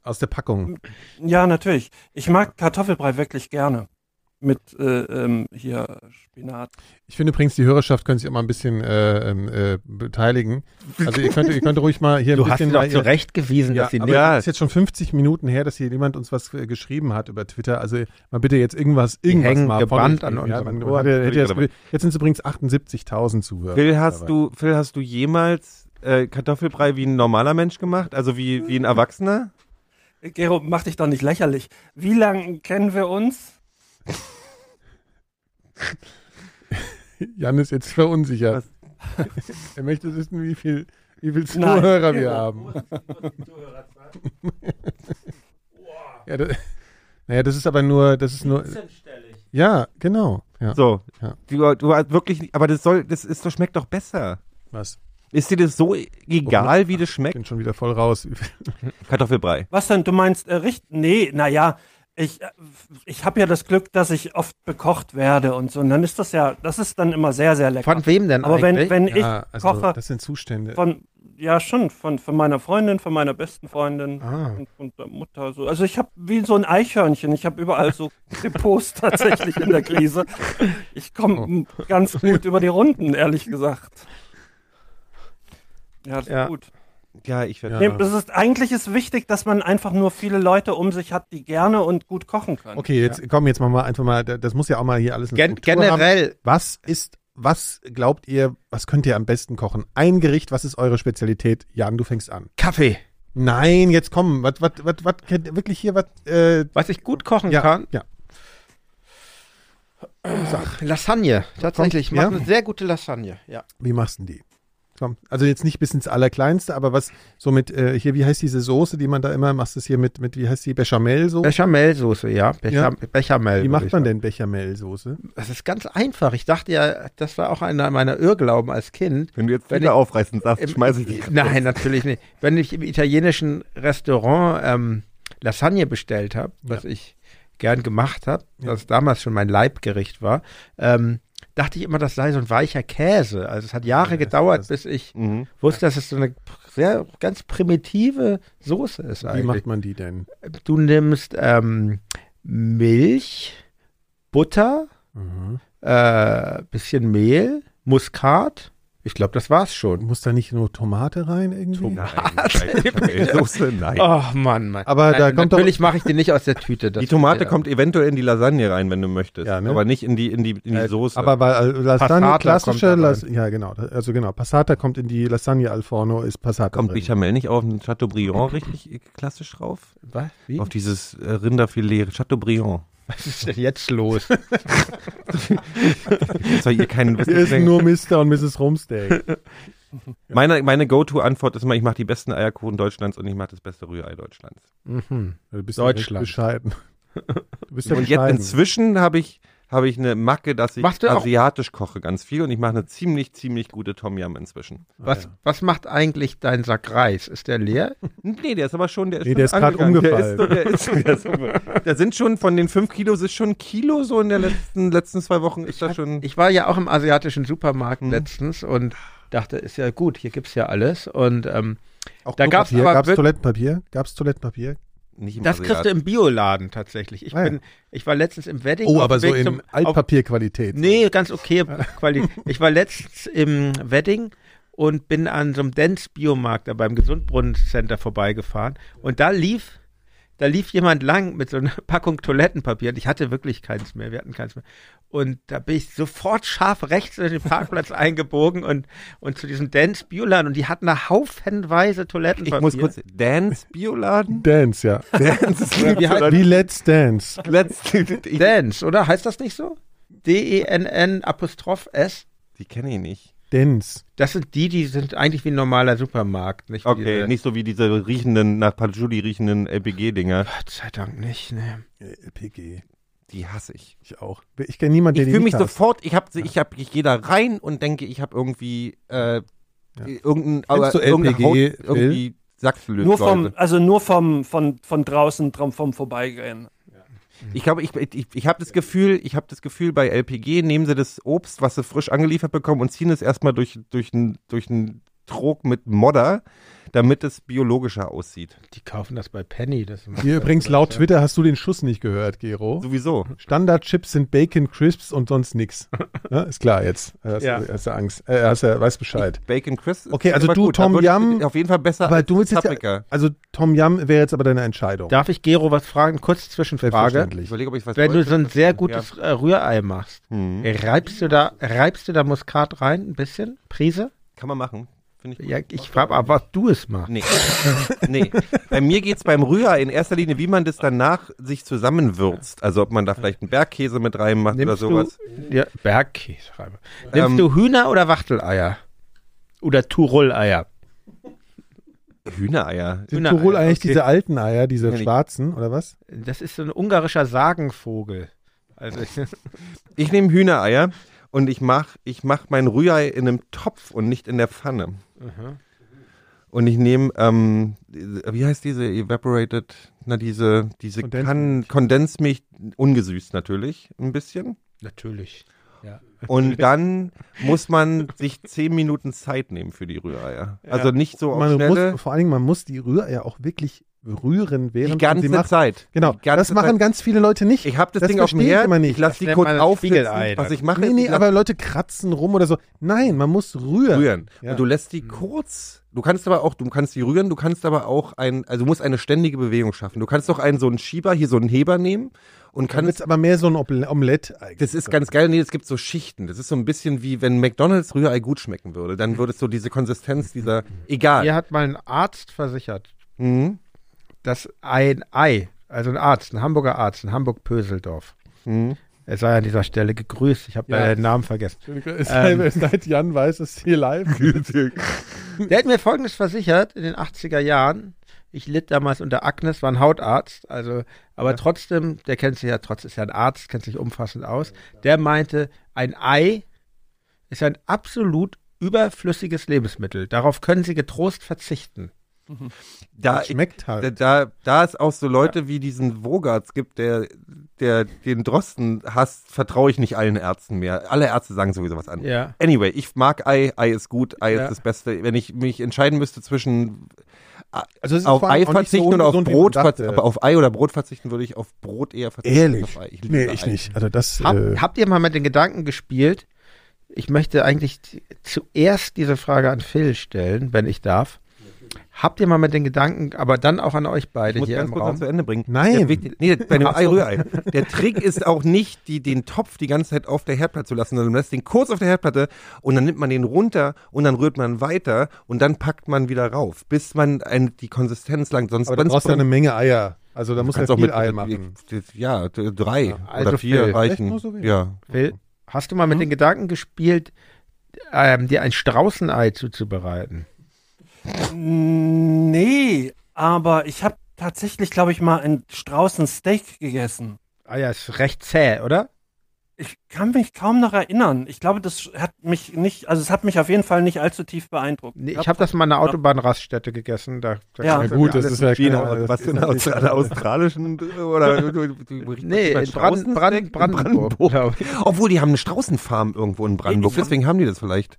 Aus der Packung. Ja, natürlich. Ich mag Kartoffelbrei wirklich gerne. Mit äh, ähm, hier Spinat. Ich finde übrigens, die Hörerschaft können sich immer ein bisschen äh, ähm, äh, beteiligen. Also ihr könnt, ihr könnt ruhig mal hier Du ein hast bisschen ihn doch mal- zu Recht gewiesen, Ja, dass sie aber nicht. Ja. es ist jetzt schon 50 Minuten her, dass hier jemand uns was äh, geschrieben hat über Twitter. Also mal bitte jetzt irgendwas, irgendwas hängen mal von gebannt euch an geben. unserem man- Ohr. man hätte- hätte Völlig jetzt, jetzt sind es übrigens 78.000 Zuhörer. Phil, hast dabei. du, Phil, hast du jemals äh, Kartoffelbrei wie ein normaler Mensch gemacht? Also wie, wie ein Erwachsener? Äh, Gero, mach dich doch nicht lächerlich. Wie lange kennen wir uns? Jan ist jetzt verunsichert. Er möchte wissen, wie viel, wie viel Nein. Zuhörer wir haben. Ja, das, naja, das ist aber nur, das ist nur. Ja, genau. Ja. So, Ja. du, du hast wirklich, nicht- aber das soll, das ist, das schmeckt doch besser. Was? Ist dir das so egal, wie das Ich schmeckt? bin schon wieder voll raus. Kartoffelbrei. Was denn? Du meinst äh, richten? Nee, naja, ich, äh, ich habe ja das Glück, dass ich oft bekocht werde und so. Und dann ist das ja, das ist dann immer sehr, sehr lecker. Von wem denn Aber wenn, eigentlich? wenn ich Ja, also koche das sind Zustände. von, ja schon, von, von meiner Freundin, von meiner besten Freundin Ah. und von der Mutter. So. Also ich habe wie so ein Eichhörnchen, ich habe überall so Depots tatsächlich in der Krise. Ich Oh. komme ganz gut über die Runden, ehrlich gesagt. Ja, das ist Ja. gut. Ja, ich werde. Nee, das ist, eigentlich ist wichtig, dass man einfach nur viele Leute um sich hat, die gerne und gut kochen können. Okay, jetzt komm, jetzt machen wir einfach mal, da- das muss ja auch mal hier alles eine Gen Struktur Haben. generell, Was ist, was glaubt ihr, was könnt ihr am besten kochen? Ein Gericht, was ist eure Spezialität? Jan, du fängst an. Kaffee. Nein, jetzt komm, was, was, was, was, kennt- wirklich hier, was, äh, Was ich gut kochen ja, kann, ja. Lasagne. Tatsächlich, ich Kommt, mache ja. eine sehr gute Lasagne. Ja. Wie machst du denn die? Komm, also jetzt nicht bis ins Allerkleinste, aber was, so mit, äh, hier, wie heißt diese Soße, die man da immer, machst du es hier mit, mit, wie heißt die, Bechamel-Soße? Bechamelsoße, ja. Becham Bechamel. Wie würd macht ich man denn sagen. Bechamel-Soße? Das ist ganz einfach. Ich dachte ja, das war auch einer meiner Irrglauben als Kind. Wenn du jetzt Wenn wieder ich- aufreißen darfst, Im- schmeiße ich dich. Nein, natürlich nicht. Wenn ich im italienischen Restaurant ähm, Lasagne bestellt habe, was ich gern gemacht habe, was damals schon mein Leibgericht war, ähm, dachte ich immer, das sei so ein weicher Käse. Also es hat Jahre Ja, gedauert, das- bis ich Mhm. wusste, dass es so eine pr- sehr ganz primitive Soße ist Wie eigentlich. macht man die denn? Du nimmst ähm, Milch, Butter, Mhm. äh, bisschen Mehl, Muskat. Ich glaube, das war's schon. Muss da nicht nur Tomate rein irgendwie? Nein, scheiße, Soße, nein. Oh Mann, Mann. Aber da Nein, kommt doch- natürlich mache ich den nicht aus der Tüte. das- Die Tomate ja. kommt eventuell in die Lasagne rein, wenn du möchtest. Ja, ne? Aber nicht in die, in die, in die Äh, Soße. Aber bei äh, Lasagne, Passata klassische, kommt da Las ja genau, also genau, Passata kommt in die Lasagne al Forno, ist Passata Kommt drin. Bichamel nicht auf den Chateaubriand richtig äh, klassisch drauf? Was? Wie? Oh, Auf dieses äh, Rinderfilet Chateaubriand. Was ist denn jetzt los? Jetzt soll ihr keinen Hier ist Wissen. nur Mr. und Mrs. Rumsteak. Meine, meine Go-To-Antwort ist immer, ich mache die besten Eierkuchen Deutschlands und ich mache das beste Rührei Deutschlands. Hm. Du Also bist Deutschland. Ja echt bescheiden. Du bist ja Und jetzt bescheiden. inzwischen habe ich, habe ich eine Macke, dass ich Machst du auch- asiatisch koche ganz viel und ich mache eine ziemlich, ziemlich gute Tom Yum inzwischen. Was, was macht eigentlich dein Sack Reis? Ist der leer? Nee, der ist aber schon, der ist, Nee, schon der ist grad angegangen. umgefallen. Der ist, so- der ist, der ist umge- da sind schon von den fünf Kilos ist schon ein Kilo so in den letzten, letzten zwei Wochen ist das schon. Ich war ja auch im asiatischen Supermarkt Hm. letztens und dachte, ist ja gut, hier gibt's ja alles. Und ähm, Auch Da gab's Klopapier, aber gab's wir- Toilettenpapier? Gab's Toilettenpapier? nicht im das kriegst du Asiat- im Bioladen tatsächlich. Ich, Ah ja. bin, ich war letztens im Wedding. Oh, auf aber dem so Weg in zum- auf- Altpapierqualität. Nee, ganz okay Qualität. Ich war letztens im Wedding und bin an so einem Dance Biomarkt da beim Gesundbrunnen Center vorbeigefahren und da lief da lief jemand lang mit so einer Packung Toilettenpapier und ich hatte wirklich keins mehr, wir hatten keins mehr. Und da bin ich sofort scharf rechts in den Parkplatz eingebogen und, und zu diesem Dance Bioladen und die hatten da haufenweise Toilettenpapier. ich muss kurz. Dance Bioladen? Dance, ja. Wie heißt- Wie Let's Dance. Letzte, ich, Dance, oder? Heißt das nicht so? D-E-N-N Apostroph S. die kenne ich nicht. Dance. Das sind die, die sind eigentlich wie ein normaler Supermarkt, nicht? Okay, diese, nicht so wie diese riechenden, nach Patchouli riechenden LPG-Dinger. Gott sei Dank nicht, ne. LPG. Die hasse ich. Ich auch. Ich kenne niemanden, Ich der die fühle mich nicht hasst. sofort, ich hab, ich hab, ich gehe da rein und denke, ich habe irgendwie äh, irgendein, aber du irgendeine LPG, Haut, irgendwie Sackflöte. Nur vom, also nur vom, von, von draußen, drum- vom Vorbeigehen. Ich glaube, ich, ich, ich habe das Gefühl, ich habe das Gefühl, bei LPG nehmen sie das Obst, was sie frisch angeliefert bekommen und ziehen es erstmal durch, durch einen durch einen Trog mit Modder, damit es biologischer aussieht. Die kaufen das bei Penny. Das Hier übrigens laut Twitter hast du den Schuss nicht gehört, Gero. Sowieso. Standardchips sind Bacon Crisps und sonst nix. Ne? Ist klar jetzt. Hast, Ja. hast du Angst. Äh, hast du, weißt Bescheid. Bacon Crisp. Okay, ist also aber du, da Tom würde ich Yum, Auf jeden Fall besser aber du willst jetzt Paprika. ja, also Tom Yum wäre jetzt aber deine Entscheidung. Darf ich Gero was fragen? Kurz Zwischenfrage. Ich Selbstverständlich. überlege, ob ich was Wenn du wollte. so ein sehr gutes äh, Rührei machst, reibst du da, reibst du da Muskat rein, ein bisschen? Prise? Kann man machen. Finde ich. Ja, ich frage aber, was du es machst. Nee. nee. Bei mir geht es beim Rührei in erster Linie, wie man das danach sich zusammenwürzt. Also ob man da vielleicht einen Bergkäse mit reinmacht oder Nimmst sowas. Ähm. du ja, Bergkäse? schreibe. Nimmst du Hühner oder Wachteleier? oder Turul-Eier. Hühnereier. Sind Hühnereier, Turul eigentlich okay. diese alten Eier, diese Ja, die- schwarzen oder was? Das ist so ein ungarischer Sagenvogel. Also Ich nehme Hühnereier und ich mach, ich mach mein Rührei in einem Topf und nicht in der Pfanne. Und ich nehme, ähm, wie heißt diese evaporated, na diese, diese Kondensmilch. Kann- Kondensmilch, ungesüßt natürlich, ein bisschen. natürlich. Und dann muss man sich zehn Minuten Zeit nehmen für die Rühreier. Also nicht so auf Man Schnelle, muss, vor allen Dingen, man muss die Rühreier auch wirklich rühren, während die man ganze sie macht. Zeit. Genau, die ganze das machen Zeit. ganz viele Leute nicht. Ich habe das, Das Ding auf dem verstehe ich Herd, immer nicht. ich lasse Das die nennt kurz man das aufsitzen, Spiegelei was dann. ich mache. halt. Nee, ich nee, lass- aber Leute kratzen rum oder so. Nein, man muss rühren. rühren. Ja. Mhm. Und du lässt die kurz. Du kannst aber auch, du kannst die rühren, du kannst aber auch ein, also du musst eine ständige Bewegung schaffen. Du kannst doch einen so einen Schieber, hier so einen Heber nehmen und Dann kannst. wird's aber mehr so ein Obl- Omelett eigentlich. Das ist ganz geil, nee, es gibt so Schichten. Das ist so ein bisschen wie wenn McDonalds Rührei gut schmecken würde, dann würdest du diese Konsistenz dieser egal. Mir hat mal ein Arzt versichert, Mhm. dass ein Ei, also ein Arzt, ein Hamburger Arzt, ein Hamburg-Pöseldorf, er sei an dieser Stelle gegrüßt, ich habe Ja. leider den Namen vergessen. Es sei Ähm. denn, Jan weiß, es ist hier live. Der hat mir folgendes versichert in den 80er Jahren. Ich litt damals unter Agnes, war ein Hautarzt, also, aber trotzdem, der kennt sich ja trotz, ist ja ein Arzt, kennt sich umfassend aus. Der meinte, ein Ei ist ein absolut überflüssiges Lebensmittel. Darauf können Sie getrost verzichten. Da, Das schmeckt halt. Da, da, da es auch so Leute wie diesen Wogarts gibt, der, der den Drosten hasst, vertraue ich nicht allen Ärzten mehr. Alle Ärzte sagen sowieso was anderes. Ja. Anyway, ich mag Ei, Ei ist gut, Ei Ja. ist das Beste. Wenn ich mich entscheiden müsste zwischen Also es ist auf vor allem Ei auch nicht so verzichten oder auf ungesund, wie Brot man dachte. verzichten, aber auf Ei oder Brot verzichten, würde ich auf Brot eher verzichten. Ehrlich? Als auf Ei. Ich liebe Nee, ich Ei. nicht. Also das, Hab, äh, habt ihr mal mit den Gedanken gespielt? Ich möchte eigentlich t- zuerst diese Frage an Phil stellen, wenn ich darf. Habt ihr mal mit den Gedanken, aber dann auch an euch Ich beide muss hier ganz im kurz Raum? noch zu Ende bringen. Nein. Der, Weg- nee, bei dem Ei Rührei. Der Trick ist auch nicht, die, den Topf die ganze Zeit auf der Herdplatte zu lassen, sondern man lässt den kurz auf der Herdplatte und dann nimmt man den runter und dann rührt man weiter und dann packt man wieder rauf, bis man ein, die Konsistenz langt. Sonst aber du brauchst ja eine Menge Eier. Also da muss ja kannst auch viel mit Ei machen. Ja, d- drei also oder vier viel. Echt reichen. nur so wenig? ja. Phil, hast du mal mit den Gedanken gespielt, ähm, dir ein Straußenei zuzubereiten? Nee, aber ich habe tatsächlich, glaube ich, mal ein Straußensteak gegessen. Ah ja, ist recht zäh, oder? Ich kann mich kaum noch erinnern. Ich glaube, das hat mich nicht, also es hat mich auf jeden Fall nicht allzu tief beeindruckt. Nee, glaub, ich habe das mal in einer Autobahnraststätte gegessen. Da, da Ja. Ja kannst du gut, mir das alles- ist ja Wie in keine- einer- das was ist in einer natürlich- aus- einer australischen oder Nee, in Brand, Brand, Brandenburg. glaub ich. Obwohl, die haben eine Straußenfarm irgendwo in Brandenburg, Ich hab- deswegen haben die das vielleicht.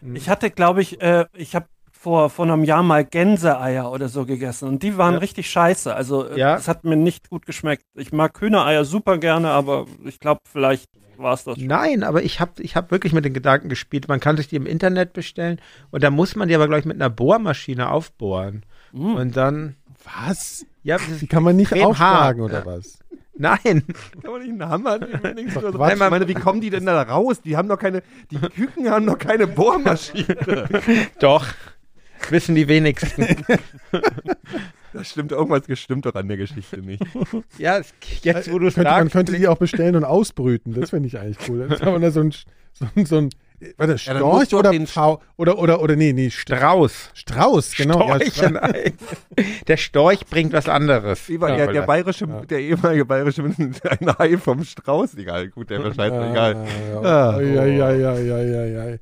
Hm. Ich hatte, glaube ich, äh, ich habe vor, vor einem Jahr mal Gänseeier oder so gegessen und die waren richtig scheiße. Also äh, Ja. das hat mir nicht gut geschmeckt. Ich mag Hühnereier super gerne, aber ich glaube, vielleicht war es das. Nein, aber ich habe ich hab wirklich mit den Gedanken gespielt, man kann sich die im Internet bestellen und dann muss man die aber, glaube ich, mit einer Bohrmaschine aufbohren. Mm. Und dann, Was? ja, das Die ist, kann man nicht Extrem aufschlagen oder was? nein, Kann man nicht einen Hammer nehmen? Doch Ich Quatsch. meine, wie kommen die denn da raus? Die haben doch keine, die Küken haben doch keine Bohrmaschine. doch, wissen die wenigsten. Das stimmt, irgendwas gestimmt doch an der Geschichte nicht. ja, es- jetzt wo du könnte, man sagst, könnte die auch bestellen und ausbrüten. Das finde ich eigentlich cool. Dann haben wir da so ein, Sch- so ein, so ein äh, warte, Ja, dann musst Storch du oder, den Pfau, oder, oder, oder, nee, nee, Stra Strauß. Strauß, genau. ja, Stra- Storchenei. Der Storch bringt was anderes. Wie war der, der, bayerische, der ehemalige bayerische Minister, ein Ei vom Strauß, egal, gut, der wahrscheinlich, egal. Ah, ja, ja, ja, ja, ja, ja.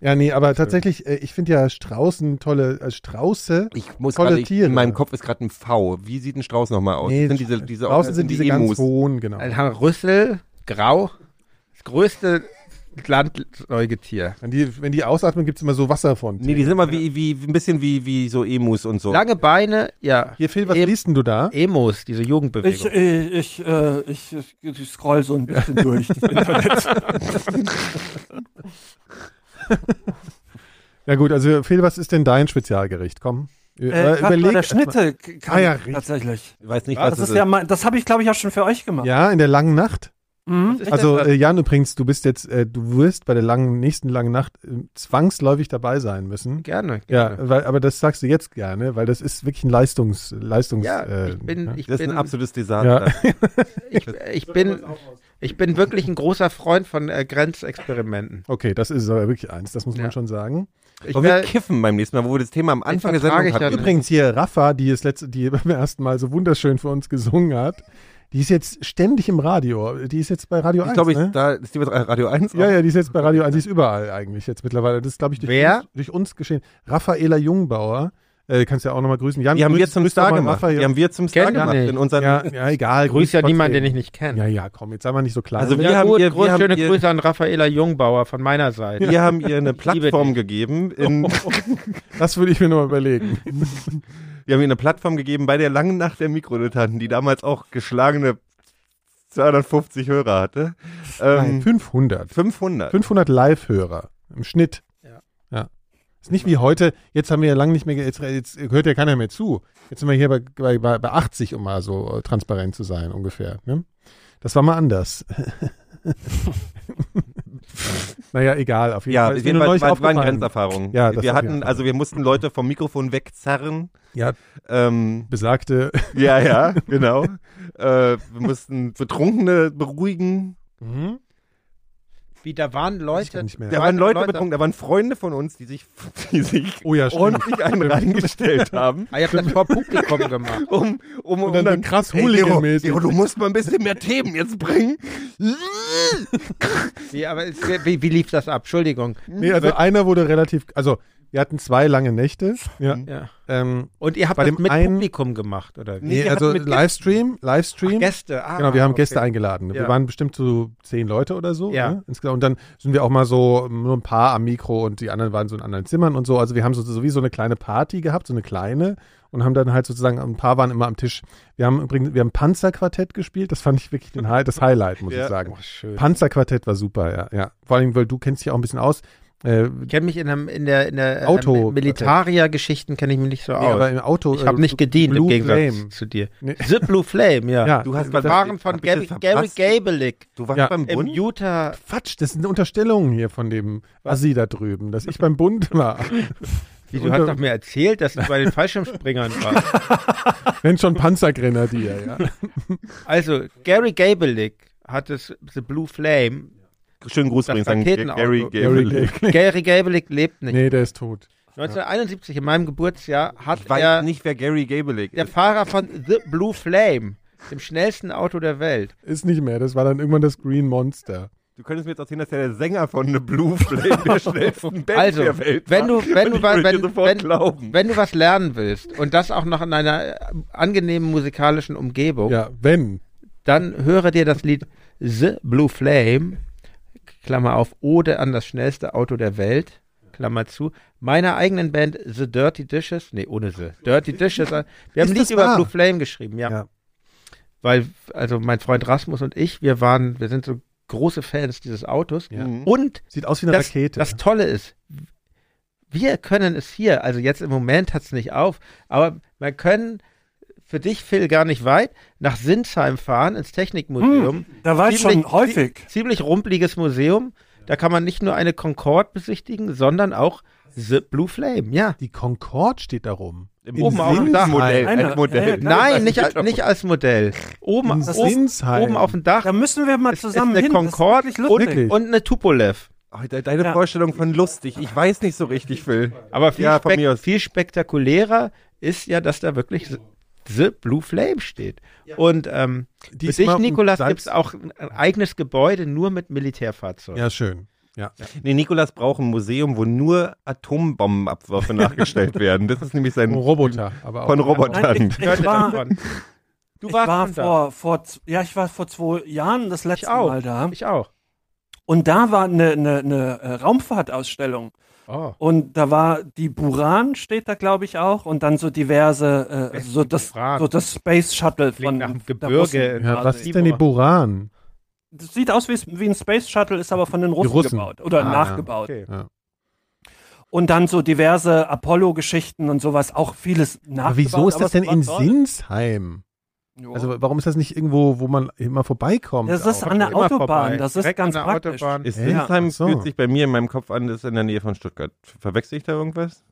Ja, nee, aber tatsächlich, äh, ich finde ja Straußen tolle, äh, Strauße. Ich muss Tolle gerade, ich- Tiere. in meinem Kopf ist gerade ein V. Wie sieht ein Strauß nochmal aus? Nee, sind diese, diese, Straußen sind diese ganz Emus. hohen, genau. Ein Rüssel, grau, das größte Landsäugetier. Wenn die, wenn die ausatmen, gibt es immer so Wasser von. Nee, die sind immer wie, wie, ein bisschen wie, wie so Emus und so. Lange Beine, ja. Hier, Phil, was Äh, Eben. liest denn du da? Emos, diese Ich, Jugendbewegung. äh, ich, äh, ich, ich, ich scroll so ein bisschen durch das Internet. Ja gut, also Phil, was ist denn dein Spezialgericht? Komm, äh, Äh, Kraft überleg. oder Schnitte k- kann Ah ja, ich richtig. tatsächlich. Ich weiß nicht, was, Das es ist ja mein, das habe ich glaube ich auch schon für euch gemacht. Ja, in der langen Nacht. Mhm. Also äh, Jan, übrigens, du bist jetzt, äh, du wirst bei der langen, nächsten langen Nacht äh, zwangsläufig dabei sein müssen. gerne, Ja, gerne. weil, aber das sagst du jetzt gerne, weil das ist wirklich ein Leistungs, Leistungs. Ja, äh, ich bin, ich Das ist ein bin, absolutes Desaster. ich, ich bin, ich bin wirklich ein großer Freund von äh, Grenzexperimenten. Okay, das ist aber wirklich eins, das muss Ja. man schon sagen. Ich Wollen wir wär- kiffen beim nächsten Mal, wo wir das Thema am Anfang der vertrage Sendung ich ja hatten? nicht. Übrigens hier Rafa, die das letzte, die beim ersten Mal so wunderschön für uns gesungen hat, die ist jetzt ständig im Radio. Die ist jetzt bei Radio ich 1. glaube, ich, ne? da ist die Radio 1 Ja, ja, die ist jetzt bei Radio 1, die ist überall eigentlich jetzt mittlerweile. Das ist, glaube ich, durch, Wer? Uns, durch uns geschehen. Raffaela Jungbauer, äh, kannst ja auch nochmal grüßen. Jan, Die haben grüß- wir zum grüß doch Star mal gemacht. Raffaela- Die haben wir zum Star Kenn ich gemacht. nicht. In unseren, ja, ja, egal. Grüß ja trotzdem. niemanden, den ich nicht kenne. Ja, ja, komm, jetzt sei mal nicht so klein. Also wir Ja, haben gut, ihr- wir groß, haben schöne ihr- Grüße an Raffaela Jungbauer von meiner Seite. Wir haben ihr eine liebe Oh. Plattform gegeben. In, das würde ich mir nochmal überlegen. Wir haben ihr eine Plattform gegeben bei der langen Nacht der Mikrodilettanten, die damals auch geschlagene 250 Hörer hatte. Ähm, 500. 500. 500 Live-Hörer im Schnitt. Ja. ja. Ist nicht wie heute, jetzt haben wir ja lange nicht mehr, ge- jetzt, jetzt hört ja keiner mehr zu. Jetzt sind wir hier bei, bei, bei bei 80, um mal so äh, transparent zu sein, ungefähr. Ne? Das war mal anders. naja, egal, auf jeden Ja, Fall. Ist mir nur jedenfalls neulich war, waren aufgefallen. Grenzerfahrungen. Ja, das wir hat mir hatten, auch also wir mussten Leute vom Mikrofon wegzerren. Ja, Ähm, besagte. ja, ja, genau. äh, wir mussten Betrunkene beruhigen. Mhm. Wie, da waren Ich kann Leute. nicht mehr. Da Ja. waren Leute, Leute. betrunken, da waren Freunde von uns, die sich, die sich Oh ja, stimmt. ordentlich einen reingestellt haben. Ah, ihr habt das vor Publikum gemacht. Um, um, um dann so krass hooliganmäßig. Gero, Gero, du musst mal ein bisschen mehr Themen jetzt bringen. Wie, aber es, wie, wie lief das ab? Entschuldigung. Nee, also einer wurde relativ, also wir hatten zwei lange Nächte. Ja. Ja. Ähm, Und ihr habt Bei das dem mit einen- Publikum gemacht, oder wie? nee, wir also hatten mit Gästen- Livestream, Livestream. Gäste. Ah, Genau, wir haben okay. Gäste eingeladen. Wir Ja. waren bestimmt so zehn Leute oder so. Ja. Ne? Insgesamt. Und dann sind wir auch mal so nur ein paar am Mikro und die anderen waren so in anderen Zimmern und so. Also wir haben so, so wie so eine kleine Party gehabt, so eine kleine und haben dann halt sozusagen, ein paar waren immer am Tisch. Wir haben übrigens, wir haben Panzerquartett gespielt. Das fand ich wirklich den, Hi- das Highlight, muss Ja. ich sagen. Oh, schön. Panzerquartett war super, ja. ja. Vor allem, weil du kennst dich auch ein bisschen aus. Äh, Ich kenne mich in, einem, in der, in der äh, Auto- Militaria-Geschichten kenne ich mich nicht so nee, aber aus. im Auto. Oh, äh, Ich habe nicht gedient Blue im Gegensatz Flame. zu dir. Nee. The Blue Flame, ja. Ja, Du hast Wir waren von Hab ich das Gary, Gary verpasst? Gabelick Du warst Ja. beim im Bund? Utah. Quatsch, das sind Unterstellungen hier von dem Assi da drüben, dass ich beim Bund war. Wie, du Unter- hast doch mir erzählt, dass du bei den Fallschirmspringern warst. Wenn schon Panzergrenadier, ja. Also, Gary Gabelick hat es The Blue Flame. Schönen Gruß Das übrigens an Gary Raketenauto. Gary Gable. Gary Gabelick lebt nicht. Nee, der ist tot. 1971, in meinem Geburtsjahr, hat Ich weiß er nicht, wer Gary Gabelick der ist. Fahrer von The Blue Flame, dem schnellsten Auto der Welt. Ist nicht mehr. Das war dann irgendwann das Green Monster. Du könntest mir jetzt erzählen, dass er der Sänger von The Blue Flame der schnellsten Band Also, der Welt wenn du, war. Und wenn du, ich würde wenn, dir wenn, sofort glauben. wenn, wenn du was lernen willst und das auch noch in einer äh, angenehmen musikalischen Umgebung, Ja, wenn. dann höre dir das Lied The Blue Flame, Klammer auf, Ode an das schnellste Auto der Welt, Klammer zu, meiner eigenen Band The Dirty Dishes, nee, ohne The, Dirty Dishes. äh, Wir Ist haben ein das Lied über wahr? Blue Flame geschrieben, ja. Ja. Weil, also mein Freund Rasmus und ich, wir waren, wir sind so große Fans dieses Autos. Ja. Mhm. Und Sieht aus wie eine das, Rakete. Das Tolle ist, wir können es hier, also jetzt im Moment hat es nicht auf, aber man können für dich, Phil, gar nicht weit, nach Sinsheim fahren, ins Technikmuseum. Da war ich Ziemlich- Hm, schon häufig. Ziemlich rumpeliges Museum. Da kann man nicht nur eine Concorde besichtigen, sondern auch The Blue Flame, ja. die Concorde steht da rum. Im In oben auf dem Sinsheim. Dach. Modell, Eine- als Modell. ja, ja, klar. Nein, nicht, als- nicht als Modell. Oben, In oben, Sinsheim. oben auf dem Dach Da müssen wir mal Es ist zusammen eine hin. Das ist Concorde wirklich lustig. Wirklich? und eine Tupolev. Oh, de- Deine Ja. Vorstellung von lustig, ich weiß nicht so richtig, Phil. Aber viel, ja, von mir spek aus. viel spektakulärer ist ja, dass da wirklich The- The Blue Flame steht. Und ähm, für ist dich, immer um Nikolas, Salz- gibt es auch ein ein eigenes Gebäude nur mit Militärfahrzeugen. Ja, schön. Ja. Nee, Nikolas braucht ein Museum, wo nur Atombombenabwürfe nachgestellt werden. Das ist nämlich Ein sein Roboter. Aber auch. von Nein, Robotern. ich, Ich hörte ich war, davon. Du ich warst war schon da. vor, vor, z- ja, ich war vor zwei Jahren das letzte auch. Mal da. Ich auch. Und da war eine, eine, eine äh, Raumfahrtausstellung. Oh. Und da war die Buran, steht da, glaube ich, auch. Und dann so diverse, äh, Westen so, das, Buran. so das Space Shuttle Ah. Klingt von nach einem der Gebirge. Russen. Ja, was Tibor. ist denn die Buran? Das sieht aus wie, es- wie ein Space Shuttle, ist aber von den Russen, Russen. gebaut oder Ah, ja. nachgebaut. Okay. Ja. Und dann so diverse Apollo-Geschichten und sowas, auch vieles nachgebaut. Aber wieso ist aber das es denn war in toll. Sinsheim? Jo. Also warum ist das nicht irgendwo, wo man immer vorbeikommt? Das ist auch? an der Oh, Immer Autobahn, vorbei. das ist Direkt ganz an der praktisch. Autobahn. Ist Hä? Sinsheim Ach so. fühlt sich bei mir in meinem Kopf an, das ist in der Nähe von Stuttgart. Verwechsel ich da irgendwas?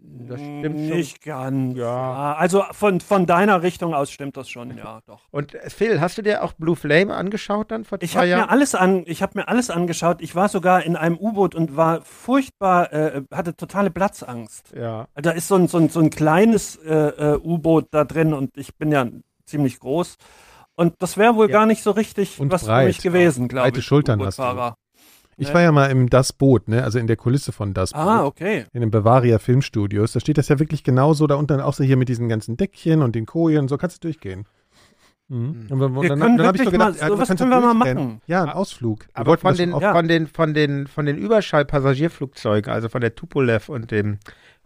Das stimmt schon. Hm, Nicht ganz. Ja. Also von, von deiner Richtung aus stimmt das schon, ja, doch. Und äh, Phil, hast du dir auch Blue Flame angeschaut dann vor Ich zwei habe mir Jahren? alles an, ich habe mir alles angeschaut. Ich war sogar in einem U-Boot und war furchtbar, äh, hatte totale Platzangst. Also Ja. Da ist so ein, so ein, so ein kleines äh, äh, U-Boot da drin und ich bin ja ziemlich groß. Und das wäre wohl Ja. gar nicht so richtig Und was für breit. mich gewesen, glaube ich. Breite Schultern hast du. U-Boot-Fahrer. Ich Ne? war ja mal im Das Boot, ne? also in der Kulisse von Das Boot. Ah, okay. in den Bavaria Filmstudios. Da steht das ja wirklich genauso da unten, auch so hier mit diesen ganzen Deckchen und den Kojen und so kannst du durchgehen. Mhm. Und dann, Wir dann- können dann hab ich so wirklich gedacht, mal- ja, sowas kannst du können wir mal durchrennen. machen. Ja, ein Ausflug. Wir Aber wollten von das den, schon ja. oft- von den, von den, von den Überschallpassagierflugzeugen, also von der Tupolev und dem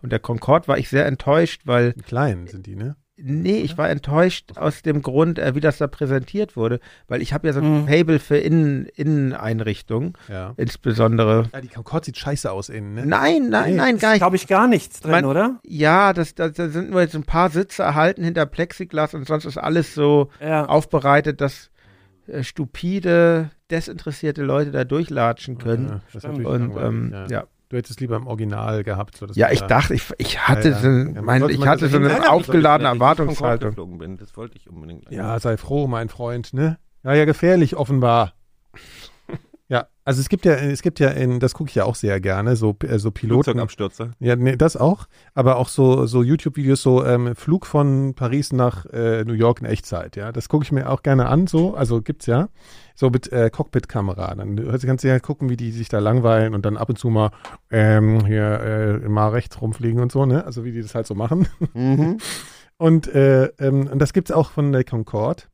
und der Concorde war ich sehr enttäuscht, weil die Kleinen sind die, ne? nee, ich war enttäuscht aus dem Grund, äh, wie das da präsentiert wurde, weil ich habe ja so ein Fable für Innen, Inneneinrichtungen, Ja. insbesondere. ja die Concorde sieht scheiße aus innen, ne? Nein, nein, Nee, nein, gar Ist, nicht. glaube ich, gar nichts drin, Mein- oder? Ja, das, das, da sind nur jetzt ein paar Sitze erhalten hinter Plexiglas und sonst ist alles so Ja. aufbereitet, dass äh, stupide, desinteressierte Leute da durchlatschen Ja, können. das ist Stimmt. natürlich Und ähm, langweilig, ja. Du hättest lieber im Original gehabt. So dass Ja, du ich da- dachte, ich, ich hatte Alter. so, Ja, ein- man mein, sollte ich mal hatte so sehen, eine Nein, aufgeladene ich sollte nicht, dass ich von Concorde Erwartungshaltung. geflogen bin. Das wollte ich unbedingt. Ja, sei froh, mein Freund, ne? Ja, ja, gefährlich, offenbar. Ja, also es gibt ja, es gibt ja in, das gucke ich ja auch sehr gerne, so, äh, so Piloten. Flugzeugabstürze. Ja, nee, das auch. Aber auch so, so YouTube-Videos, so ähm, Flug von Paris nach äh, New York in Echtzeit, ja. Das gucke ich mir auch gerne an, so, also gibt's ja. So mit äh, Cockpit-Kamera. Dann hörst du- kannst du ja gucken, wie die sich da langweilen und dann ab und zu mal ähm, hier äh, mal rechts rumfliegen und so, ne? Also wie die das halt so machen. Mhm. Und, äh, ähm, und das gibt's auch von der Concorde.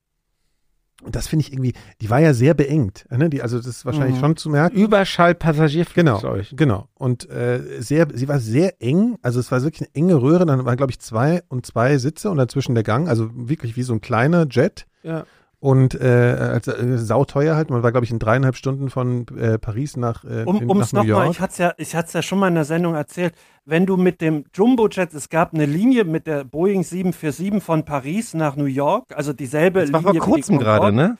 Und das finde ich irgendwie, die war ja sehr beengt. Ne? Die, also das ist wahrscheinlich Mhm. schon zu merken. Genau, Überschallpassagierflugzeug. genau. Und äh, sehr, sie war sehr eng, also es war wirklich eine enge Röhre, dann waren, glaube ich, zwei und zwei Sitze und dazwischen der Gang, also wirklich wie so ein kleiner Jet. Ja. Und äh, also, äh, sauteuer halt, man war, glaube ich, in dreieinhalb Stunden von äh, Paris nach, äh, in, Um, um nach es New nochmal, York. ich hatte es ja, ich hatte's ja schon mal in der Sendung erzählt, wenn du mit dem Jumbojet, es gab eine Linie mit der Boeing 747 von Paris nach New York, also dieselbe Das war vor Linie. wie die kurzem Concorde. gerade, ne?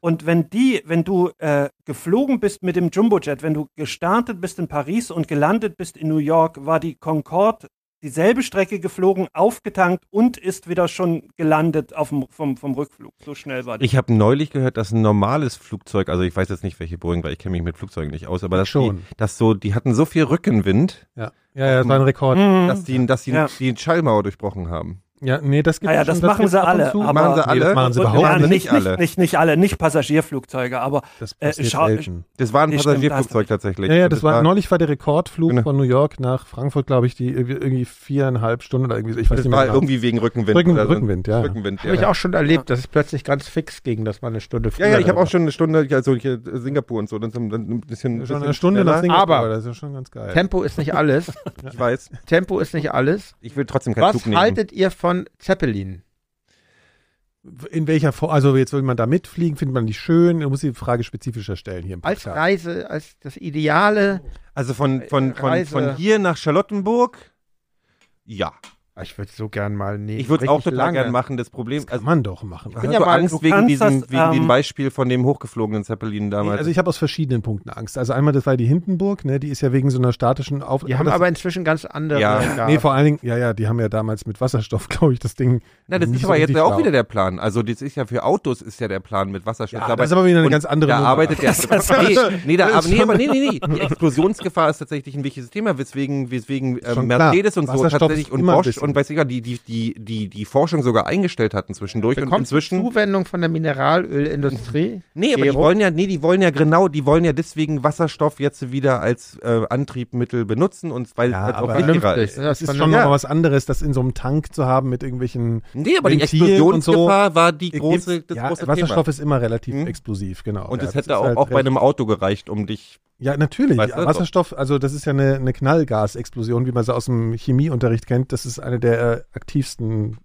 Und wenn die, wenn du äh, geflogen bist mit dem Jumbojet, wenn du gestartet bist in Paris und gelandet bist in New York, war die Concorde dieselbe Strecke geflogen, aufgetankt und ist wieder schon gelandet auf dem, vom, vom Rückflug. So schnell war die. Ich habe neulich gehört, dass ein normales Flugzeug, also ich weiß jetzt nicht, welche Boeing, weil ich kenne mich mit Flugzeugen nicht aus, aber Ich dass schon. Die, dass so, die hatten so viel Rückenwind, ja. ja, ja, das war ein Rekord. Mhm. dass die, dass die Ja. die Schallmauer durchbrochen haben. Ja, nee, das gibt Ah ja, das machen sie alle, aber- machen sie Nee, alle. das machen sie Und- überhaupt ja, nicht. nicht, alle. nicht, nicht, nicht alle, nicht Passagierflugzeuge, aber Das Äh, passiert schau- selten. Das war ein Nee, stimmt, Passagierflugzeug tatsächlich. Ja, ja, Und das war, neulich war der Rekordflug Genau. von New York nach Frankfurt, glaube ich, die irgendwie viereinhalb Stunden oder irgendwie so. Ich weiß das nicht mehr war genau. irgendwie wegen Rückenwind. Rücken- oder so. Rückenwind, ja. Rückenwind, ja. Habe ich auch schon erlebt, dass es plötzlich ganz fix ging, dass man eine Stunde früher ja, ja, ich habe da auch schon eine Stunde, also hier Singapur und so, dann, dann ein schon bisschen. bisschen eine Stunde schneller. nach Singapur, Aber- aber das ist ja schon ganz geil. war. Tempo ist nicht alles. Ich weiß. Tempo ist nicht alles. Ich will trotzdem keinen Was Zug nehmen. haltet ihr von Zeppelin? In welcher Form, also jetzt will man da mitfliegen, findet man die schön, man muss die Frage spezifischer stellen hier im Als Podcast. Reise, als das Ideale. Also von, von, von, Reise. von hier nach Charlottenburg? Ja. Ah, Ich würde so gern mal nehmen. Ich würde es auch Richtig total gern lange. machen. Das Problem, Kann also man doch machen. ich oder? habe bin ja so mal- Angst du wegen kannst diesem, das, wegen ähm, dem Beispiel von dem hochgeflogenen Zeppelin Nee, damals. also ich habe aus verschiedenen Punkten Angst. Also einmal, das war die Hindenburg, ne, die ist ja wegen so einer statischen Auf... Die haben das- aber inzwischen ganz andere. Ja. Aufgaben. Nee, vor allen Dingen, ja, ja, die haben ja damals mit Wasserstoff, glaube ich, das Ding. Na, das nicht ist so aber jetzt richtig ja auch schlau. wieder der Plan. Also das ist ja für Autos ist ja der Plan mit Wasserstoff. Ja, Da das ist aber wieder eine und ganz andere Da Nummer. arbeitet der. ist schon- nee, nee, da, das aber, ist nee, schon- aber nee, nee, nee. Die Explosionsgefahr ist tatsächlich ein wichtiges Thema, weswegen, weswegen äh, schon Mercedes klar. und so Wasserstoff tatsächlich ist und immer ein Bosch bisschen- und weiß ich gar die die die die die Forschung sogar eingestellt hatten zwischendurch und Bekommt inzwischen. Zuwendung von der Mineralölindustrie? Nee, aber die Gero? wollen ja, nee, die wollen ja genau, die wollen ja deswegen Wasserstoff jetzt wieder als äh, Antriebmittel benutzen und weil Ja, es auch aber sicherer vernünftig. ist. Das ist schon Ja. noch mal was anderes, das in so einem Tank zu haben mit irgendwelchen Nee, aber die Ventil und Explosionsgefahr war die Gibt's- große, das ja, große Wasserstoff Thema. ist immer relativ Hm? explosiv, genau. Und ja, es hätte auch, ist halt auch bei recht- einem Auto gereicht, um dich. Ja, natürlich. Weißt du, Ja, Wasserstoff, also das ist ja eine, eine Knallgasexplosion, wie man sie aus dem Chemieunterricht kennt. Das ist eine der äh, aktivsten,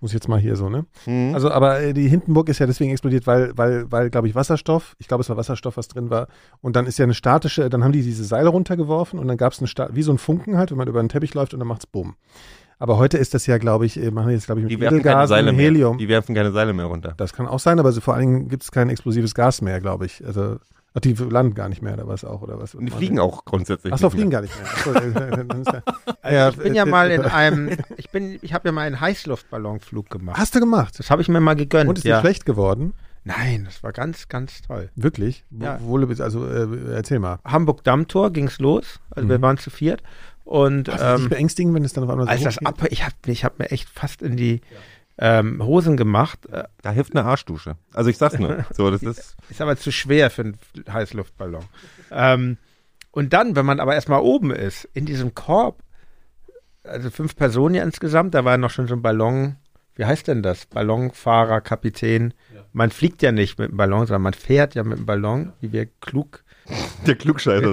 muss ich jetzt mal hier so, ne? Hm? Also, aber äh, die Hindenburg ist ja deswegen explodiert, weil, weil, weil, glaube ich, Wasserstoff, ich glaube, es war Wasserstoff, was drin war. Und dann ist ja eine statische, dann haben die diese Seile runtergeworfen und dann gab es eine, Sta- wie so ein Funken halt, wenn man über einen Teppich läuft und dann macht's Bumm. Aber heute ist das ja, glaube ich, äh, machen die jetzt, glaube ich, mit die werfen keine Edelgas Seile und mehr. Helium. Die werfen keine Seile mehr runter. Das kann auch sein, aber so vor allen Dingen gibt es kein explosives Gas mehr, glaube ich. Also Ach, die landen gar nicht mehr oder was auch oder was? Und die fliegen auch grundsätzlich. Achso, nicht mehr. fliegen gar nicht mehr. Ach so, dann ist ja- Also ich bin ja äh, mal äh, in einem, ich bin, ich habe ja mal einen Heißluftballonflug gemacht. Hast du gemacht? Das habe ich mir mal gegönnt. Und ist ja. nicht schlecht geworden? Nein, das war ganz, ganz toll. Wirklich? Ja. Wohl, also äh, erzähl mal. Hamburg Dammtor ging's los, also Mhm. wir waren zu viert und Ist das ähm, nicht beängstigend, wenn es dann auf einmal so als das hochgeht? ab, ich habe ich hab mir echt fast in die ähm, Hosen gemacht. Äh, Da hilft eine Arschdusche. Also ich sag's nur. So, das ist. Ist aber zu schwer für einen Heißluftballon. Ähm, und dann, wenn man aber erstmal oben ist, in diesem Korb, also fünf Personen ja insgesamt, da war noch schon so ein Ballon, wie heißt denn das? Ballonfahrer, Kapitän. Man fliegt ja nicht mit dem Ballon, sondern man fährt ja mit dem Ballon, wie wir klug Der Klugscheißer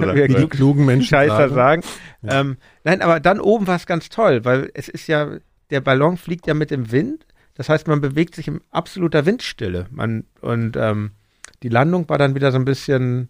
sagt. Wir mal. klug- klugen Menschen Scheißer sagen. sagen. Ähm, nein, aber dann oben war es ganz toll, weil es ist ja, der Ballon fliegt ja mit dem Wind. Das heißt, man bewegt sich in absoluter Windstille. Man, und ähm, die Landung war dann wieder so ein bisschen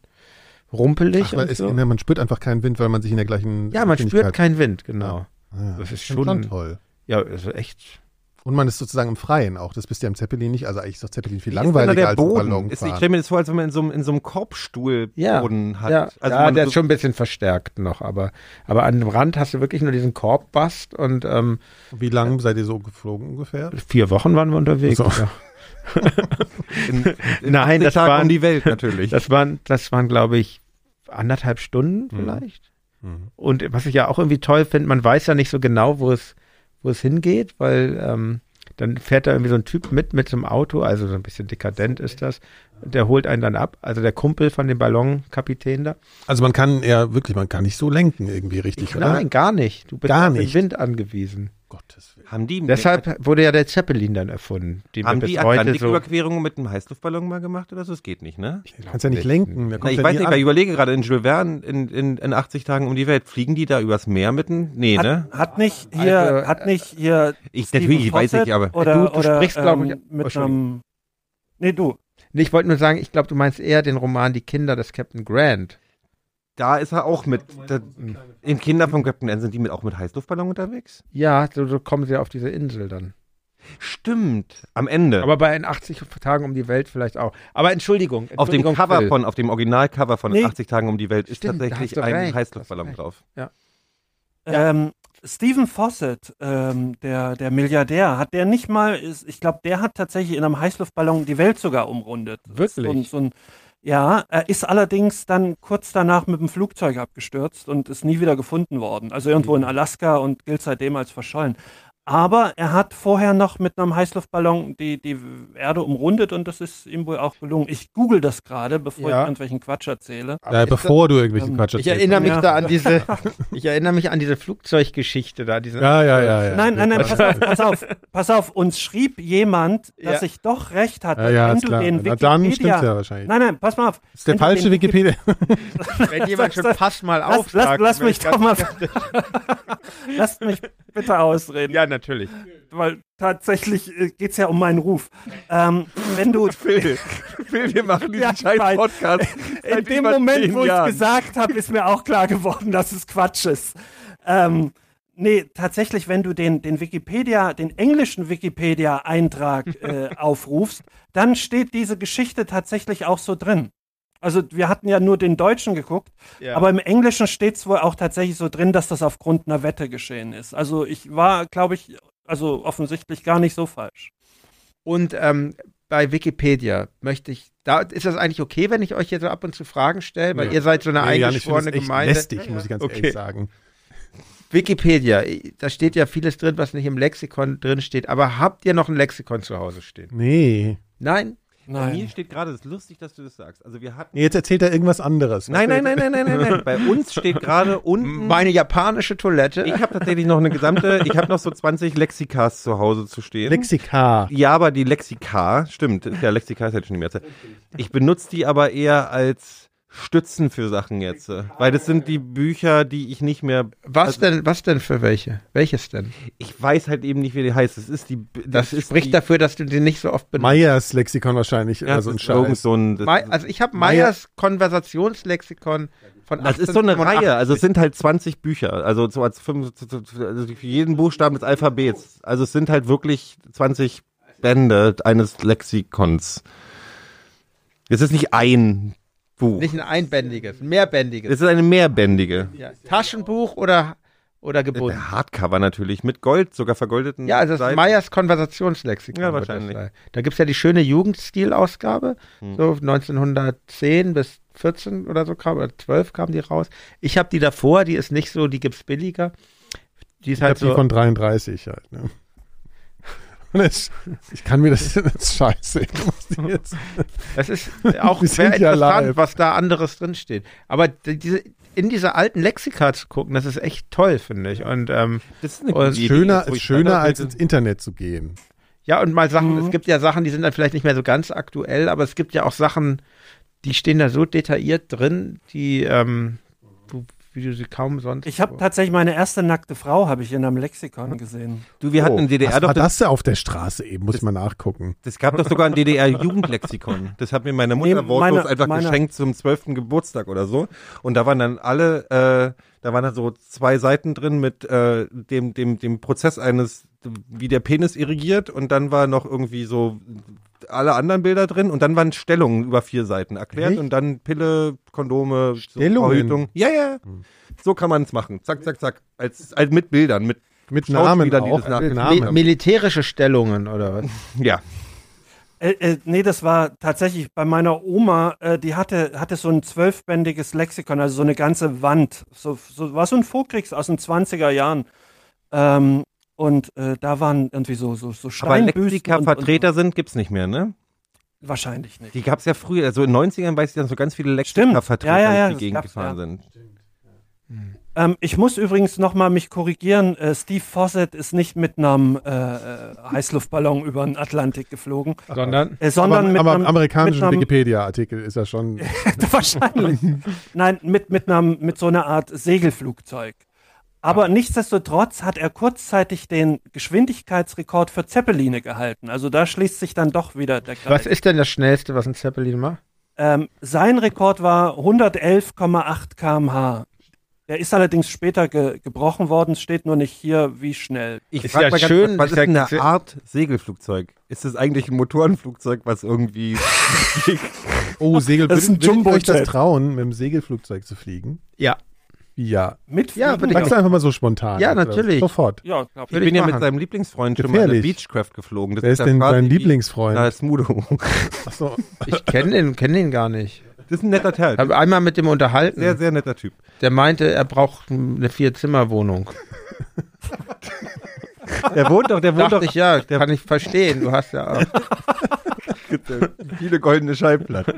rumpelig. Ach, man, und ist, so. ne, man spürt einfach keinen Wind, weil man sich in der gleichen ja, man spürt Geschwindigkeit- keinen Wind, genau. Ah, ja. das ist schon schon- toll. Ja, also echt. Und man ist sozusagen im Freien auch. Das bist du ja im Zeppelin nicht. Also eigentlich ist doch Zeppelin viel Wie ist denn da langweiliger der als im Boden. Ballon Ist, ich fahren. stelle mir das vor, als wenn man in so einem, in so einem Korbstuhlboden ja, hat. Ja, also ja man der so, ist schon ein bisschen verstärkt noch, aber, aber an dem Rand hast du wirklich nur diesen Korbbast und ähm, Wie lang seid ihr so geflogen ungefähr? vier Wochen waren wir unterwegs. Ach so. Ja. in, in Nein, das Tag waren- um die Welt natürlich. Das waren, das waren, glaube ich, anderthalb Stunden vielleicht. Mhm. Und was ich ja auch irgendwie toll finde, man weiß ja nicht so genau, wo es, wo es hingeht, weil ähm, dann fährt da irgendwie so ein Typ mit mit so einem Auto, also so ein bisschen dekadent ist das. Und der holt einen dann ab, also der Kumpel von dem Ballonkapitän da. Also man kann eher wirklich, man kann nicht so lenken irgendwie richtig, oder? Nein, gar nicht. Du bist Gar auf den nicht. Wind angewiesen. Gottes Willen. haben die, Deshalb wurde ja der Zeppelin dann erfunden, den haben wir die bis heute so. Atlantiküberquerungen mit einem Heißluftballon mal gemacht oder so? Das geht nicht, ne? Du kannst ja nicht lenken. Da Na, kommt ich ja weiß nie nicht, an. weil ich überlege gerade in Jules Verne in, in, in 80 Tagen um die Welt. Fliegen die da übers Meer mitten? Nee, ne? Hat, hat nicht hier, Also, hat nicht hier. Ich Steven natürlich, weiß Fawcett ich, aber. Oder, Du- du oder, sprichst, ähm, glaub ich- oh, mit Entschuldigung. einem. Nee, du. Nee, ich wollte nur sagen, ich glaube, du meinst eher den Roman Die Kinder des Captain Grant. Da ist er auch mit. Da, in Kinder von Captain N sind die mit, auch mit Heißluftballon unterwegs? Ja, so, so kommen sie auf diese Insel dann. Stimmt, am Ende. Aber bei in 80 Tagen um die Welt vielleicht auch. Aber Entschuldigung. auf dem Entschuldigung, Cover Phil. von, auf dem Originalcover von Nee. 80 Tagen um die Welt ist Stimmt, da hast tatsächlich du ein recht, Heißluftballon hast du drauf. Ähm, Stephen Fawcett, ähm, der, der Milliardär, hat der nicht mal, ist, ich glaube, der hat tatsächlich in einem Heißluftballon die Welt sogar umrundet. Wirklich? Und so ein, ja, er ist allerdings dann kurz danach mit dem Flugzeug abgestürzt und ist nie wieder gefunden worden. Also irgendwo Mhm. in Alaska und gilt seitdem als verschollen. Aber er hat vorher noch mit einem Heißluftballon die, die Erde umrundet und das ist ihm wohl auch gelungen. Ich google das gerade, bevor Ja. ich irgendwelchen Quatsch erzähle. Ja, bevor du irgendwelchen Ähm, Quatsch Ich erzählst. erinnere mich Ja. da an diese, ich erinnere mich an diese Flugzeuggeschichte da, diese. Ja, ja, ja. ja. Nein, nein, nein, Also, pass auf, pass auf, pass auf. Uns schrieb jemand, dass Ja. ich doch recht hatte, Ja, ja, also wenn ist du klar. den Na, dann Wikipedia. stimmt's ja wahrscheinlich. Nein, nein, pass mal auf. ist der Wenn du falsche den Wikipedia. Wenn jemand schon passt mal Lass- auf. lass- sagt, ne? lass wenn mich ich ganz- doch mal- Lasst mich bitte ausreden, Ja, natürlich. weil tatsächlich äh, geht's ja um meinen Ruf. Ähm, wenn du Phil, Phil, wir machen diesen Ja, ich scheiß weiß. Podcast. in seit dem über Moment, zehn wo ich Jahren. gesagt habe, ist mir auch klar geworden, dass es Quatsch ist. Ähm, nee, tatsächlich, wenn du den, den Wikipedia, den englischen Wikipedia-Eintrag äh, aufrufst, dann steht diese Geschichte tatsächlich auch so drin. Also wir hatten ja nur den Deutschen geguckt, Ja. aber im Englischen steht es wohl auch tatsächlich so drin, dass das aufgrund einer Wette geschehen ist. Also ich war, glaube ich, also offensichtlich gar nicht so falsch. Und ähm, bei Wikipedia möchte ich, da ist das eigentlich okay, wenn ich euch jetzt so ab und zu Fragen stelle, weil Nee. ihr seid so eine Nee, Jan, ich finde eingeschworene das echt Gemeinde. lästig, muss ich ganz Okay. ehrlich sagen. Wikipedia, da steht ja vieles drin, was nicht im Lexikon drin steht. Aber habt ihr noch ein Lexikon zu Hause stehen? Nee. Nein? Bei Mir steht gerade, das ist lustig, dass du das sagst. Also wir hatten. Nee, Jetzt erzählt er irgendwas anderes. Nein, nein, nein, nein, nein, nein, nein. Bei uns steht gerade Hm. unten. Meine japanische Toilette? Ich habe tatsächlich noch eine gesamte, ich habe noch so 20 Lexikas zu Hause zu stehen. Lexika. ja, aber die Lexika, stimmt, ist ja Lexika ist jetzt schon die Mehrzahl. Ich benutze die aber eher als Stützen für Sachen jetzt. äh, Weil das sind die Bücher, die ich nicht mehr. Was denn, was denn für welche? Welches denn? Ich weiß halt eben nicht, wie die heißt. Das ist die. Das, ist spricht die, dafür, dass du den nicht so oft benutzt. Meyers Lexikon wahrscheinlich. Ja, oder das so ein ist irgend Scheiß. so also ein. Das, Mei- also ich habe Meyers Konversationslexikon von das ist so eine 1885. Reihe. Also es sind halt 20 Bücher. Also so als fünf, also für jeden Buchstaben des Alphabets. Also es sind halt wirklich 20 Bände eines Lexikons. Es ist nicht ein Buch. Nicht ein einbändiges, ein mehrbändiges. Es ist eine mehrbändige. Ja. Taschenbuch oder, oder gebunden. Der Hardcover natürlich, mit Gold, sogar vergoldeten Ja, also das ist Seiten. Meyers Konversationslexikon. Ja, wird das wahrscheinlich. Hm. sein. Da gibt es ja die schöne Jugendstilausgabe, so 1910 bis 14 oder so kam, oder 12 kam die raus. Ich habe die davor, die ist nicht so, die gibt's billiger. Die ist Ich halt hab die so, von 33 halt. Ne? Und jetzt, ich kann mir das jetzt scheiße. Ich muss die jetzt, das ist auch Wir sehr sind ja interessant, live. was da anderes drinsteht. Aber die, diese, in diese alten Lexika zu gucken, das ist echt toll, finde ich. Und ähm, Das ist eine Oh, gute ist Idee, schöner jetzt, wo ist ich schöner gerade- als ins Internet zu gehen. Ja, und mal Sachen, es gibt ja Sachen, die sind dann vielleicht nicht mehr so ganz aktuell, aber es gibt ja auch Sachen, die stehen da so detailliert drin, die, ähm, wo, wie du sie kaum sonst. Ich halt habe tatsächlich meine erste nackte Frau habe ich in einem Lexikon gesehen. Du, wir hatten in Oh, Was DDR doch war das, das da auf der Straße eben? Muss ich mal nachgucken. das gab doch sogar ein DDR-Jugendlexikon. Das hat mir meine Mutter Nee, wortlos meine- einfach meine- geschenkt zum 12. Geburtstag oder so. Und da waren dann alle, äh, da waren dann so zwei Seiten drin mit äh, dem, dem, dem Prozess eines, wie der Penis irrigiert und dann war noch irgendwie so alle anderen Bilder drin und dann waren Stellungen über vier Seiten erklärt Echt? und dann Pille, Kondome, so Stellungen? Verhütung. Ja, ja. Hm. So kann man es machen. Zack, zack, zack. Als, als mit Bildern, mit Mit Namen Schauspielern, die auch. das nach- mit Mi- Namen. militärische Stellungen oder was? ja. Äh, äh, nee, das war tatsächlich bei meiner Oma, äh, die hatte, hatte so ein zwölfbändiges Lexikon, also so eine ganze Wand. So, so, war so ein Vorkriegs aus den 20er Jahren. Ähm, und äh, da waren irgendwie so, so, so Aber Steinbüsten. Lexika-Vertreter sind, gibt's nicht mehr, ne? Und, und, wahrscheinlich nicht. Die gab's ja früher, also in den 90ern weiß ich, dass so ganz viele Lexika-Vertreter Ja, ja, ja, durch das die Gegend gab's, gefahren ja. sind. Ähm, ich muss übrigens nochmal mich korrigieren. Äh, Steve Fawcett ist nicht mit einem äh, äh, Heißluftballon über den Atlantik geflogen, Sondern äh, sondern aber, mit aber einem amerikanischen mit einem- Wikipedia-Artikel ist ja schon. Wahrscheinlich. Nein, mit, mit, einem, mit so einer Art Segelflugzeug. Aber nichtsdestotrotz hat er kurzzeitig den Geschwindigkeitsrekord für Zeppeline gehalten. Also da schließt sich dann doch wieder der Kreis. was ist denn das Schnellste, was ein Zeppelin macht? Ähm, sein Rekord war 111,8 km/h. Der ist allerdings später ge gebrochen worden. Es steht nur nicht hier, wie schnell. Ich Ist frage ja mal ganz schön, kurz, was ist ist ja denn sehr- eine Art Segelflugzeug? Ist das eigentlich ein Motorenflugzeug, was irgendwie... Oh, Segel. Das ist ein würdet- würdet ihr euch das Jumbojet. trauen, mit dem Segelflugzeug zu fliegen? Ja. Ja. Mit Ja, Fliegen- würde ich Sagst du einfach mal so spontan. Ja, natürlich. Sofort. ja, glaub ich Würde ich. bin ich ja mit machen. seinem Lieblingsfreund schon mal in der Gefährlich. Beechcraft geflogen. Das Wer ist ja denn quasi dein wie- Na, Lieblingsfreund? ist Mudo. Ach so. Ich kenne den, kenn den gar nicht. Das ist ein netter Teil. Ich habe einmal mit dem unterhalten, Sehr, sehr netter Typ. der meinte, er braucht eine Vier-Zimmer-Wohnung. Der wohnt doch, der wohnt doch Dachte ich, ja, kann ich verstehen. Du hast ja auch. viele goldene Schallplatten.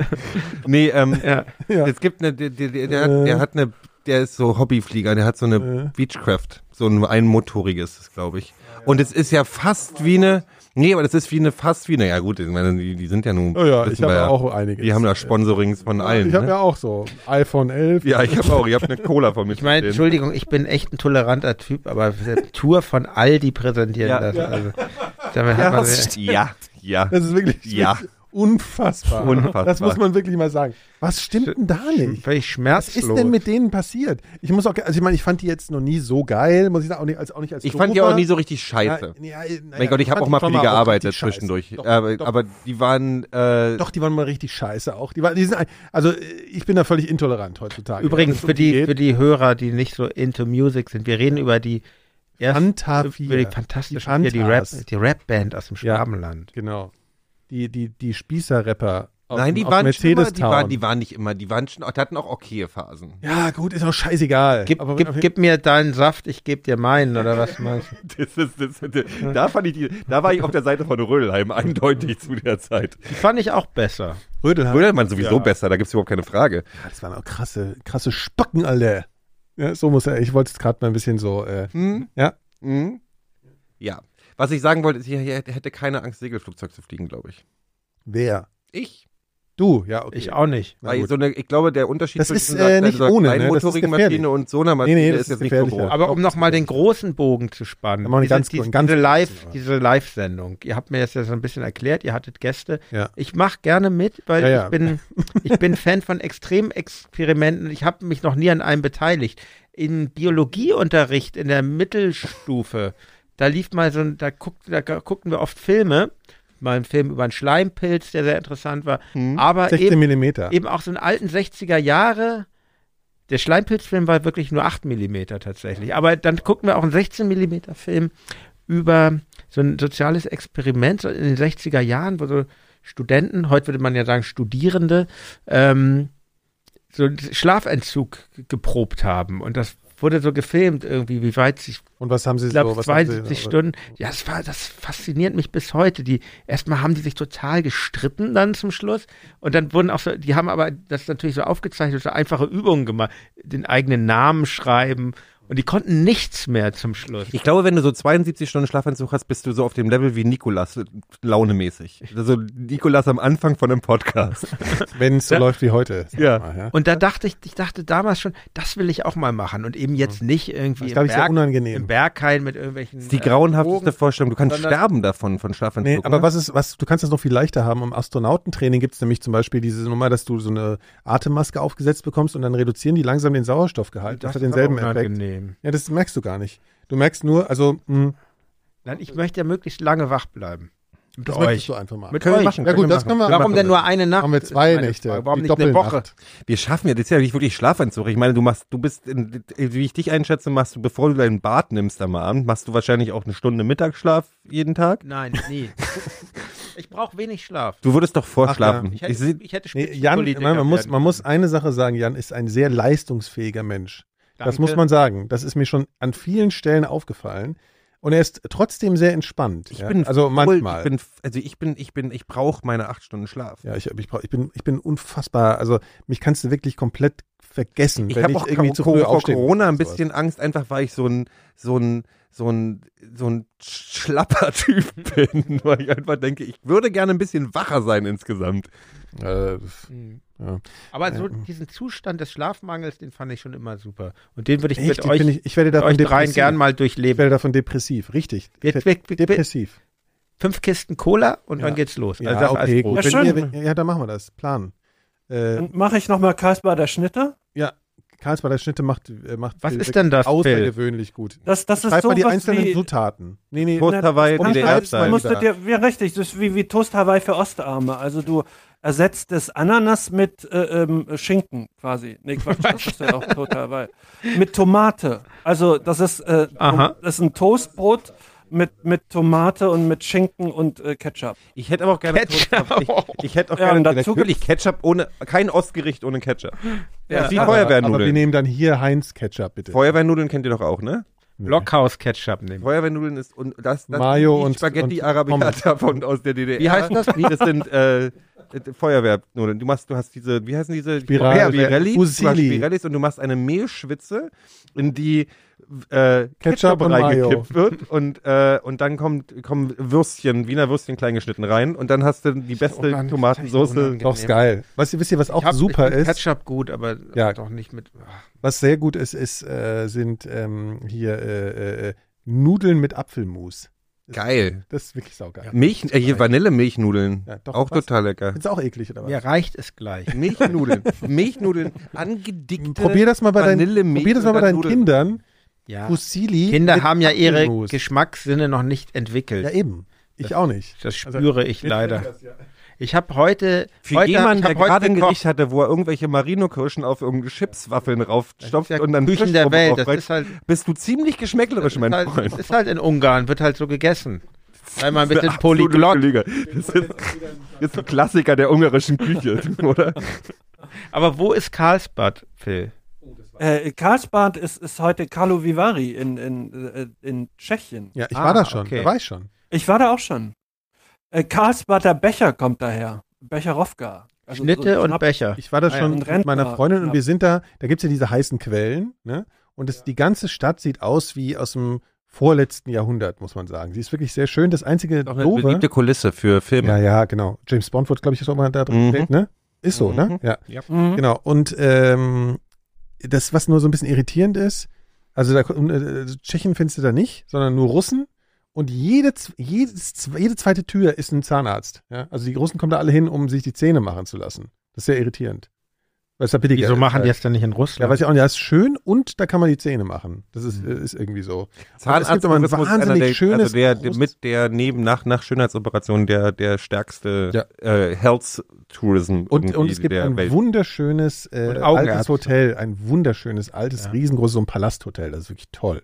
Nee, ähm, Ja. Ja. Äh. es gibt eine, der, der, der, hat, der hat eine, der ist so Hobbyflieger, der hat so eine Beechcraft, so ein einmotoriges, glaube ich. Und es ist ja fast wie eine, nee, aber das ist wie eine, fast wie eine, ja gut, ich meine, die, die sind ja nun, Oh ja, wissen ich habe wir auch einiges. Die haben da Sponsorings von allen, ich habe ne? ja auch so iPhone 11. Ja, ich habe auch, ich habe eine Cola von mir. Ich meine, Entschuldigung, ich bin echt ein toleranter Typ, aber diese Tour von Aldi präsentieren Ja. lassen. Also, damit hat man, Ja, ja. Das ist wirklich Ja. unfassbar. Unfassbar. Das muss man wirklich mal sagen. Was stimmt denn da nicht? völlig Was schmerzlos. ist denn mit denen passiert? Ich muss auch, also ich meine, ich fand die jetzt noch nie so geil, muss ich sagen, auch nicht als, auch nicht als Ich fand die Dopa. auch nie so richtig scheiße. Ja, ja, naja, mein Gott, ich habe fand auch mal für schon die gearbeitet richtig scheiße. zwischendurch. Äh, Doch, aber, doch, aber die waren, äh, doch, die waren mal richtig scheiße auch. Die waren, die sind, ein- also äh, ich bin da völlig intolerant heutzutage. um Übrigens, für die, für die Hörer, die nicht so into Music sind, wir reden über die ersten, Fanta über 4. die fantastische, Die hier die, Rap, Fantas. die Rap-Band aus dem Ja. Schwabenland. Genau. Die, die, die Spießer-Rapper aus, nein, die aus waren, schon immer, Mercedes die waren, die waren nicht immer, die waren schon, die hatten auch okaye Phasen. Ja, gut, ist auch scheißegal. Gib, Aber auf gib, jeden- gib mir deinen Saft, ich geb dir meinen, oder was meinst du? Das ist, das, das, da fand ich die, da war ich auf der Seite von Rödelheim eindeutig zu der Zeit. Die fand ich auch besser. Rödelheim. Rödelheim sowieso Ja. besser, da gibt's überhaupt keine Frage. Ja, Ah, das waren auch krasse, krasse Spacken, Alter. Ja, so muss er, ich wollte es gerade mal ein bisschen so, äh, ja. Mhm. Ja. Was ich sagen wollte, ist, ich hätte keine Angst, Segelflugzeug zu fliegen, glaube ich. Wer? Ich? Du, ja, okay. Ich auch nicht. Na Weil gut. so eine, ich glaube, der Unterschied Das ist, einer- äh, nicht einer ohne, ne? Das ist kleinmotorigen gefährlich. Maschine und so einer Maschine Nee, nee, das ist jetzt ist nicht so gefährlicher. groß. Aber um nochmal den großen Bogen zu spannen, Aber auch nicht diese, ganz diese, groß, ganz diese kurz, Live, aber- diese Live-Sendung. Ihr habt mir das ja so ein bisschen erklärt, ihr hattet Gäste. Ja. Ich mache gerne mit, weil Ja, ja. ich bin ich bin Fan von Extremexperimenten. Ich habe mich noch nie an einem beteiligt. In Biologieunterricht in der Mittelstufe, da lief mal so ein, da guckt, da guckten wir oft Filme mal einen Film über einen Schleimpilz, der sehr interessant war. Hm. Aber 16 eben, Millimeter. eben auch so einen alten 60er Jahre. Der Schleimpilzfilm war wirklich nur 8 Millimeter tatsächlich. Aber dann gucken wir auch einen 16 Millimeter Film über so ein soziales Experiment so in den 60er Jahren, wo so Studenten, heute würde man ja sagen Studierende, ähm, so einen Schlafentzug ge- geprobt haben. Und das wurde so gefilmt irgendwie, wie weit sich Und was haben sie ich glaube, so? Was haben sie- 72 Stunden. Ja, das, war, das fasziniert mich bis heute. Die, erstmal haben die sich total gestritten dann zum Schluss. Und dann wurden auch so, die haben aber das natürlich so aufgezeichnet, so einfache Übungen gemacht. Den eigenen Namen schreiben. Und die konnten nichts mehr zum Schluss. Ich glaube, wenn du so 72 Stunden Schlafanzug hast, bist du so auf dem Level wie Nikolas, äh, launemäßig. Also Nikolas am Anfang von einem Podcast. Wenn es so läuft wie heute. sag Ja. Mal, ja. Und da dachte ich, ich dachte damals schon, das will ich auch mal machen. Und eben jetzt nicht irgendwie Hm. Das glaube ich sehr im unangenehm. Berghain mit irgendwelchen. Die äh, grauenhafteste Drogen. Vorstellung, du kannst Sondern- sterben davon, von Schlafanzug. Nee, aber oder? was ist, was, du kannst das noch viel leichter haben. Im Astronautentraining gibt es nämlich zum Beispiel diese Nummer, dass du so eine Atemmaske aufgesetzt bekommst und dann reduzieren die langsam den Sauerstoffgehalt. Das, hat Das ist aber denselben Effekt. unangenehm. Ja, das merkst du gar nicht. Du merkst nur, also, mh, Nein, ich möchte ja möglichst lange wach bleiben. Mit das euch. möchtest du einfach mal. Ja Mit- Können wir euch. machen, gut, können wir das machen. können wir. Warum machen denn wir. nur eine Nacht? Haben wir Das zwei ist meine Nächte. Frage. Warum Die nicht eine Doppelnacht. Woche? Wir schaffen ja, das ist ja nicht wirklich Schlafanzug. Ich meine, du machst, du bist, in, wie ich dich einschätze, machst du, bevor du deinen Bad nimmst am Abend, machst du wahrscheinlich auch eine Stunde Mittagsschlaf jeden Tag. Nein, nie. ich brauche wenig Schlaf. Du würdest doch vorschlafen. Ich Ich hätte, seh- ich hätte Nee, Jan, Spitzenpolitiker nein, man, muss, werden man muss können. eine Sache sagen, Jan ist ein sehr leistungsfähiger Mensch. Das Danke. muss man sagen. Das ist mir schon an vielen Stellen aufgefallen. Und er ist trotzdem sehr entspannt. ich ja? bin also voll- manchmal. Ich bin, also ich bin, ich bin, ich brauche meine acht Stunden Schlaf. ja, ich, ich, brauch, ich, bin, ich bin unfassbar. Also mich kannst du wirklich komplett vergessen, Ich wenn habe ich auch irgendwie irgendwie zu früh vor aufstehe. Corona ein bisschen Angst, einfach weil ich so ein, so ein, so ein, so ein schlapper Typ bin, weil ich einfach denke, ich würde gerne ein bisschen wacher sein insgesamt. Äh, Mhm. Ja. Aber so diesen Zustand des Schlafmangels, den fand ich schon immer super. Und den würde ich echt, mit ich, bin, euch, ich, ich werde mit davon euch dreien depressiv. gern mal ich durchleben. werde davon depressiv, richtig. Wir- Ich wir- werde wir- depressiv. Fünf Kisten Cola und Ja. dann geht's los. Ja, Also das okay, als gut. Brot. Wenn Ja, ihr, schön. wenn, ja, dann machen wir das. Plan. Äh, Hm. Dann mache ich nochmal Kaspar der Schnitter. Karlsbader Schnitte macht, äh, macht Was Phil ist Beck denn das, Phil? außergewöhnlich gut. Das, das ist Schreib mal die sowas einzelnen wie, Zutaten. Nee, nee. Prost, Hawaii, das- DDR-Style. muss- Musst du dir, ja, richtig, das ist wie, wie Toast Hawaii für Ostarme. Also du ersetzt das Ananas mit äh, ähm, Schinken quasi. Nee, Quatsch, das ist ja auch Toast Hawaii. Mit Tomate. Also das ist, äh, Aha. das ist ein Toastbrot mit, mit Tomate und mit Schinken und äh, Ketchup. Ich hätte aber auch gerne Ketchup. Toast. Ich, ich hätte auch Ja, gerne und dazu natürlich Ketchup ohne kein Ostgericht ohne Ketchup. Ja, das ist wie aber- Aber wir Feuerwehrnudeln. nehmen dann hier Heinz Ketchup, bitte. Feuerwehrnudeln kennt ihr doch auch, ne? Blockhaus-Ketchup nehmen. Feuerwehrnudeln ist und das, das Mayo sind die und- Spaghetti und Arabiata von aus der DDR. Wie heißt das? Wie- Das sind äh, äh, Feuerwehrnudeln. Du machst, du hast diese, wie heißen diese Spirale. Spirelli, du machst Fusilli. Spirellis und du machst eine Mehlschwitze, in die äh, Ketchup, Ketchup und Mayo. reingekippt wird und äh, und dann kommt kommen Würstchen, Wiener Würstchen kleingeschnitten rein und dann hast du die beste unangenehm. Tomatensoße. Doch, ist geil. Was, wisst ihr, was auch super ich find ist? Ketchup gut, aber Ja. doch nicht mit. ach, Was sehr gut ist, ist äh, sind ähm, hier äh, äh, Nudeln mit Apfelmus. Geil. Das ist wirklich saugeil. Milch, äh, hier Vanillemilchnudeln. Ja, doch, auch was? total lecker. Ist auch eklig, oder was? Mir reicht es gleich. Milchnudeln. Milchnudeln angedickte. Probier das mal bei deinen, Vanillemilch probier das mal und bei dann deinen Nudeln. Kindern. Ja. Fusilli Kinder mit haben ja ihre Apfelmus. Geschmackssinne noch nicht entwickelt. Ja, eben. Ich also auch nicht. Das spüre ich leider. ja. Ich habe heute. Für heute jemanden, ich hab der gerade ein gekocht. Gericht hatte, wo er irgendwelche Marinokirschen auf irgendeine Chipswaffeln raufstopft Das ist ja und dann Küchen Fisch der oben Welt, das draufreibt, ist halt- bist du ziemlich geschmäcklerisch, mein ist halt, Freund. das ist halt in Ungarn, wird halt so gegessen. Sei Das mal ein ist bisschen eine absolute polyglott. Lüge. Das ist jetzt ein Klassiker der ungarischen Küche, oder? Aber wo ist Karlsbad, Phil? Äh, Karlsbad ist, ist heute Karlo Vivari in, in, äh, in Tschechien. ich Ah, war da schon. okay. Da war ich schon. Ich war da auch schon. Äh, Karlsbader Becher kommt daher. Becherowka. Also Schnitte so und knapp- Becher. Ich war da Ah ja, schon und mit Rentner, meiner Freundin und ja. wir sind da, da gibt es ja diese heißen Quellen, ne? Und es, die ganze Stadt sieht aus wie aus dem vorletzten Jahrhundert, muss man sagen. Sie ist wirklich sehr schön. Das einzige Doofe. Kulisse für Filme. Ja, ja, genau. James Bond wird, glaube ich, auch mal da drin Mhm. gedreht, ne? Ist so, ne? Mhm. Ja. Mhm. Genau. Und ähm, das, was nur so ein bisschen irritierend ist, also da, und, äh, Tschechen findest du da nicht, sondern nur Russen. Und jede, z- jedes, z- jede zweite Tür ist ein Zahnarzt. Ja? Also die Russen kommen da alle hin, um sich die Zähne machen zu lassen. Das ist sehr irritierend. Weil es da billiger Wieso ist machen die halt. es denn nicht in Ja, Russland? weiß ich auch nicht. Das ist schön und da kann man die Zähne machen. Das ist, äh, ist irgendwie so. Und es gibt aber ein Zahnarzttourismus ist einer wahnsinnig der, schönes. also der, der großes- mit der neben nach, nach Schönheitsoperation der der stärkste äh, Health Tourism und, und irgendwie es gibt der ein Welt. wunderschönes Und äh, Augenarzt. altes Hotel, ein wunderschönes, altes, riesengroßes, so ein Palasthotel. Das ist wirklich toll.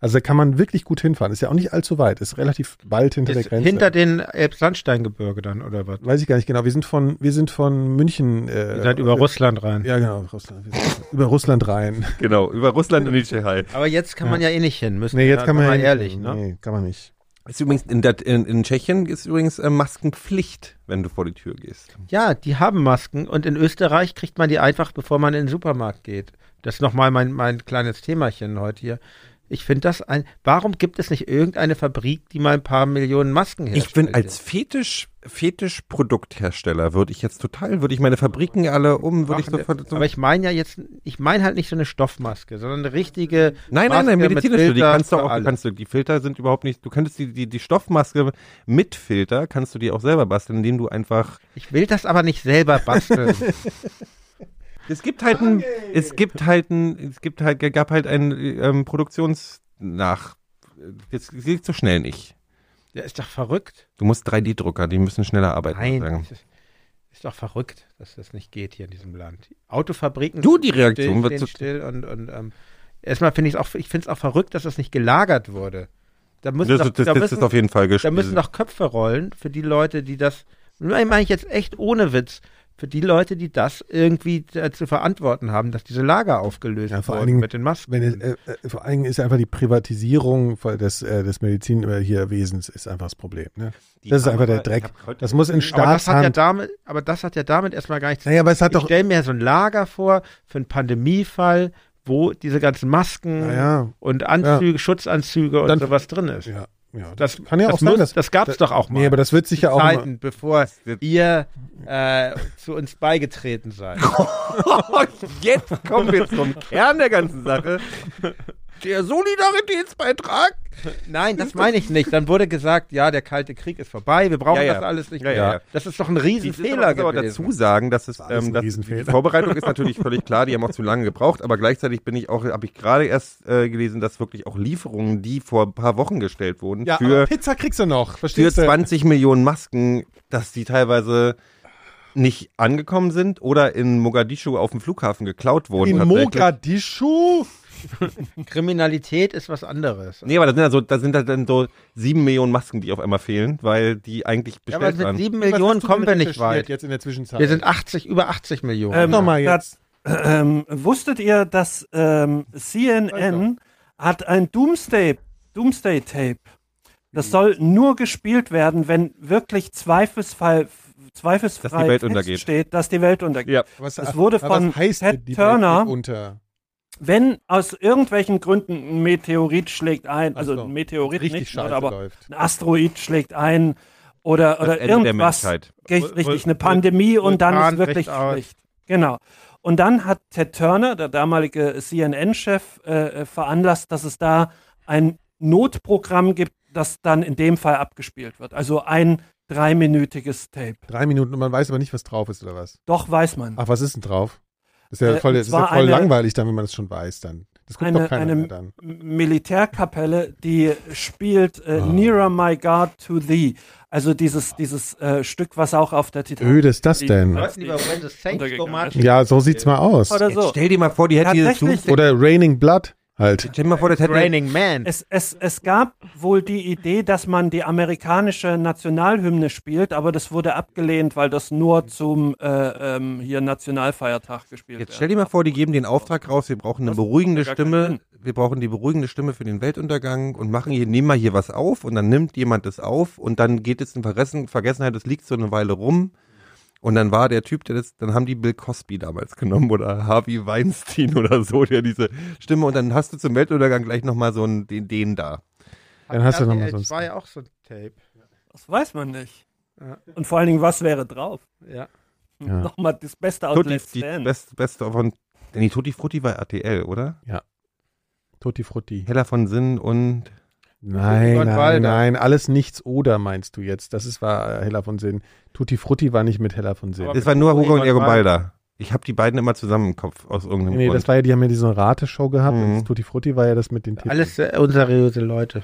Also da kann man wirklich gut hinfahren. Ist ja auch nicht allzu weit. Ist relativ bald hinter der Ist Grenze. hinter den Elbsandsteingebirge dann, oder was? Weiß ich gar nicht genau. Wir sind von, wir sind von München. Äh, Ihr seid über Russland rein. Ja, genau. Russland. Wir sind über Russland rein. Genau, über Russland und die Tschechei. Aber jetzt kann man ja eh nicht hin, müssen Nee, wir jetzt da kann man mal ja- eh ehrlich, ne? Nee, kann man nicht. Ist übrigens in, der, in, in Tschechien ist übrigens äh, Maskenpflicht, wenn du vor die Tür gehst. Ja, die haben Masken und in Österreich kriegt man die einfach, bevor man in den Supermarkt geht. Das ist nochmal mein, mein kleines Themachen heute hier. Ich finde das ein. Warum gibt es nicht irgendeine Fabrik, die mal ein paar Millionen Masken herstellt? Ich bin als Fetisch, Fetischprodukthersteller würde ich jetzt total, würde ich meine Fabriken alle um, würde ich sofort. Aber ich meine ja jetzt, ich meine halt nicht so eine Stoffmaske, sondern eine richtige. Nein, nein, nein, Maske mit medizinisch. Die Filter kannst du für auch, du alles. kannst du, die Filter sind überhaupt nicht, du könntest die, die, die Stoffmaske mit Filter, kannst du die auch selber basteln, indem du einfach, Ich will das aber nicht selber basteln. es gibt halt ein, es gibt halt ein, es gibt halt, gab halt ein ähm, Produktionsnach, das geht so schnell nicht. Der ist doch verrückt. Du musst 3D-Drucker, die müssen schneller arbeiten. Nein, sozusagen. das ist, ist doch verrückt, dass das nicht geht hier in diesem Land. Autofabriken. Du, die Reaktion still, wird zu, stehen still und, und ähm, erstmal finde ich es auch, ich finde es auch verrückt, dass das nicht gelagert wurde. Da müssen, das, doch, das, das, da das müssen, ist auf jeden Fall da müssen gespielt. doch Köpfe rollen für die Leute, die das. Nein, meine ich jetzt echt ohne Witz. Für die Leute, die das irgendwie äh, zu verantworten haben, dass diese Lager aufgelöst Ja, vor allen wurden Dingen, mit den Masken. Wenn, es- äh, äh, vor allen Dingen ist einfach die Privatisierung voll des, äh, des Medizin äh, hier Wesens ist einfach das Problem. Ne? Die Das ist einfach der Kamera- Dreck. ich hab heute- Das muss in aber, das hat ja Staatshand. damit, aber das hat ja damit erstmal gar nichts naja, aber es hat Ich doch. stelle mir so ein Lager vor für einen Pandemiefall, wo diese ganzen Masken Naja, und Anzüge, Schutzanzüge und Dann- sowas drin ist. ja, ja. Das kann ja das auch sein, muss- dass. das gab's doch auch mal. Nee, aber das wird sich ja auch. mal- Zeiten, bevor ihr äh, zu uns beigetreten seid. Jetzt kommen wir zum Kern der ganzen Sache. Der Solidaritätsbeitrag. Nein, das meine ich nicht. Dann wurde gesagt, ja, der Kalte Krieg ist vorbei, wir brauchen Ja, ja. das alles nicht Ja, mehr. ja, ja. Das ist doch ein Die Riesenfehler aber gewesen. dazu sagen, dass es alles ähm, ein dass die Riesenfehler. Vorbereitung ist natürlich völlig klar, die haben auch zu lange gebraucht, aber gleichzeitig bin ich auch habe ich gerade erst äh, gelesen, dass wirklich auch Lieferungen, die vor ein paar Wochen gestellt wurden Ja, aber für Pizza kriegst du noch. für Verstehst du? 20 Millionen Masken, dass die teilweise nicht angekommen sind oder in Mogadischu auf dem Flughafen geklaut wurden. In tatsächlich. Mogadischu. Kriminalität ist was anderes. Nee, aber da sind ja so, da sind da dann so sieben Millionen Masken, die auf einmal fehlen, weil die eigentlich Ja, aber bestellt mit waren. sieben Was Millionen hast du kommen wir damit nicht recherchiert weit. Jetzt in der Zwischenzeit. Wir sind 80, über 80 Millionen. Ähm, Noch mal das- jetzt. Ähm, wusstet ihr, dass ähm, CNN hat ein Doomsday, Doomsday Tape? Das soll nur gespielt werden, wenn wirklich Zweifelsfall, zweifelsfrei Dass die Welt untergeht. steht, dass die Welt untergeht. Ja. Was, Es wurde aber von was heißt Ted denn die Turner- Welt geht unter. Wenn aus irgendwelchen Gründen ein Meteorit schlägt ein, also Ach so. ein Meteorit richtig nicht, scheiße oder aber läuft. ein Asteroid schlägt ein oder, oder Ende der irgendwas. Menschheit. Vul- Richtig, Vul- richtig, eine Pandemie und dann Vulkan ist wirklich bricht aus. schlecht. Genau. Und dann hat Ted Turner, der damalige CNN-Chef, äh, äh, veranlasst, dass es da ein Notprogramm gibt, das dann in dem Fall abgespielt wird. Also ein dreiminütiges Tape. Drei Minuten und man weiß aber nicht, was drauf ist oder was. Doch weiß man. Ach, was ist denn drauf? Das ist ja Äh, voll, und das ist ja zwar voll eine- langweilig dann, wenn man das schon weiß dann. Das guckt eine- doch keiner eine- mehr dann. M- Militärkapelle, die spielt äh, Nearer My God to Thee. Also dieses, dieses äh, Stück, was auch auf der Titel. Öde ist das denn? Leuten über When the Saints Go Untergegangen. Marching. Ja, so sieht's mal aus. Oder Jetzt so. stell dir mal vor, die hätten dieses Tatsächlich. Doomsday- Oder Raining Blood halt. Stell dir mal vor, das hätten Raining Man. Es, es, es gab wohl die Idee, dass man die amerikanische Nationalhymne spielt, aber das wurde abgelehnt, weil das nur zum äh, ähm, hier Nationalfeiertag gespielt Jetzt wird. stell dir mal vor, die geben den Auftrag raus, wir brauchen eine beruhigende gar keinen Stimme, Sinn. wir brauchen die beruhigende Stimme für den Weltuntergang und machen hier, nehmen mal hier was auf und dann nimmt jemand das auf und dann geht es in Vergessen, Vergessenheit, es liegt so eine Weile rum und dann war der Typ, der das, dann haben die Bill Cosby damals genommen oder Harvey Weinstein oder so, der diese Stimme und dann hast du zum Weltuntergang gleich nochmal so einen, den, den da. Dann hast du noch mal RTL sonst- war ja auch so ein Tape. Das weiß man nicht. Ja. Und vor allen Dingen, was wäre drauf? Ja. Ja. Nochmal das Beste aus Tutti, Let's die Dance. best, beste von, denn die Tutti Frutti war RTL, oder? Tutti Frutti. Heller von Sinn und Nein, Gott, nein, Walder. nein, alles nichts oder meinst du jetzt. Das ist war äh, Heller von Sinn. Tutti Frutti war nicht mit Heller von Sinn. Aber- Das war nur Hugo und Egon Ergo Balda. Ich habe die beiden immer zusammen im Kopf aus irgendeinem Nee, Grund. das war ja, die haben ja diese Rateshow gehabt Mhm. und das Tutti Frutti war ja das mit den Titeln. Alles äh, unseriöse Leute.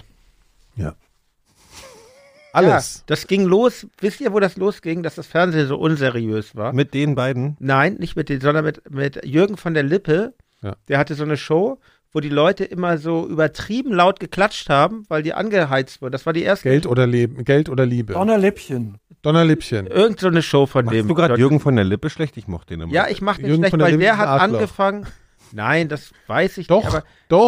Alles. Ja, das ging los. Wisst ihr, wo das losging, dass das Fernsehen so unseriös war? Mit den beiden? Nein, nicht mit denen, sondern mit, mit Jürgen von der Lippe. Ja. Der hatte so eine Show, wo die Leute immer so übertrieben laut geklatscht haben, weil die angeheizt wurden. Das war die erste. Geld oder Leben, Geld oder Liebe. Donnerläppchen. Donnerlippchen. Irgend so eine Show von Machst dem. du gerade Jürgen von der Lippe schlecht? Ich mochte den immer. Ja, ich mach den Jürgen schlecht, von der weil Lippe wer ist hat ein Adler. angefangen? Nein, das weiß ich Doch, nicht. Aber weil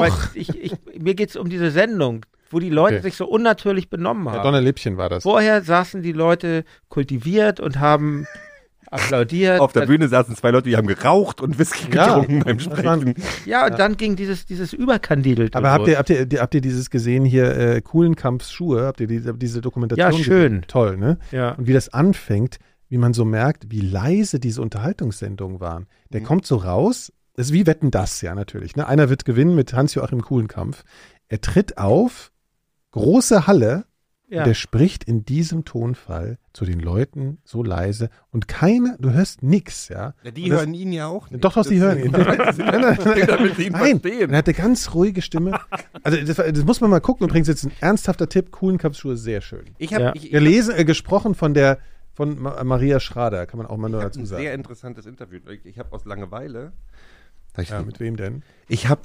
doch. Ich, ich, mir geht es um diese Sendung, wo die Leute Okay. sich so unnatürlich benommen Ja, haben. Donnerlippchen war das. Vorher saßen die Leute kultiviert und haben applaudiert. Auf der Dann- Bühne saßen zwei Leute, die haben geraucht und Whisky Ja. getrunken beim Das waren- Sprechen. Ja, und dann ging dieses, dieses Überkandidelt. Aber habt ihr, habt, ihr, die- habt ihr dieses gesehen hier, äh, Kuhlenkampfs Schuhe? Habt ihr diese, diese Dokumentation Ja, schön. gesehen? Toll, ne? Ja. Und wie das anfängt, wie man so merkt, wie leise diese Unterhaltungssendungen waren. Der kommt so raus, das ist wie Wetten das, ja, natürlich. Ne? Einer wird gewinnen mit Hans-Joachim Kuhlenkampf. Er tritt auf, große Halle, Ja. und er spricht in diesem Tonfall zu den Leuten so leise und keine, du hörst nix, ja. Die Und das- hören ihn ja auch nicht. Doch, doch, sie hören ihn. Nein, nein, nein. Damit sie ihn Nein, verstehen. er hatte ganz ruhige Stimme. Also das, war- das muss man mal gucken. Übrigens jetzt ein ernsthafter Tipp, Kuhlenkampfschuhe, sehr schön. Ich habe Ja. ich, ich Gelesen, äh, gesprochen von der von Ma Maria Schrader, kann man auch mal nur hab dazu ein sagen. sehr interessantes Interview. Ich habe aus Langeweile. Ja, mit wem denn? Ich habe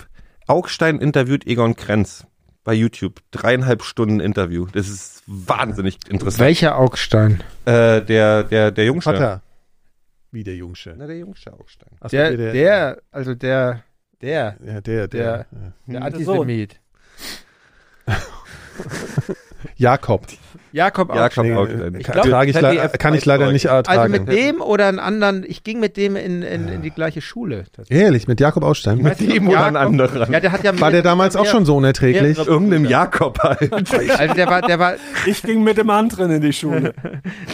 Augstein interviewt Egon Krenz bei YouTube. Dreieinhalb Stunden Interview. Das ist wahnsinnig interessant. Welcher Augstein? Äh, der der, der Jungsche. Ne? Vater. Wie der Jungsche. Na, der Jungsche Augstein. Ach so, Der, hier der, also der, der, ja, der, äh, der, Hm, der Sohn. Antisemit. Jakob. Jakob Jakob Augstein. Nee, Augstein. äh, Ich kann, glaub, trage ich leider, ZDF kann ich leider nicht ertragen. Also mit dem oder einen anderen, ich ging mit dem in, in, in die gleiche Schule. Ehrlich, mit Jakob Ausstein. Weißt du, dem oder ein Jakob- anderer. Ja, der hat ja War der damals auch schon so unerträglich? mehrere- Irgendeinem Jakob halt. Also der war, der war, Ich ging mit dem anderen in die Schule.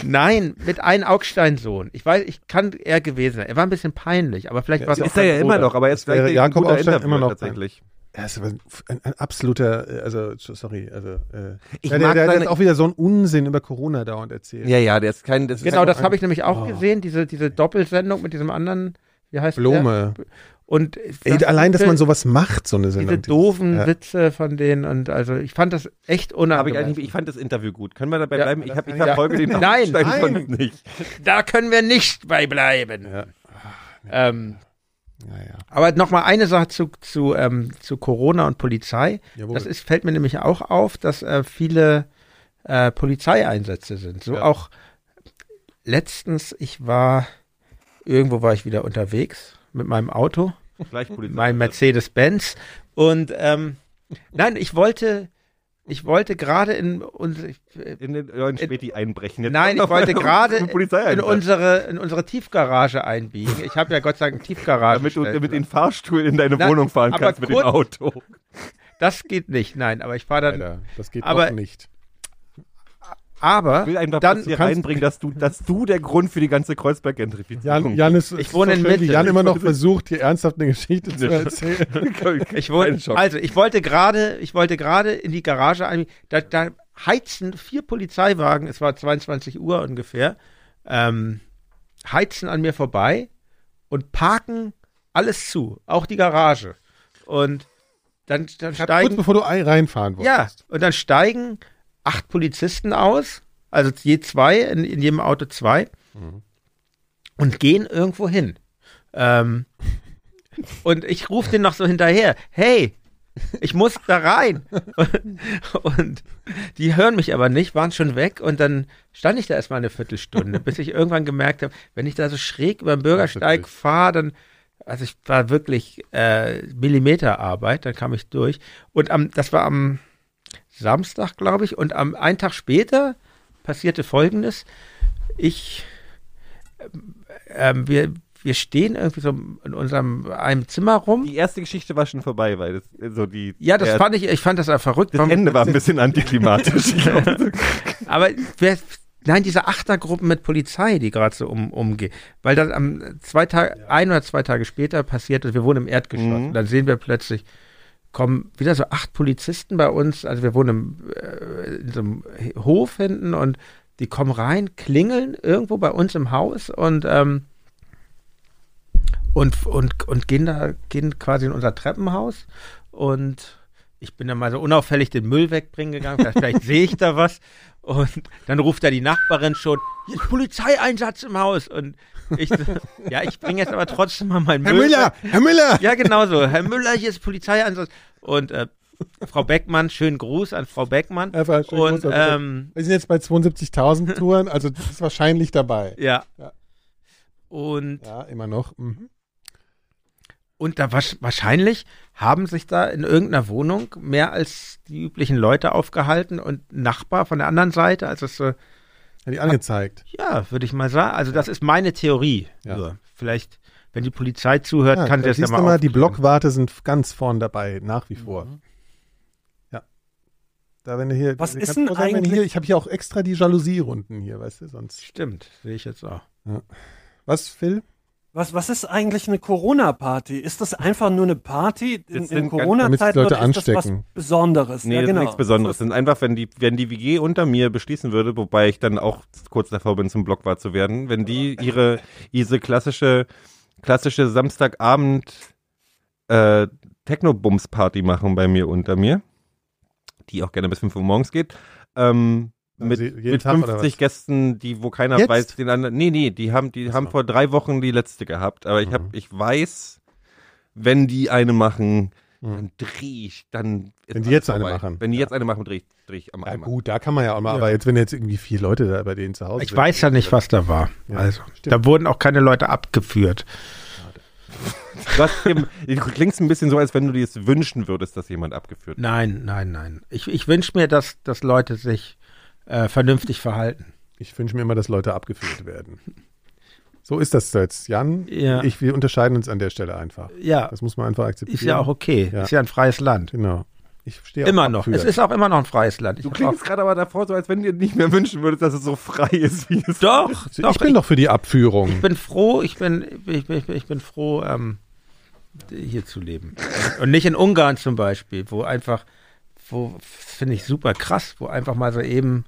nein, mit einem Augstein-Sohn. Ich weiß, ich kann er gewesen sein. Er war ein bisschen peinlich, aber vielleicht war es auch Äh, ist er ja sein immer Bruder. noch, aber jetzt Das wäre vielleicht Jakob guter Augstein immer noch tatsächlich. Er ist aber ein, ein absoluter, äh, also sorry, also äh, Ich ja, der, der, mag der hat seine- jetzt auch wieder so einen Unsinn über Corona dauernd erzählt. Ja, ja, Oh. der ist kein. Das Genau, ist das habe ich nämlich auch gesehen, diese, diese Doppelsendung mit diesem anderen, wie heißt der? Blome. Und Ey, allein, dass man sowas macht, so eine diese Sendung. doofen Ja. Witze von denen und also ich fand das echt Hab ich, unangenehm. eigentlich, ich fand das Interview gut. Können wir dabei Ja, bleiben? Ich, hab, ich ja. verfolge den Nein, Augstein nein. sonst nicht. da können wir nicht bei bleiben. Ja. Ähm, Ja, ja. aber nochmal eine Sache zu, zu, ähm, zu Corona und Polizei. Jawohl. Das ist, fällt mir nämlich auch auf, dass äh, viele äh, Polizeieinsätze sind. So Ja. auch letztens, ich war, irgendwo war ich wieder unterwegs mit meinem Auto. Gleich Polizei. mein Mercedes-Benz. Und ähm, nein, ich wollte, ich wollte gerade in unsere, in den neuen Späti einbrechen. Jetzt nein, ich kommt noch wollte eine- gerade eine Polizei in unsere, in unsere Tiefgarage einbiegen. Ich habe ja Gott sei Dank eine Tiefgarage. damit du mit Stellplatz. dem Fahrstuhl in deine Nein, Wohnung fahren aber kannst mit dem kurz- Auto. das geht nicht, nein, aber ich fahre dann. Alter, das geht Aber- auch nicht. Aber Ich will einfach dann kurz hier kannst- reinbringen, dass du, dass du der Grund für die ganze Jan, Kreuzberg-Gentrifizierung Jan ist, ist so wohne in schön, wie Mitte. Jan immer noch versucht, hier ernsthaft eine Geschichte zu erzählen. ich wollte, also ich wollte gerade, ich wollte gerade in die Garage einbiegen. Da, da heizen vier Polizeiwagen. Es war 22 Uhr ungefähr. Ähm, heizen an mir vorbei und parken alles zu, auch die Garage. Und dann, dann Kurz steigen bevor du ein- reinfahren ja wolltest. und dann steigen acht Polizisten aus, also je zwei in, in jedem Auto zwei Mhm. und gehen irgendwo hin. Ähm, und ich rufe den noch so hinterher, hey, ich muss da rein. Und die hören mich aber nicht, waren schon weg. Und dann stand ich da erstmal eine Viertelstunde, bis ich irgendwann gemerkt habe, wenn ich da so schräg über den Bürgersteig Natürlich. fahre, dann, also ich war wirklich äh, Millimeterarbeit, dann kam ich durch. Und am, das war am Samstag, glaube ich. Und am einen Tag später passierte Folgendes. Ich, ähm, wir, wir stehen irgendwie so in unserem einem Zimmer rum. Die erste Geschichte war schon vorbei, weil das so die Ja, das der, fand ich, ich fand das auch verrückt. das Warum- Ende war ein bisschen antiklimatisch. ich glaube. Aber wer, nein, diese Achtergruppen mit Polizei, die gerade so um, umgehen. Weil dann am zwei Tage, ein oder zwei Tage später passiert, ist, wir wohnen im Erdgeschoss. Mhm. Und dann sehen wir plötzlich, kommen wieder so acht Polizisten bei uns. Also wir wohnen im, äh, in so einem Hof hinten und die kommen rein, klingeln irgendwo bei uns im Haus und ähm, und, und, und gehen da gehen quasi in unser Treppenhaus und ich bin dann mal so unauffällig den Müll wegbringen gegangen, vielleicht, vielleicht sehe ich da was und dann ruft da die Nachbarin schon, hier ist Polizeieinsatz im Haus und ich, so, ja, ich bringe jetzt aber trotzdem mal meinen Herr Müll Müller, Herr Müller! ja, genau so. Herr Müller, hier ist Polizeieinsatz. Und äh, Frau Beckmann, schönen Gruß an Frau Beckmann. Einfach schön Und groß, aber- ähm, wir sind jetzt bei 72.000 Touren, also das ist wahrscheinlich dabei. ja. Ja. Und, Ja, immer noch. Mhm. und da wasch- wahrscheinlich haben sich da in irgendeiner Wohnung mehr als die üblichen Leute aufgehalten und ein Nachbar von der anderen Seite. Also es, äh, Hat die angezeigt. ja, würde ich mal sagen. Also das ist meine Theorie. Ja. So, vielleicht, wenn die Polizei zuhört, Ja, kann sie da das ja siehst du mal, Mhm. mal, die aufklären. Blockwarte sind ganz vorn dabei, nach wie vor. Ja. Da, wenn du hier. Was du ist kannst denn froh sein, wenn du eigentlich- Hier, ich habe hier auch extra die Jalousie-Runden hier, weißt du, sonst. Stimmt, sehe ich jetzt auch. Was, Phil? Was, was ist eigentlich eine Corona-Party? Ist das einfach nur eine Party in, Das sind in ganz- damit Corona-Zeit die Leute oder ist das was anstecken. Besonderes? Nee, ja, das ist genau. nichts Besonderes. Das sind einfach, wenn die, wenn die WG unter mir beschließen würde, wobei ich dann auch kurz davor bin, zum Blockwart zu werden, wenn die ihre, diese klassische, klassische Samstagabend äh, Techno-Bums-Party machen bei mir unter mir, die auch gerne bis 5 Uhr morgens geht, ähm, mit, Also jeden mit Tag oder 50 Gästen, die, wo keiner Jetzt? weiß, den anderen. Nee, nee, die haben, die Ach haben so. vor drei Wochen die letzte gehabt, aber ich hab, Mhm. ich weiß, wenn die eine machen, Mhm. dann dreh ich, dann. ist Wenn die alles jetzt eine machen. Wenn die Ja. jetzt eine machen, dreh ich, dreh ich am Ja, Eimer. gut, da kann man ja auch mal. Aber jetzt, wenn jetzt irgendwie vier Leute da bei denen zu Hause Ich sind. weiß ja nicht, was da war. Ja, also, stimmt. da wurden auch keine Leute abgeführt. Du, hast eben, du klingst ein bisschen so, als wenn du dir es wünschen würdest, dass jemand abgeführt wird. Nein, nein, nein. Ich, ich wünsche mir, dass, dass Leute sich äh, vernünftig verhalten. Ich wünsche mir immer, dass Leute abgeführt werden. So ist das jetzt, Jan. Ja. Ich, wir unterscheiden uns an der Stelle einfach. Ja, Das muss man einfach akzeptieren. ist ja auch okay. Ja. Ist ja ein freies Land. Genau. Ich stehe auf Immer noch. Es Abführen. ist auch immer noch ein freies Land. Ich Du hab klingst gerade aber davor so, als wenn du dir nicht mehr wünschen würdest, dass es so frei ist, wie es auch, doch, doch. ich bin doch für die Abführung. ich bin froh, ich bin, ich bin, ich bin, ich bin froh, ähm, hier zu leben. Und nicht in Ungarn zum Beispiel, wo einfach, wo finde ich super krass, wo einfach mal so eben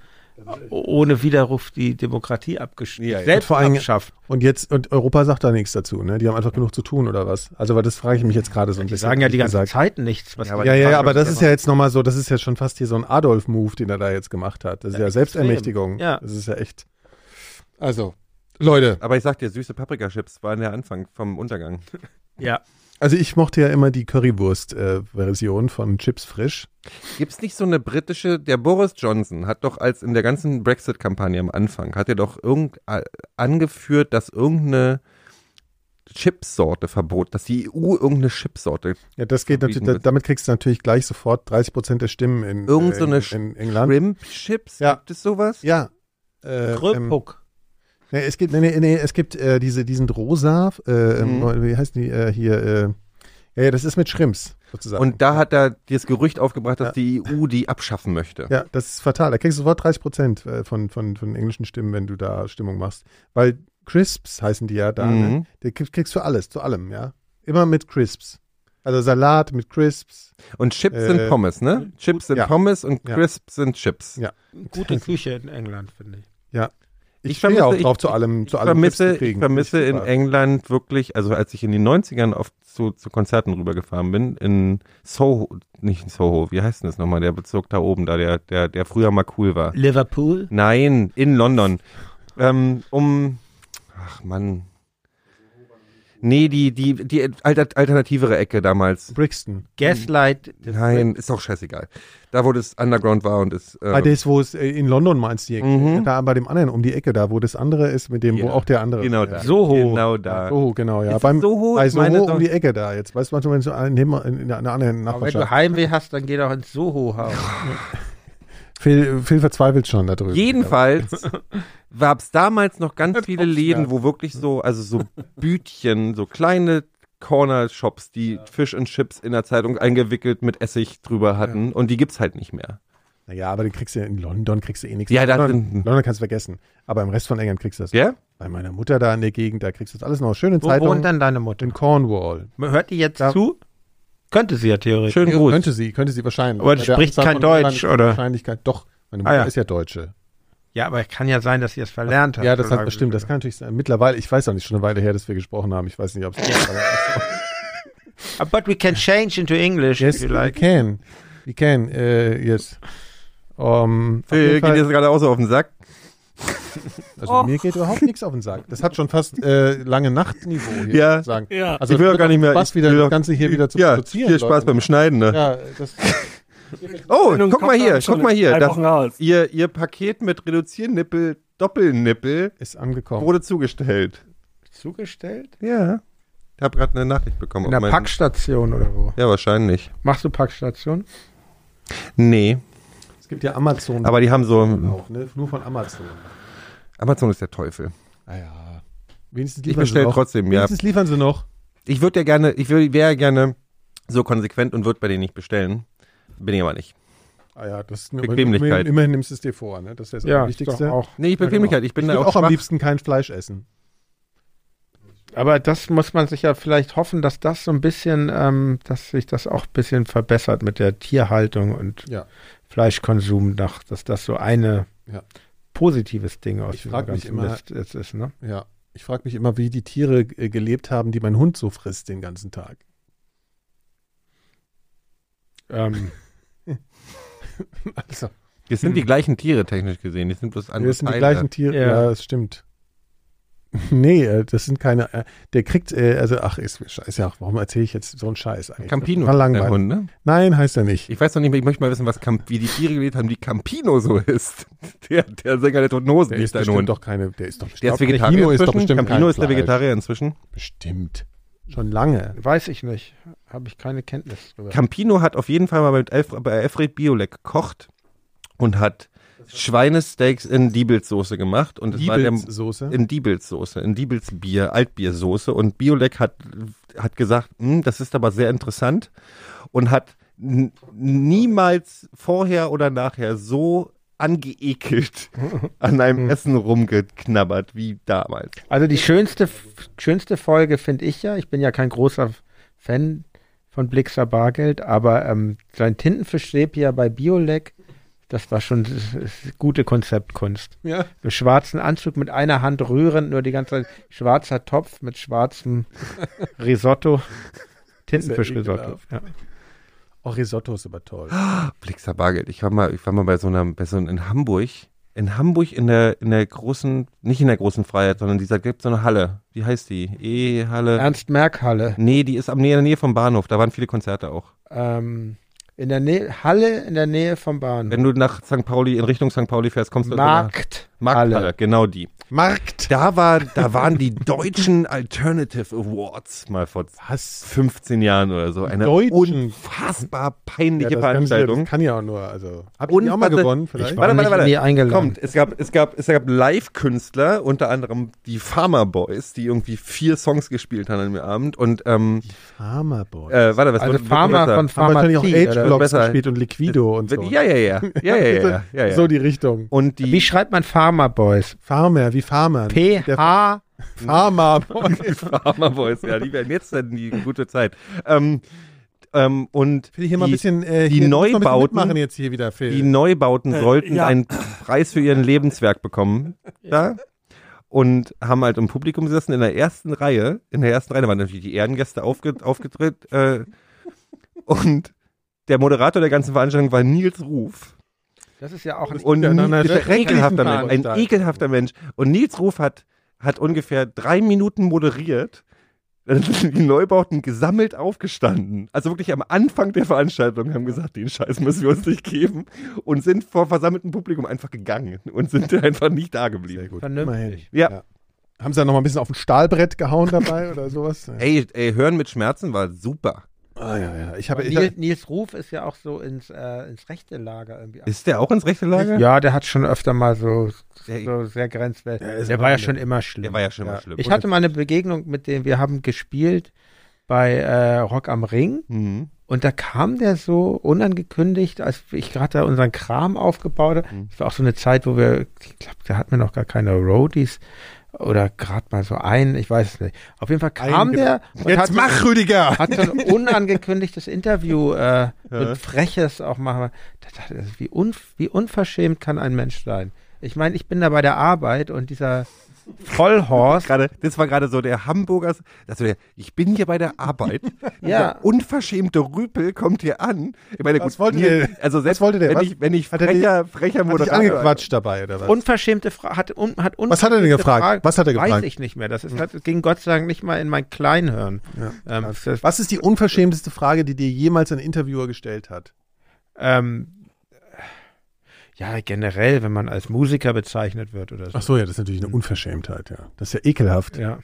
ohne Widerruf die Demokratie abgeschnitten, Ja, ja. Und selbst vor allen Dingen- abschafft. Und jetzt, und Europa sagt da nichts dazu, ne? Die haben einfach genug zu tun, oder was? Also, aber das frage ich mich jetzt gerade so ein Die bisschen. sagen ja die ehrlich ganze gesagt. Zeit nichts. Was die Ja, ja, machen. ja, aber das ist ja jetzt nochmal so, das ist ja schon fast hier so ein Adolf-Move, den er da jetzt gemacht hat. Das ist ja, extrem. Selbstermächtigung. Ja. Das ist ja echt. Also, Leute, Aber ich sag dir, süße Paprikaschips waren der Anfang vom Untergang. Ja. also ich mochte ja immer die Currywurst-Version von Chips Frisch. Gibt's nicht so eine britische, der Boris Johnson hat doch als in der ganzen Brexit-Kampagne am Anfang, hat er doch irgend, äh, angeführt, dass irgendeine Chipsorte verbot, dass die EU irgendeine Chipsorte Ja, das geht Verbieten natürlich, da, wird. damit kriegst du natürlich gleich sofort 30 Prozent der Stimmen in, Irgend so eine äh, in, in England. Shrimp Chips? Ja. Gibt es sowas? Ja. Äh, ähm, Kröpuck. Nee, es gibt, nee, nee, nee, es gibt äh, diese, diesen rosa, äh, ähm, Mhm. wie heißen die äh, hier? Äh, ja, ja, das ist mit Schrimps sozusagen. Und da hat er das Gerücht aufgebracht, dass Ja. die EU die abschaffen möchte. ja, das ist fatal. Da kriegst du sofort 30 Prozent äh, von, von, von englischen Stimmen, wenn du da Stimmung machst. Weil Crisps heißen die ja da. Mhm. Ne? Die krieg- kriegst du alles, zu allem, ja. Immer mit Crisps. Also Salat mit Crisps. Und Chips Äh, sind Pommes, ne? Chips sind ja. Pommes und Ja. Crisps sind Chips. Ja. Gute Küche in England, finde ich. Ich, Ich stehe vermisse- auch ich- drauf, zu allem, zu Ich allem vermisse, Chips zu ich kriegen. vermisse in Furchtbar. England wirklich, also als ich in den 90ern oft zu, zu Konzerten rübergefahren bin, in Soho, nicht in Soho, wie heißt denn das nochmal, der Bezirk da oben, da der, der, der früher mal cool war. Liverpool? Nein, in London. Ähm, um. Ach Mann. Nee, die, die, die alter, alternativere Ecke damals. Brixton. Gaslight? Nein, ist auch scheißegal. Da, wo das Underground war und es. Bei Äh, das, wo es äh, in London meinst du, die Ecke, Mhm. da bei dem anderen um die Ecke, da wo das andere ist, mit dem, wo Ja. auch der andere genau ist. da. Ja. Soho. Genau da. Oh, genau, ja. Ist Beim, es Soho? bei Ich meine Soho doch- um die Ecke da jetzt. Weißt du, manchmal, wenn du einen Nehmer- in einer anderen Aber wenn du Nachbarschaft. Heimweh hast, dann geh doch ins Soho-Haus. halt Phil, Phil verzweifelt schon darüber. Jedenfalls gab es damals noch ganz viele Läden, wo wirklich so, also so Bütchen, so kleine Corner-Shops, die Fish and Chips in der Zeitung eingewickelt mit Essig drüber hatten und die gibt's halt nicht mehr. Naja, aber den kriegst du ja in London, kriegst du eh nichts. Ja, da London, drin- London kannst du vergessen. Aber im Rest von England kriegst du das. Ja? Bei meiner Mutter da in der Gegend, da kriegst du das alles noch. Schöne Wo Zeitung wohnt denn deine Mutter? in Cornwall. Hört die jetzt Da- zu? Könnte sie ja theoretisch. Schönen Gruß. Könnte sie, könnte sie wahrscheinlich. Aber Bei die der spricht Anzahl kein von Deutsch, Kindern ist die oder? Wahrscheinlichkeit, doch. Meine Mutter Ah, ja. ist ja Deutsche. Ja, aber kann ja sein, dass sie es verlernt hat. Ja, das So hat lange- bestimmt, das kann natürlich sein. Mittlerweile, ich weiß auch nicht, schon eine Weile her, dass wir gesprochen haben. Ich weiß nicht, ob es. Uh, But we can change into English yes, if you we like. can. We can, äh, yes. Um, auf Phil, jeden geht Fall- jetzt gerade auch so auf den Sack. also mir geht überhaupt nichts auf den Sack. Das hat schon fast äh, lange Nachtniveau hier, Ja. muss ich sagen. Ja. Also Ich will es auch wird gar nicht mehr- Spaß ich wieder will das auch- Ganze hier wieder zu Ja, produzieren. viel Spaß Leute. beim Schneiden. Ne? Ja, das Oh, Sendung guck mal kommt hier, dann schon guck mal in hier. drei Das, Wochen raus. ihr, ihr Paket mit Reduziernippel, Doppelnippel ist angekommen. wurde zugestellt. Zugestellt? Ja. Ich habe gerade eine Nachricht bekommen. In auf der meinen- Packstation oder wo? Ja, wahrscheinlich. Machst du Packstation? Nee, Es gibt ja Amazon aber die haben so. auch, ne? Nur von Amazon. Amazon ist der Teufel. Naja. Wenigstens Ich liefern sie bestelle noch. trotzdem, ja. Wenigstens liefern sie noch. Ich würde ja gerne, ich wäre ja gerne so konsequent und würde bei denen nicht bestellen. Bin ich aber nicht. Ah ja, das ist mir Bequemlichkeit. Immerhin, immerhin nimmst du es dir vor, ne? Das ist das ist Wichtigste. doch auch. Nee, ich Bequemlichkeit. Ich bin genau. Ich da will auch, auch am schwach. liebsten kein Fleisch essen. Aber das muss man sich ja vielleicht hoffen, dass das so ein bisschen, ähm, dass sich das auch ein bisschen verbessert mit der Tierhaltung und Ja. Fleischkonsum, nach, dass das so eine Ja. positives Ding aus Ich frag mich immer- Mist jetzt ist. Ne? Ja. Ich frage mich immer, wie die Tiere äh, gelebt haben, die mein Hund so frisst den ganzen Tag. Ähm, Also, Das sind die gleichen Tiere technisch gesehen. Die sind bloß andere das sind die Teile. gleichen Tiere. Ja. Ja, das stimmt. Nee, äh, das sind keine. äh, Der kriegt, äh, also, ach, ist mir scheiße. Ja, warum erzähle ich jetzt so einen Scheiß eigentlich? Campino War ist der langweilig. Hund, ne? Nein, heißt er nicht. Ich weiß noch nicht mehr, ich möchte mal wissen, was Camp wie die Tiere gelebt haben, wie Campino so ist. Der, der Sänger der Toten Hosen Der nicht ist dein bestimmt Hund. doch keine. Der ist doch bestimmt. der ist Campino Vegetarier ist doch inzwischen. bestimmt Campino kein ist der Fleisch. Vegetarier inzwischen. Bestimmt. Schon lange. weiß ich nicht. Habe ich keine Kenntnis drüber. Campino hat auf jeden Fall mal mit Elf bei Alfred Biolek gekocht und hat Schweinesteaks in Diebelssoße gemacht und es war der, Soße. in Diebelssoße, in Diebelsbier, Altbiersoße und Biolek hat, hat gesagt, "Hm, das ist aber sehr interessant und hat n- niemals vorher oder nachher so angeekelt an einem Essen rumgeknabbert wie damals. Also die schönste, schönste Folge finde ich ja, ich bin ja kein großer Fan von Blixer Bargeld, aber ähm, sein Tintenfischstäbchen bei Biolek, das war schon das ist gute Konzeptkunst. Ja. Im schwarzen Anzug mit einer Hand rührend, nur die ganze Zeit schwarzer Topf mit schwarzem Risotto. Tintenfischrisotto. ekelhaft. Ja. Oh, Risotto ist aber toll. Blixer Bargeld. Ich war mal, ich war mal bei so einer, bei so einem, in Hamburg, in Hamburg in der, in der großen, nicht in der großen Freiheit, sondern dieser gibt so eine Halle. Wie heißt die? E-Halle. Ernst Merckhalle. Nee, die ist am Nähe, in der Nähe vom Bahnhof. Da waren viele Konzerte auch. Ähm, in der Nähe, Halle in der Nähe vom Wenn Bahnhof. du nach St. Pauli, in Richtung St. Pauli fährst, kommst du Markt. Markthalle, genau die. Markt. Da war, da waren die deutschen Alternative Awards mal vor Was? 15 Jahren oder so. Eine Deutschen? unfassbar Ja, peinliche das, kann, das Veranstaltung. kann ja auch nur. Also, habt ihr die auch mal Unfassbar- gewonnen? Ich Vielleicht? war nicht nie eingeladen. Kommt, es gab, es gab, es gab Live-Künstler, unter anderem die Farmer Boys, die irgendwie vier Songs gespielt haben an dem Abend. Und ähm, Farmerboy. äh, warte, was Also wird- wird Farmer besser? von Haben Farmer wahrscheinlich auch T, oder? Age-Blocks Besser. gespielt und Liquido und so. Ja, ja, ja, ja, ja, ja, ja, ja, ja. So die Richtung. und die Wie schreibt man Farmer Boys? Farmer, wie Farmer. Der PH. Farmerboy. Farmer Boys, ja, die werden jetzt dann die gute Zeit. Ähm, ähm, und Will ich hier mal ein die, bisschen, äh, die hier, muss mal ein bisschen Neubauten- mitmachen jetzt hier wieder, Phil. die Neubauten Äh, sollten ja. einen Preis für ihren Lebenswerk bekommen. Da. Und haben halt im Publikum gesessen, in der ersten Reihe. In der ersten Reihe da waren natürlich die Ehrengäste aufge aufgetreten. Äh, und der Moderator der ganzen Veranstaltung war Nils Ruf. Das ist ja auch ein. Und ja dann Nils- eine ist ein ekelhafter Mensch, ein Veranstaltung. ekelhafter Mensch. Und Nils Ruf hat, hat ungefähr drei Minuten moderiert. Dann sind die Neubauten gesammelt aufgestanden. Also wirklich am Anfang der Veranstaltung haben gesagt, den Scheiß müssen wir uns nicht geben. Und sind vor versammeltem Publikum einfach gegangen und sind einfach nicht da Sehr geblieben. gut. Vernünftig. Immerhin. Ja. Haben sie da noch mal ein bisschen auf ein Stahlbrett gehauen dabei oder sowas? Ja. Ey, ey, Hören mit Schmerzen war super. Ah, ja, ja. Ich habe, ich Nils, Nils Ruf ist ja auch so ins, äh, ins rechte Lager irgendwie. Ist der auch ins rechte Lager? ja, der hat schon öfter mal so, Der- so sehr grenzwertig. Der ist Der war ja Wahnsinn. schon immer schlimm. Der war ja schon mal Ja. schlimm. ich hatte mal eine Begegnung mit dem, wir haben gespielt bei äh, Rock am Ring Mhm. und da kam der so unangekündigt, als ich gerade da unseren Kram aufgebaut habe. Mhm. Das war auch so eine Zeit, wo wir, ich glaube, da hatten wir noch gar keine Roadies oder gerade mal so einen, ich weiß es nicht. Auf jeden Fall kam Einen der und jetzt hat- mach, Rüdiger! hat so ein unangekündigtes Interview äh, und freches auch machen. Da dachte ich, wie, un, wie unverschämt kann ein Mensch sein? Ich meine, ich bin da bei der Arbeit und dieser Vollhorst, Gerade, das war gerade so der Hamburger, also der, ich bin hier bei der Arbeit. Ja. Dieser unverschämte Rüpel kommt hier an. Ich meine, Was gut, wollte der? mir- Also selbst Was wollte der? wenn Was- ich, wenn ich hat er die- frecher, frecher Hat dich Moderator. angequatscht dabei, oder was? unverschämte Frage, hat, un, hat unverschämte Was hat er denn gefragt? Fragen- Was hat er Weiß gefragt? ich nicht mehr. Das, ist, das ging Gott sei Dank nicht mal in mein Kleinhirn. Ähm, das, was ist die unverschämteste Frage, die dir jemals ein Interviewer gestellt hat? ähm, ja, generell, wenn man als Musiker bezeichnet wird oder so. Ach so, ja, das ist natürlich eine Unverschämtheit, ja. Das ist ja ekelhaft. Ja.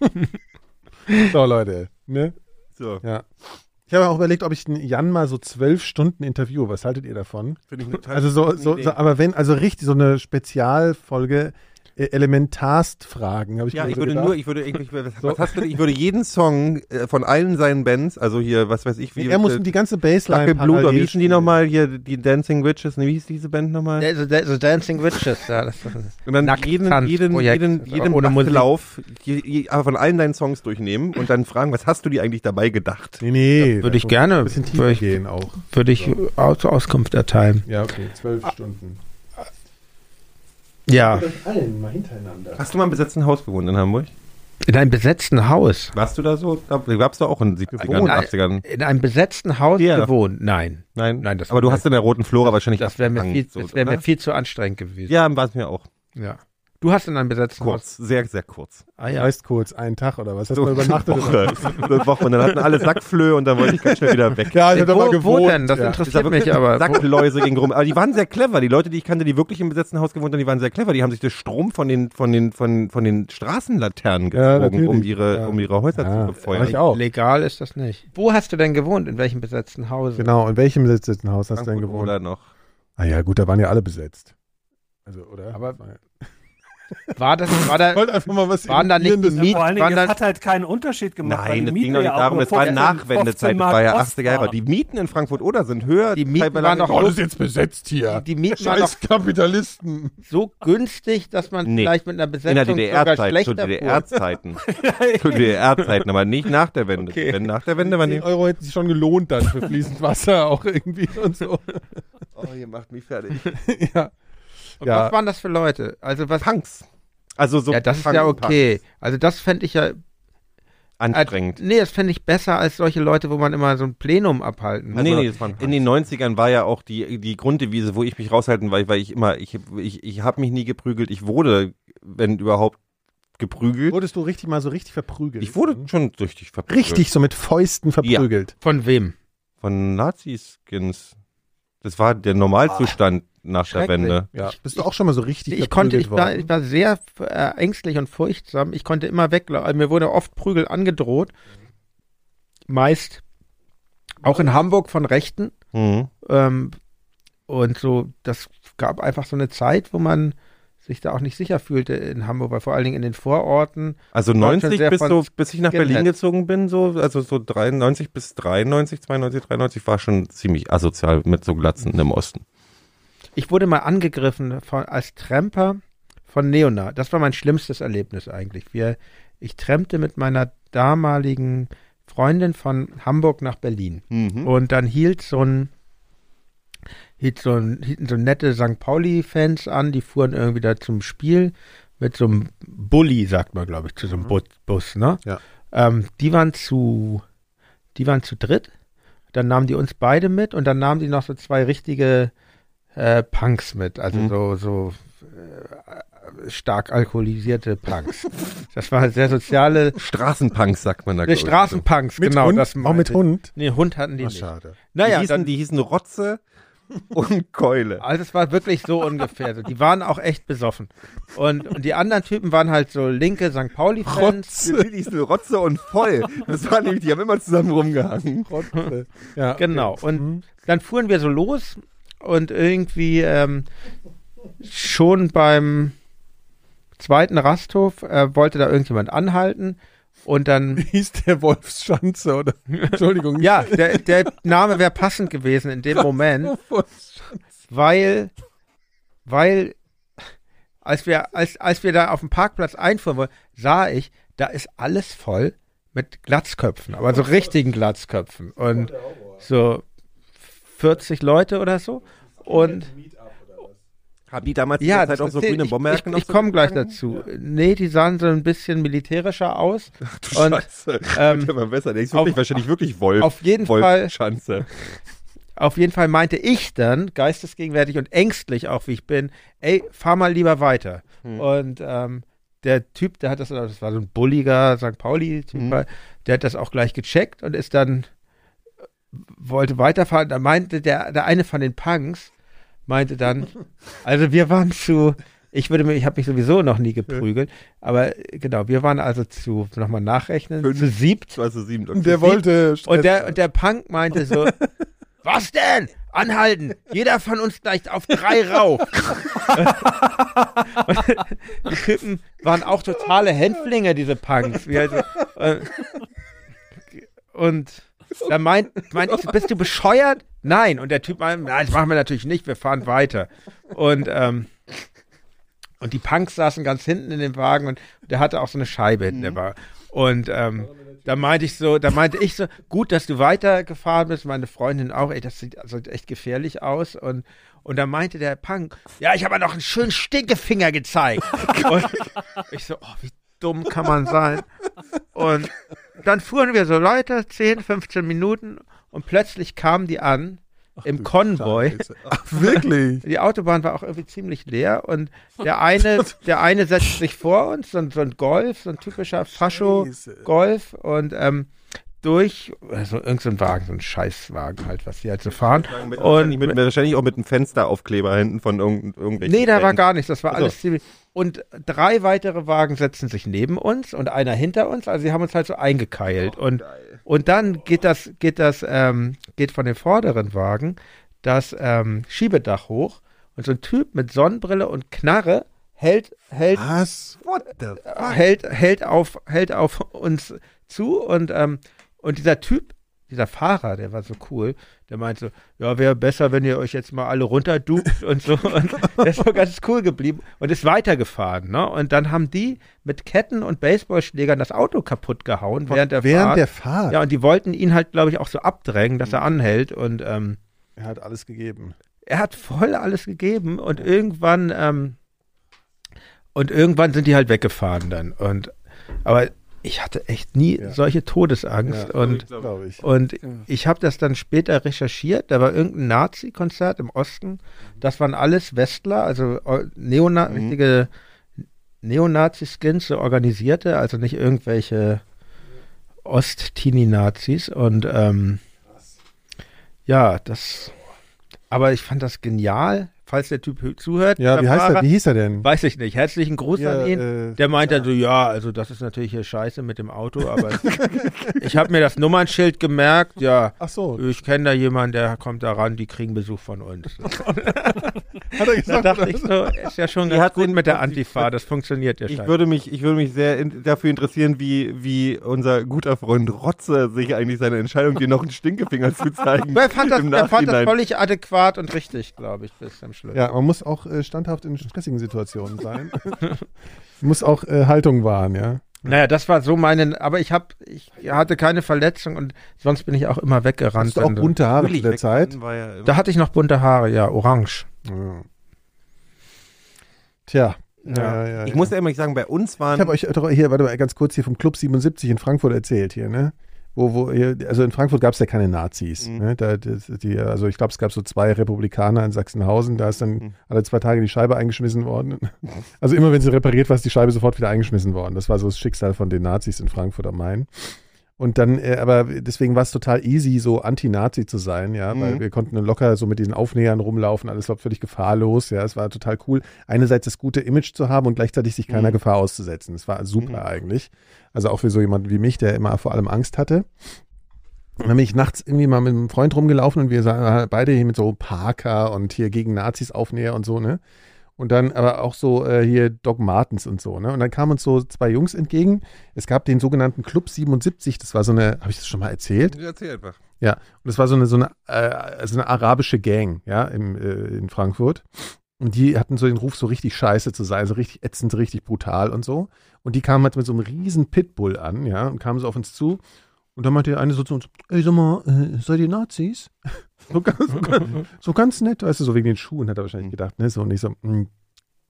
So, Leute, ne? So, Ja. Ich habe auch überlegt, ob ich den Jan mal so zwölf Stunden interviewe. Was haltet ihr davon? finde ich eine total- Also so, so, so aber wenn, also richtig so eine Spezialfolge äh, Elementarst-Fragen, habe ich Ja, mir ich so würde gedacht. nur, ich würde, ich, ich, was hast du, denn? ich würde jeden Song äh, von allen seinen Bands, also hier, was weiß ich, wie er muss äh, die ganze Baseline Dackel Blue, oder wie parallel hießen die spielen. nochmal hier, die Dancing Witches, ne, wie hieß diese Band nochmal? Also, da- so Dancing Witches, ja. Das, Und dann Nackt jeden, Tanz jeden, Projekt, jeden, also jeden ohne Musik. Lauf je, je, aber von allen deinen Songs durchnehmen und dann fragen, was hast du dir eigentlich dabei gedacht? Nee, nee. würde ich da muss gerne. Ein bisschen tiefer Würde ich- gehen auch. würde ich Aus Auskunft erteilen. Ja, okay, zwölf Stunden. Ja. Allen mal hintereinander. Hast du mal im besetzten Haus gewohnt in Hamburg? In einem besetzten Haus. Warst du da so? Da gab's da auch in den 70ern, Gewohnt. 80ern. In einem besetzten Haus Ja. gewohnt. Nein. Nein, Nein, das- aber du hast in der Roten Flora wahrscheinlich Das wäre mir, abgehangen, viel- so, das wär mir oder? viel zu anstrengend gewesen. Ja, war es mir auch. Ja. Du hast in einem besetzten Haus. Kurz, sehr, sehr kurz. Ah, Ja. Also, Heißt kurz, einen Tag oder was? Hast du So mal übernachtet? Woche. Eine Woche. Und dann hatten alle Sackflöhe und dann wollte ich ganz schnell wieder weg. Ja, ich Wo, hab da mal gewohnt. wo denn? Das ja. interessiert mich aber. Wo, Sackläuse gingen rum. Aber die waren sehr clever. Die Leute, die ich kannte, die wirklich im besetzten Haus gewohnt haben, die waren sehr clever. Die haben sich den Strom von den, von den, von, von den Straßenlaternen Ja, gezogen, um natürlich. ihre, Ja. um ihre Häuser Ja, zu mach befeuern. ich auch. legal ist das nicht. Wo hast du denn gewohnt? In welchem besetzten Haus? Genau, in welchem besetzten Haus hast du denn Frankfurt gewohnt? oder noch. Ah ja, gut, da waren ja alle besetzt. Also, oder? Aber- ich War das, war da, wollte einfach mal was waren da nicht die Irritierendes- Miet, Vor allen waren Dingen, da, es hat halt keinen Unterschied gemacht. weil Nein, die es Miete ging doch nicht ja auch darum, nur das war 15 Nachwendezeit, das Mark war ja Ost 80er Jahre. war. Die Mieten in Frankfurt oder sind höher. Die Mieten teilweise waren doch Oh, auch- das ist jetzt besetzt hier. die Mieten waren doch Scheiß Kapitalisten. so günstig, dass man Nee. vielleicht mit einer in der Besetzung sogar DDR-Zeit, zu schlechter fuhr. DDR-Zeiten. zu DDR-Zeiten, aber nicht nach der Wende. Okay. Wenn nach der Wende waren die. 10 Euro hätten sich schon gelohnt dann für fließend Wasser auch irgendwie und so. Oh, ihr macht mich fertig. ja. Und Ja. Was waren das für Leute? Also was? Punks. Also so Ja, das ist Punk- ja okay. Also das fände ich ja Anstrengend. Nee, das fände ich besser als solche Leute, wo man immer so ein Plenum abhalten muss. nee, Also, nee, das waren in den 90ern war ja auch die, die Grunddevise, wo ich mich raushalten, weil, weil ich immer, ich, ich, ich habe mich nie geprügelt, ich wurde, wenn überhaupt, geprügelt. Wurdest du richtig mal so richtig verprügelt? Ich wurde schon richtig verprügelt. richtig so mit Fäusten verprügelt. Von wem? Von Nazi-Skins. Das war der Normalzustand nach der Schrecklich. Wende. Ja. Bist du auch schon mal so richtig Ich verprügelt konnte, ich war, worden? ich war sehr äh, ängstlich und furchtsam. Ich konnte immer weglaufen. Mir wurde oft Prügel angedroht. Meist auch in Hamburg von Rechten. Mhm. Ähm, und so, das gab einfach so eine Zeit, wo man sich da auch nicht sicher fühlte in Hamburg, weil vor allen Dingen in den Vororten. Also Deutschland 90 sehr bis, von so, bis ich nach Skinheads. Berlin gezogen bin, so, also so 93 bis 93, 92, 93 war schon ziemlich asozial mit so Glatzen im Osten. Ich wurde mal angegriffen von, als Tramper von Neona. Das war mein schlimmstes Erlebnis eigentlich. Wir, ich trampte mit meiner damaligen Freundin von Hamburg nach Berlin. Und dann hielt so ein hielt so ein, hielten so nette St. Pauli-Fans an, die fuhren irgendwie da zum Spiel mit so einem Bulli, sagt man, glaube ich, zu so einem Bu- Bus, ne? Ja. Ähm, die waren zu, die waren zu dritt. Dann nahmen die uns beide mit und dann nahmen die noch so zwei richtige äh, Punks mit, also so, so äh, stark alkoholisierte Punks. das waren sehr soziale Straßenpunks sagt man da nee, glaub ich. Also, Straßenpunks, Mit genau. Hund? Das Auch mit meinte ich. Hund? Nee, Hund hatten die Ach, nicht. Ah, schade. Die, Naja, hießen, dann, die hießen Rotze und Keule. also es war wirklich so ungefähr. So. Die waren auch echt besoffen. Und, und die anderen Typen waren halt so linke St. Pauli-Fans. Die hießen Rotze und Voll. Das waren nämlich, die haben immer zusammen rumgehangen. Trottel. Ja. Hm? Genau. Und dann fuhren wir so los und irgendwie ähm, schon beim zweiten Rasthof äh, wollte da irgendjemand anhalten. Und dann, Hieß der Wolfschanze oder? Entschuldigung. ja, der, der Name wäre passend gewesen in dem Moment. weil, weil, als wir, als, als wir da auf dem Parkplatz einfuhren wollten, sah ich, da ist alles voll mit Glatzköpfen, aber so richtigen Glatzköpfen. Oh, Und so 40 Leute oder so. Und, Haben die damals die Ja, Zeit halt auch so erzähl- grüne ich, Bomberjacken ich, ich komme gleich dazu. Nee, die sahen so ein bisschen militärischer aus. Ach du Und, Scheiße. ähm, Ähm, ja, besser. Der ist auf- wirklich, wahrscheinlich wirklich Wolf. auf jeden Wolf Fall- Schanze. Auf jeden Fall meinte ich dann, geistesgegenwärtig und ängstlich auch wie ich bin, ey, fahr mal lieber weiter. Und ähm, der Typ, der hat das, das war so ein bulliger St. Pauli-Typ, Mhm. war- der hat das auch gleich gecheckt und ist dann, wollte weiterfahren. Da meinte der, der eine von den Punks, meinte dann, also wir waren zu, ich würde mir, ich habe mich sowieso noch nie geprügelt, aber äh, genau, wir waren also zu, nochmal nachrechnen, Fünf. zu siebt Zwei zu sieben. okay. Der wollte. und der, und der Punk meinte so, was denn? Anhalten! Jeder von uns gleich auf drei rauf. und die Typen waren auch totale Händlinge, diese Punks. Wie also, äh, und da meint, meint ich, so, bist du bescheuert? Nein. Und der Typ meint, nein, das machen wir natürlich nicht, wir fahren weiter. Und, ähm, und die Punks saßen ganz hinten in dem Wagen und der hatte auch so eine Scheibe hinten der Wagen. Und ähm, da meinte ich so, da meinte ich so, gut, dass du weitergefahren bist, meine Freundin auch, ey, das sieht also echt gefährlich aus. Und, und da meinte der Punk, ja, ich habe noch einen schönen Stinkefinger gezeigt. und ich so, oh, wie dumm kann man sein? Und dann fuhren wir so weiter, 10, 15 Minuten und plötzlich kamen die an im Konvoi. Ach, wirklich? Die Autobahn war auch irgendwie ziemlich leer und der eine, der eine setzt sich vor uns, so, ein- so ein Golf, so ein typischer Fascho-Golf und ähm, durch, also irgendein so ein Wagen, so ein Scheißwagen halt, was die halt so fahren. Mit, Und wahrscheinlich, mit, wahrscheinlich auch mit einem Fensteraufkleber hinten von irgend, irgendwelchen. Nee, da war Bands. gar nichts. Das war Ach so. alles ziemlich. Und drei weitere Wagen setzen sich neben uns und einer hinter uns. Also sie haben uns halt so eingekeilt. und, und dann geht das, geht das, ähm, geht von dem vorderen Wagen das ähm, Schiebedach hoch und so ein Typ mit Sonnenbrille und Knarre hält, hält Was? Ah. hält, hält, auf, hält auf uns zu und, ähm, und dieser Typ, dieser Fahrer, der war so cool, der meint so, ja, wäre besser, wenn ihr euch jetzt mal alle runterdubt und so. Und der ist so ganz cool geblieben und ist weitergefahren. Ne? Und dann haben die mit Ketten und Baseballschlägern das Auto kaputt gehauen während der Während Fahrt. der Fahrt. ja, und die wollten ihn halt, glaube ich, auch so abdrängen, dass er anhält und ähm, Er hat alles gegeben. er hat voll alles gegeben und irgendwann ähm, und irgendwann sind die halt weggefahren dann und aber ich hatte echt nie Ja. solche Todesangst Ja, und Glaube ich. und ich habe das dann später recherchiert. Da war irgendein Nazi-Konzert im Osten. Mhm. Das waren alles Westler, also o- Neona richtige Neonazi-Skins, so organisierte, also nicht irgendwelche Ost-Tini-Nazis. Und ähm, ja, das. Aber ich fand das genial. Falls der Typ hö- zuhört, Ja, der wie, heißt er, Fahrer, wie hieß er denn? Weiß ich nicht. Herzlichen Gruß Hier, an ihn. äh, Der meint dann so, ja, also das ist natürlich hier scheiße mit dem Auto, aber ich habe mir das Nummernschild gemerkt, ja. Ach so, Ich kenne da jemanden, der kommt da ran, die kriegen Besuch von uns. hat er Da gesagt. dachte ich so, ist ja schon Die ganz hat gut den- mit der Antifa, das funktioniert ja Ich schon. würde mich, ich würde mich sehr in, dafür interessieren, wie, wie unser guter Freund Rotze sich eigentlich seine Entscheidung, dir noch einen Stinkefinger zu zeigen, Er fand das, im er fand das Nachhinein- völlig adäquat und richtig, glaube ich, bis zum Schluss. Ja, man muss auch äh, standhaft in stressigen Situationen sein. muss auch äh, Haltung wahren, ja. Naja, das war so meine, aber ich hab, ich hatte keine Verletzung und sonst bin ich auch immer weggerannt. Hast du auch wenn du- bunte Haare zu der Weg- Zeit? war ja immer- da hatte ich noch bunte Haare, ja, orange. Ja. Tja. Ja. ich muss Mhm. ja immer sagen, bei uns waren. Ich habe euch doch hier, warte mal, ganz kurz hier vom Club 77 in Frankfurt erzählt hier, ne? Wo, wo, hier, also in Frankfurt gab es ja keine Nazis. Ne? Da, das, die, also ich glaube, es gab so zwei Republikaner in Sachsenhausen, da ist dann alle zwei Tage die Scheibe eingeschmissen worden. Also immer wenn sie repariert war, ist die Scheibe sofort wieder eingeschmissen worden. Das war so das Schicksal von den Nazis in Frankfurt am Main. Und dann, äh, aber deswegen war es total easy, so Anti-Nazi zu sein, ja, weil wir konnten dann locker so mit diesen Aufnähern rumlaufen, alles war völlig gefahrlos, ja, es war total cool, einerseits das gute Image zu haben und gleichzeitig sich keiner Gefahr auszusetzen. Das war super eigentlich. Also auch für so jemanden wie mich, der immer vor allem Angst hatte. Und dann bin ich nachts irgendwie mal mit einem Freund rumgelaufen und wir sahen beide hier mit so Parker und hier gegen Nazis Aufnäher und so, ne? Und dann aber auch so äh, hier Doc Martens und so, ne? Und dann kamen uns so zwei Jungs entgegen. Es gab den sogenannten Club 77, das war so eine, habe ich das schon mal erzählt? Erzähl einfach. Ja, und das war so eine, so eine, äh, so eine arabische Gang, ja, im, äh, in Frankfurt. Und die hatten so den Ruf, so richtig scheiße zu sein, so richtig ätzend, richtig brutal und so. Und die kamen halt mit so einem riesen Pitbull an, ja, und kamen so auf uns zu. Und dann meinte der eine so zu uns, ey, sag mal, äh, seid ihr Nazis? So ganz, so, ganz, so ganz nett, weißt du, so wegen den Schuhen hat er wahrscheinlich gedacht, ne? So, und ich so, mm,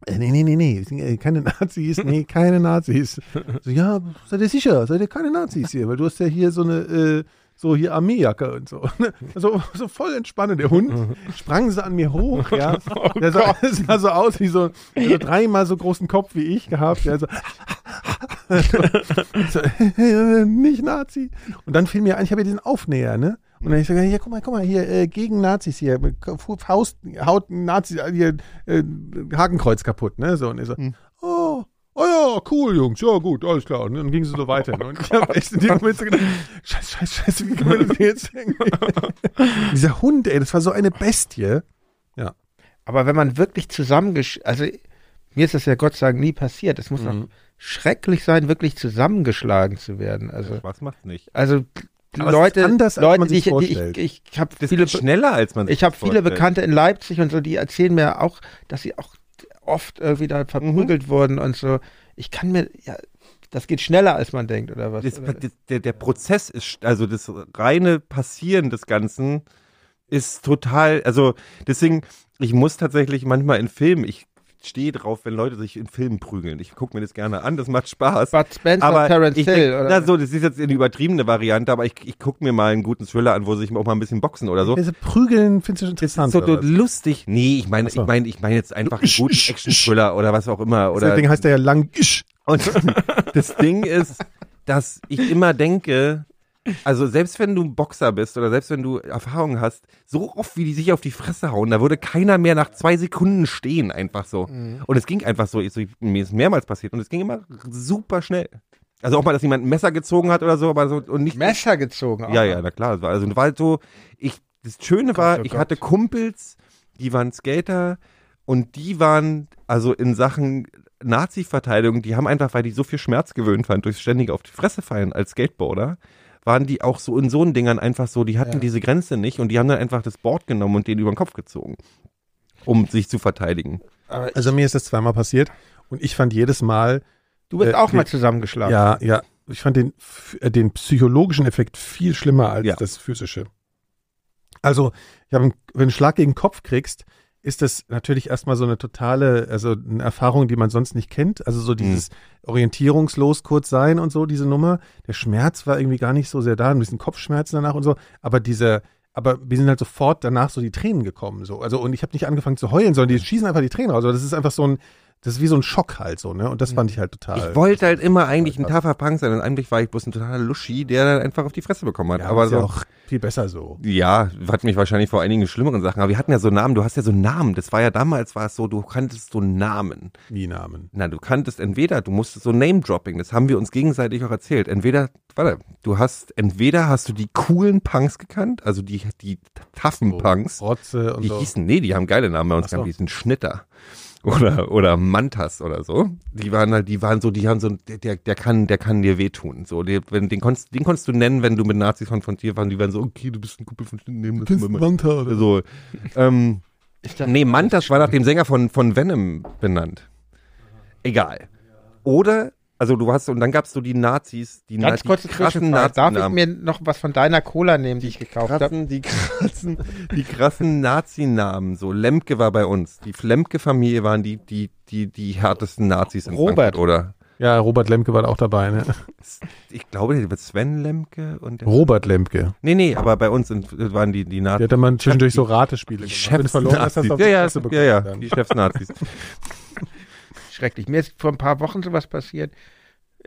äh, nee, nee, nee, nee, wir sind, äh, keine Nazis, nee, keine Nazis. So, ja, seid ihr sicher, seid ihr keine Nazis hier, weil du hast ja hier so eine, äh, so hier Armeejacke und so. ne? So, so voll entspannend. Der Hund sprang so an mir hoch, ja. der sah, sah so aus wie so, so dreimal so großen Kopf wie ich gehabt. Der so, so, äh, nicht Nazi. Und dann fiel mir ein, ich habe ja diesen Aufnäher, ne? Und dann hab ich so, ja, guck mal, guck mal, hier, äh, gegen Nazis hier, Fu- Faust, haut Nazis, äh, hier, äh, Hakenkreuz kaputt, ne? So, und ich so, oh, oh ja, cool, Jungs, ja, gut, alles klar. Und dann ging sie so weiter. ne? Und ich habe echt in dem Moment so gedacht, scheiße, scheiße, scheiße, wie können wir das denn jetzt irgendwie? Dieser Hund, ey, das war so eine Bestie. Aber wenn man wirklich zusammengesch... Also mir ist das ja Gott sei Dank nie passiert. Es muss Mhm. doch schrecklich sein, wirklich zusammengeschlagen zu werden. Also, Was macht nicht? also Aber es Leute, ist anders, als Leute, man die sich ich, die vorstellt. ich, ich, ich habe Das viele, geht schneller, als man ich habe viele vorstellt. Bekannte in Leipzig und so, die erzählen mir auch, dass sie auch oft irgendwie da Mhm. verprügelt wurden und so. Ich kann mir, ja, das geht schneller, als man denkt, oder was? Das, oder? das, der, der Prozess ist, st- also das reine Passieren des Ganzen ist total, also deswegen, ich muss tatsächlich manchmal in Filmen, ich stehe drauf, wenn Leute sich in Filmen prügeln. Ich gucke mir das gerne an, das macht Spaß. Bud Spencer, aber Terence ich Hill, denk, oder? Na so, das ist jetzt eine übertriebene Variante, aber ich, ich gucke mir mal einen guten Thriller an, wo sie sich auch mal ein bisschen boxen oder so. Diese Also Prügeln findest du schon Das interessant. ist so oder was? lustig. Nee, ich meine, Ach so. ich meine, ich meine jetzt einfach einen guten Action-Thriller oder was auch immer. Oder Deswegen heißt der ja lang. Isch. und das Ding ist, dass ich immer denke, also selbst wenn du ein Boxer bist oder selbst wenn du Erfahrung hast, so oft wie die sich auf die Fresse hauen, da würde keiner mehr nach zwei Sekunden stehen, einfach so. Und es ging einfach so, ich, so, mir ist mehrmals passiert und es ging immer super schnell. Also auch mal, dass jemand ein Messer gezogen hat oder so, aber so und nicht. Messer gezogen. auch. Ja, ja, na klar. es war- Also es war halt so, ich, das Schöne war, Gott, oh ich Gott. hatte Kumpels, die waren Skater und die waren, also in Sachen Nazi-Verteidigung, die haben einfach, weil die so viel Schmerz gewöhnt waren, durch ständig auf die Fresse fallen als Skateboarder, waren die auch so in so einen Dingern einfach so, die hatten Ja. diese Grenze nicht und die haben dann einfach das Board genommen und den über den Kopf gezogen, um sich zu verteidigen. Aber Also mir ist das zweimal passiert und ich fand jedes Mal, du bist äh, auch mal die- zusammengeschlagen. ja, ja, ich fand den, f- äh, den psychologischen Effekt viel schlimmer als Ja. das physische. Also, ich hab, einen- wenn du einen Schlag gegen den Kopf kriegst, ist das natürlich erstmal so eine totale, also eine Erfahrung, die man sonst nicht kennt. Also Mhm. so dieses orientierungslos kurz sein und so, diese Nummer. Der Schmerz war irgendwie gar nicht so sehr da, ein bisschen Kopfschmerzen danach und so. Aber diese, aber wir sind halt sofort danach so die Tränen gekommen. So. Also, und ich habe nicht angefangen zu heulen, sondern die schießen einfach die Tränen raus. Aber das ist einfach so ein, das ist wie so ein Schock halt so, ne? Und das fand ich halt total. Mhm. Ich wollte halt immer eigentlich ein tougher Punk sein und eigentlich war ich bloß ein totaler Luschi, der dann einfach auf die Fresse bekommen hat. Ja, aber ist so, ja auch viel besser so. Ja, hat mich wahrscheinlich vor einigen schlimmeren Sachen. Aber wir hatten ja so Namen, du hast ja so Namen. Das war ja damals, war es so, du kanntest so Namen. Wie Namen. Na, du kanntest entweder, du musstest so Name-Dropping, das haben wir uns gegenseitig auch erzählt. Entweder, warte, du hast, entweder hast du die coolen Punks gekannt, also die, die taffen oh, Punks. Rotze und Die so. hießen, nee, die haben geile Namen bei uns, so. die hießen Schnitter. Oder, oder Mantas oder so. Die waren halt, die waren so, die haben so, der- der, der kann, der kann dir wehtun. So, die, wenn, den konntest, den konntest du nennen, wenn du mit Nazis konfrontiert warst. Die waren so, okay, du bist ein Kumpel von Schnitter, nehmen das mal. Manta oder So. Ähm, nee, Mantas war nach dem Sänger von, von Venom benannt. Egal. Oder, also du hast, und dann gabst du die Nazis, die, Ganz Na- kurze die krassen Zwischenfrage. Darf ich Nazi-Namen. mir noch was von deiner Cola nehmen, die, ich gekauft habe? krassen, die krassen, die krassen Nazi-Namen. So, Lemke war bei uns. Die Flemke-Familie waren die, die, die, die härtesten Nazis in Robert. Frankfurt, oder? Ja, Robert Lemke war da auch dabei, ne? Ich glaube, der wird Sven Lemke und der. Robert Lemke. Nee, nee, aber bei uns sind, waren die, die Der Nazis. hat dann mal zwischendurch so Ratespiele Die Wenn du Chefs verloren hast, hast du Nazis. auf Ja, die ja, Fresse ja, bekommen ja, dann. die Chefs Nazis. Schrecklich. Mir ist vor ein paar Wochen sowas passiert.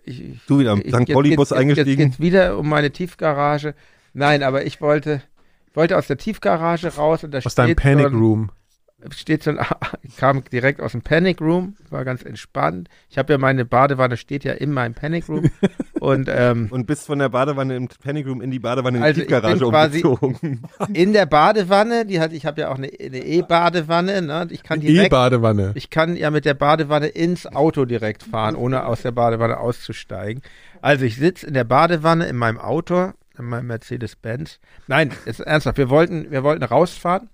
Ich, ich, Du wieder am ich- St. jetzt Pauli-Bus geht's- jetzt- Jetzt eingestiegen. geht's wieder um meine Tiefgarage. Nein, aber ich wollte, wollte aus der Tiefgarage raus und da Aus deinem steht, Panic so ein, Room. steht so ein, kam direkt aus dem Panic Room, war ganz entspannt. Ich habe ja meine Badewanne steht ja in meinem Panic Room und ähm, Und bist von der Badewanne im Panic Room in die Badewanne in also Also, ich die Garage bin quasi- umgezogen. in der Badewanne, die hat, ich habe ja auch eine eine E-Badewanne, ne? Und ich kann direkt E-Badewanne. Ich kann ja mit der Badewanne ins Auto direkt fahren, ohne aus der Badewanne auszusteigen. Also ich sitze in der Badewanne in meinem Auto, in meinem Mercedes-Benz. Nein, jetzt ernsthaft, wir wollten, wir wollten rausfahren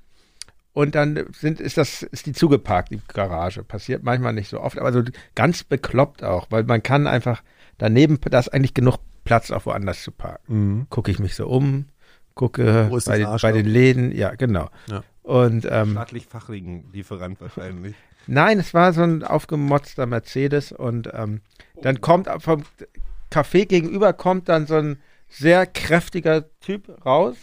und dann sind, ist das, ist die zugeparkt, die Garage. Passiert manchmal nicht so oft, aber so ganz bekloppt auch, weil man kann einfach daneben, da ist eigentlich genug Platz auch woanders zu parken. Mhm. Gucke ich mich so um, gucke Wo ist bei, das den- bei Arschloch? den Läden, ja, genau. Ja. Und ähm, Staatlich-fachlichen Lieferant wahrscheinlich. nein, es war so ein aufgemotzter Mercedes und ähm, dann kommt ab- vom Café gegenüber kommt dann so ein sehr kräftiger Typ raus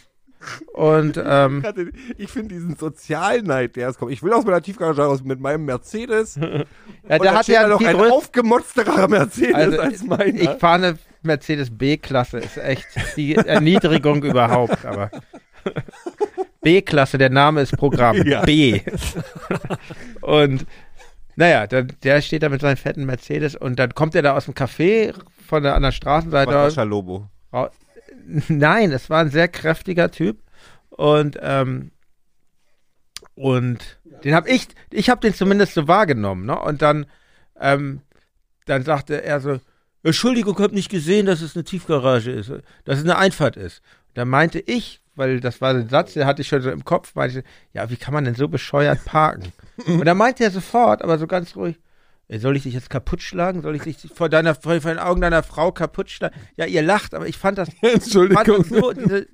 und ähm, Gerade- Ich finde diesen Sozialneid, der es kommt. Ich will aus meiner Tiefgarage raus mit meinem Mercedes. Ja, ja, der hat ja einen noch viel ein größeren aufgemotzterer Mercedes Also, als meiner. Ich fahre eine Mercedes B-Klasse, ist echt die Erniedrigung überhaupt, aber. B-Klasse, der Name ist Programm. Ja. B. und naja, der, der steht da mit seinem fetten Mercedes und dann kommt er da aus dem Café von der anderen Straßenseite. raus. Sascha Lobo. Ra- Nein, es war ein sehr kräftiger Typ und ähm, und den habe ich, ich habe den zumindest so wahrgenommen, ne? Und dann ähm, dann sagte er so, Entschuldigung, ich habe nicht gesehen, dass es eine Tiefgarage ist, dass es eine Einfahrt ist. Da meinte ich, weil das war der Satz, den hatte ich schon so im Kopf, meinte ich, ja, wie kann man denn so bescheuert parken? Und dann meinte er sofort, aber so ganz ruhig, Ey, Äh, Soll ich dich jetzt kaputt schlagen? Soll ich dich vor, deiner, vor vor den Augen deiner Frau kaputt schlagen? Ja, ihr lacht, aber ich fand das, fand das so, diese,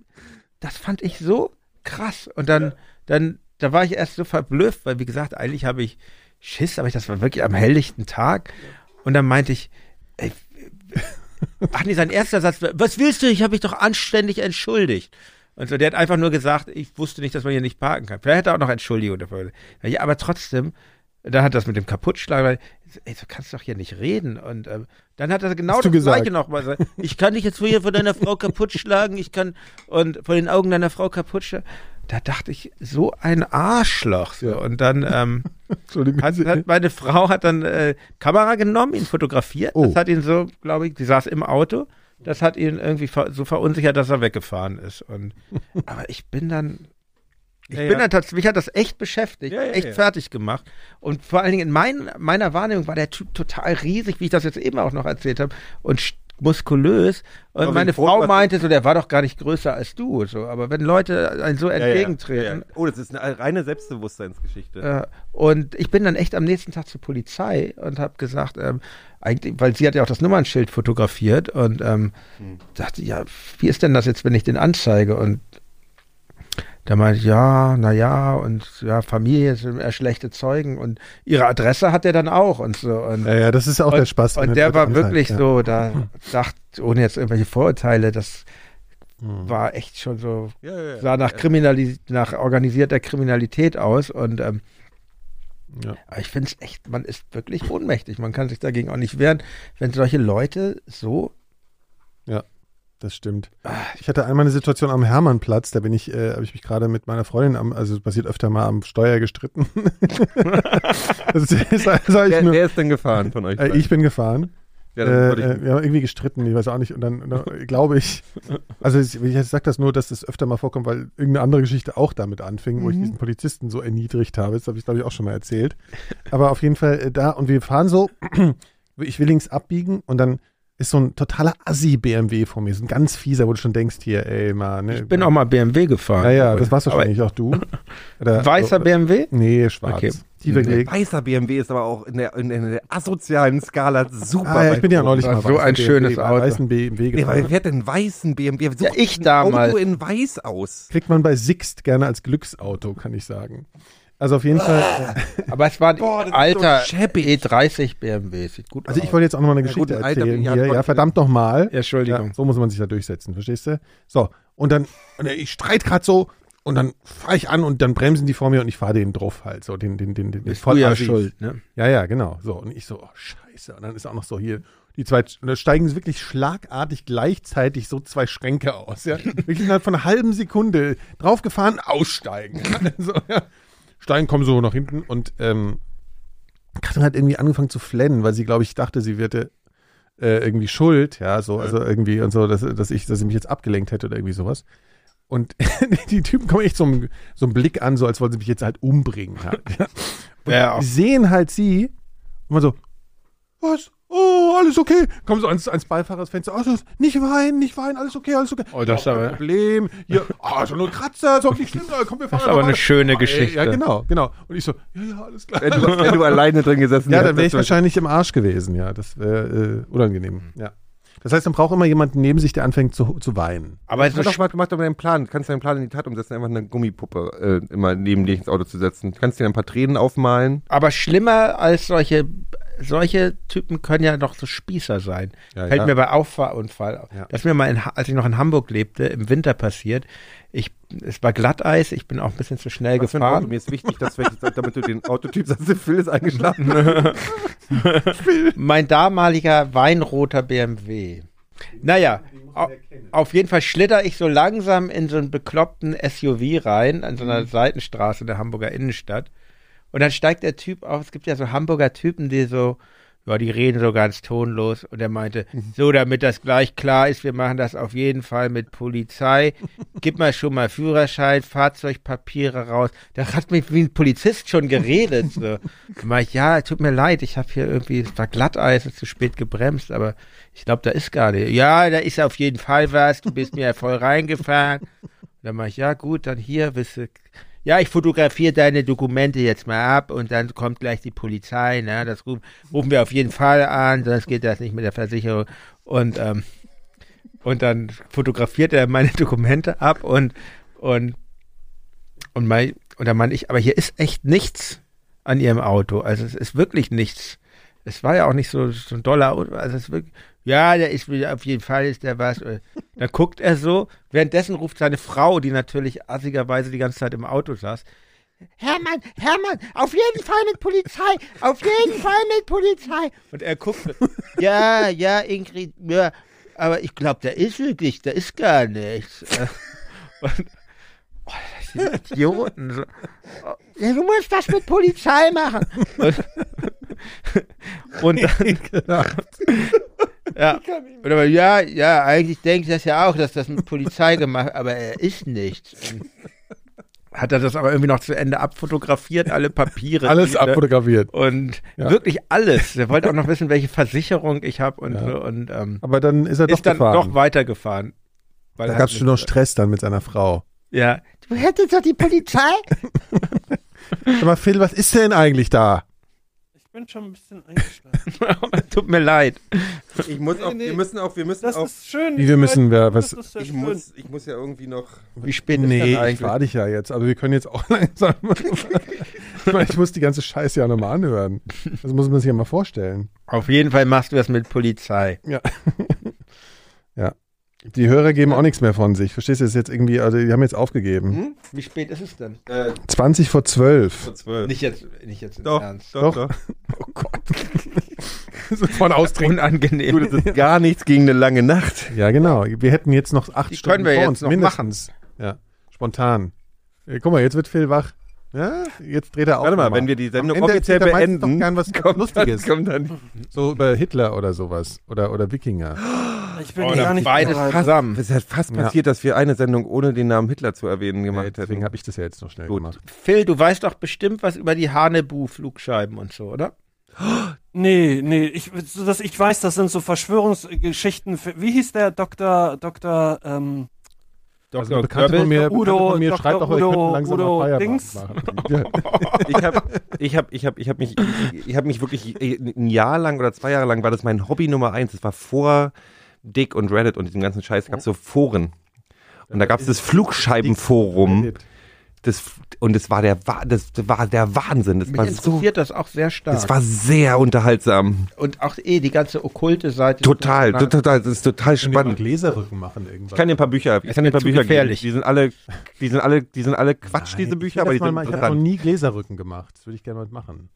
das fand ich so krass. Und dann, dann, da war ich erst so verblüfft, weil wie gesagt, eigentlich habe ich Schiss, aber ich, das war wirklich am helllichten Tag. Und dann meinte ich, ey, ach nee, sein erster Satz, war, was willst du? Ich habe mich doch anständig entschuldigt. Und so, der hat einfach nur gesagt, ich wusste nicht, dass man hier nicht parken kann. Vielleicht hätte er auch noch Entschuldigung dafür. Ja, aber trotzdem, da hat das mit dem Kaputtschlagen, weil, ey, so kannst du doch hier nicht reden. Und ähm, dann hat er genau Hast du das gesagt? Gleiche nochmal gesagt. Ich kann dich jetzt hier von deiner Frau kaputtschlagen, ich kann, und vor den Augen deiner Frau kaputtschlagen. Da dachte ich, so ein Arschloch. So. Ja. Und dann, ähm, Entschuldigung. hat, hat meine Frau hat dann äh, Kamera genommen, ihn fotografiert. Das Oh. hat ihn so, glaube ich, die saß im Auto. Das hat ihn irgendwie ver so verunsichert, dass er weggefahren ist. Und, aber ich bin dann, ich Ja, bin ja. dann tatsächlich, mich hat das echt beschäftigt, Ja, ja, echt ja. fertig gemacht. Und vor allen Dingen in mein, meiner Wahrnehmung war der Typ total riesig, wie ich das jetzt eben auch noch erzählt habe, und sch- muskulös. Und Aber wie meine groß Frau war- meinte so, der war doch gar nicht größer als du. So, aber wenn Leute einen so entgegentreten, Ja, ja. Oh, das ist eine reine Selbstbewusstseinsgeschichte. äh, und ich bin dann echt am nächsten Tag zur Polizei und habe gesagt, ähm, eigentlich, weil sie hat ja auch das Nummernschild fotografiert und ähm, dachte, ja, wie ist denn das jetzt, wenn ich den anzeige? Und da meinte ich, ja, naja, und ja, Familie sind eher schlechte Zeugen und ihre Adresse hat er dann auch und so. Und, ja, ja, das ist auch der Spaß. wenn und man der Leute war anzeigt, wirklich ja. so, da dachte, ohne jetzt irgendwelche Vorurteile, das war echt schon so Ja, ja, ja. sah nach, Kriminalis nach organisierter Kriminalität aus und ähm, Ja. aber ich finde es echt, man ist wirklich ohnmächtig. Man kann sich dagegen auch nicht wehren, wenn solche Leute so. Das stimmt. Ich hatte einmal eine Situation am Hermannplatz, da bin ich, äh, habe ich mich gerade mit meiner Freundin am, also es passiert öfter mal am Steuer gestritten. das ist, das sag ich, Wer, nur, wer ist denn gefahren von euch? äh, beiden? ich bin gefahren. ja, dann äh, würde ich, äh, wir haben irgendwie gestritten, ich weiß auch nicht. Und dann, und dann glaube ich, also ich, ich sage das nur, dass das öfter mal vorkommt, weil irgendeine andere Geschichte auch damit anfing, Mhm. wo ich diesen Polizisten so erniedrigt habe. Das habe ich, glaube ich, auch schon mal erzählt. Aber auf jeden Fall äh, da und wir fahren so, ich will links abbiegen und dann ist so ein totaler Assi-BMW vor mir, so ein ganz fieser, wo du schon denkst, hier, ey, Mann. Ne, Ich bin auch mal BMW gefahren. Ja, ja, das warst Aber wahrscheinlich auch du. Oder- Weißer oder- BMW? Nee, schwarz. Okay. Tiefer gelegt. Weißer BMW ist aber auch in der, in der, in der asozialen Skala super. Ah, ja, ich weit bin ja oben. neulich Das mal war so weißer ein schönes BMW, Auto. weißen BMW Nee, gefahren. weil wer fährt denn weißen BMW? Wer Ja, sucht ich ein damals. Auto in weiß aus. kriegt man bei Sixt gerne als Glücksauto, kann ich sagen. Also auf jeden Fall, äh, Aber es war ein Boah, das ist alter E so schäbig. E30 BMW. Sieht gut also aus. ich wollte jetzt auch nochmal eine Ja, gut, Geschichte ein alter erzählen Jahr- hier. Ja, verdammt nochmal. Ja, Entschuldigung. so muss man sich da durchsetzen, verstehst du? So, und dann, und ich streite gerade so und dann fahre ich an und dann bremsen die vor mir und ich fahre den drauf halt, so den, den, den, den, den Bist du ja Vollassis. schuld, ne? Ja, ja, genau. So, und ich so, oh, scheiße. Und dann ist auch noch so hier, die zwei, und dann steigen wirklich schlagartig gleichzeitig so zwei Schränke aus. Ja? Wirklich innerhalb von einer halben Sekunde draufgefahren, aussteigen. Ja? So, ja. Steigen kommen so nach hinten und ähm, Katrin hat irgendwie angefangen zu flennen, weil sie, glaube ich, dachte, sie werde äh, irgendwie schuld, ja, so, also irgendwie und so, dass, dass ich, dass sie mich jetzt abgelenkt hätte oder irgendwie sowas. Und die Typen kommen echt so einem, so einem Blick an, so als wollten sie mich jetzt halt umbringen. Halt, ja. Und Ja, auch- sehen halt sie und man so, was? Oh, alles okay. Kommen so ans, ans Beifahrerfenster. Also, nicht weinen, nicht weinen, alles okay, alles okay. Oh, das ist Kein aber- Problem. Hier, ah, so nur ein Kratzer, ist auch nicht schlimm. Komm, wir fahren aber weiter. eine schöne Ah, ey, Ja, Geschichte. genau, genau. Und ich so, ja, ja, alles klar. Wenn du, wenn du alleine drin gesessen Ja, wärst, dann wäre ich das wahrscheinlich im Arsch gewesen, ja. Das wäre äh, unangenehm. Ja. Das heißt, man braucht immer jemanden neben sich, der anfängt zu, zu weinen. Aber Du so hast doch mal gemacht, um deinen Plan, kannst deinen Plan in die Tat umsetzen, einfach eine Gummipuppe äh, immer neben dich ins Auto zu setzen. Du kannst dir ein paar Tränen aufmalen. Aber schlimmer als solche, solche Typen können ja noch so Spießer sein. Ja, Fällt ja. mir bei Auffahrunfall auf. Ja. Das ist mir mal, in, Ha- als ich noch in Hamburg lebte, im Winter passiert. Ich, es war Glatteis, ich bin auch ein bisschen zu schnell Was für ein Auto? gefahren. Mir ist wichtig, dass wir, damit du den Autotyp sagst, Phil ist eingeschlafen. Mein damaliger weinroter BMW. Naja, au- auf jeden Fall schlitter ich so langsam in so einen bekloppten SUV rein, an so Mhm. einer Seitenstraße der Hamburger Innenstadt. Und dann steigt der Typ auf. Es gibt ja so Hamburger Typen, die so, ja, die reden so ganz tonlos. Und er meinte, so, damit das gleich klar ist, wir machen das auf jeden Fall mit Polizei. Gib mal schon mal Führerschein, Fahrzeugpapiere raus. Da hat mich wie ein Polizist schon geredet. So. Da mach ich, ja, tut mir leid, ich habe hier irgendwie, es war Glatteis, ist zu spät gebremst, aber ich glaube, da ist gar nicht. Ja, da ist auf jeden Fall was, du bist mir ja voll reingefahren. Dann mache ich, ja gut, dann hier, wisst ihr, ja, ich fotografiere deine Dokumente jetzt mal ab und dann kommt gleich die Polizei, ne? Das rufen, rufen wir auf jeden Fall an, sonst geht das nicht mit der Versicherung. Und, ähm, und dann fotografiert er meine Dokumente ab und, und, und mein, und dann meine ich, aber hier ist echt nichts an ihrem Auto. Also es ist wirklich nichts. Es war ja auch nicht so, so ein Dollar, also es ist wirklich, ja, der ist wieder, auf jeden Fall ist der was. Dann guckt er so, währenddessen ruft seine Frau, die natürlich assigerweise die ganze Zeit im Auto saß, Hermann, Hermann, auf jeden Fall mit Polizei, auf jeden Fall mit Polizei. Und er guckte, ja, ja, Ingrid, ja, aber ich glaube, da ist wirklich, da ist gar nichts. Äh, Und, oh, das sind Idioten. So, oh, ja, du musst das mit Polizei machen. Und, und dann, ja. Und aber, ja, ja, eigentlich denke ich das ja auch, dass das mit Polizei gemacht, aber er ist nichts. Und Hat er das aber irgendwie noch zu Ende abfotografiert, alle Papiere. Alles die- ne? abfotografiert. Und Ja. wirklich alles. Er wollte auch noch wissen, welche Versicherung ich habe und so. Und ähm, Aber dann ist er doch ist dann gefahren. doch weitergefahren. Weil da er gab es hat schon noch nicht- Stress dann mit seiner Frau. Ja. Du hättest doch die Polizei. Aber Phil, was ist denn eigentlich da? Ich bin schon ein bisschen eingeschlafen. Tut mir leid. Ich muss auch, nee. wir müssen auch, wir müssen Das auch, ist schön. Wie, wir müssen wir- Das was- ist ja ich schön. muss, ich muss ja irgendwie noch, Wie spät ist Nee, das ich eigentlich? war dich ja jetzt. Also wir können jetzt auch langsam. ich meine, ich muss die ganze Scheiße ja nochmal anhören. Das muss man sich ja mal vorstellen. Auf jeden Fall machst du das mit Polizei. Ja. ja. Die Hörer geben auch nichts mehr von sich. Verstehst du das ist jetzt irgendwie? Also die haben jetzt aufgegeben. Wie spät ist es denn? äh, 20 vor 12. vor zwölf. Nicht jetzt, nicht jetzt im doch, Ernst. doch, Doch. doch, Oh Gott. so von austrinken. Unangenehm. Du, das ist gar nichts gegen eine lange Nacht. Ja, genau. Wir hätten jetzt noch acht Die Stunden können wir vor jetzt uns, noch mindestens. Ja, spontan. Äh, guck mal, jetzt wird Phil wach. Ja, jetzt dreht er auf. Warte mal, nochmal. wenn wir die Sendung Am Ende erzählt offiziell er meistens beenden, Doch gern was Lustiges. kommt dann. So über Hitler oder sowas. Oder, oder Wikinger. ich bin Oh, gar nicht beides bereit. zusammen. Es ist fast passiert, dass wir eine Sendung ohne den Namen Hitler zu erwähnen Ja, gemacht deswegen hätten. habe ich das ja jetzt noch schnell Gut. gemacht. Phil, du weißt doch bestimmt was über die Hanebu-Flugscheiben und so, oder? Nee, nee, ich, so dass ich weiß, das sind so Verschwörungsgeschichten. für- Wie hieß der Dr. Dr. Ähm, Also eine Bekannte von mir, Udo, Bekannte von mir Dr. schreibt doch, wir Udo, könnten langsam Udo mal Feierabend Dings. machen. Ja. Ich habe ich hab, ich hab, ich hab mich, ich hab mich wirklich äh, ein Jahr lang oder zwei Jahre lang war das mein Hobby Nummer eins. Das war vor Dick und Reddit und diesem ganzen Scheiß. gab es so Foren. Und da gab es das Flugscheibenforum. Das, und das war, der, Wa- das war der Wahnsinn. Das Mich war, so, interessiert das auch sehr stark. das war sehr unterhaltsam. und auch eh die ganze okkulte Seite. des Total, Nationalen- total, das ist total spannend. Gläserrücken machen irgendwann. Ich kann dir ein paar Bücher, ich Das kann dir ein wird paar zu Bücher gefährlich. geben. Die sind alle, die sind alle, die sind alle Quatsch, diese Bücher, aber die ich sind habe noch interessant. nie Gläserrücken gemacht. Das würde ich gerne mal machen.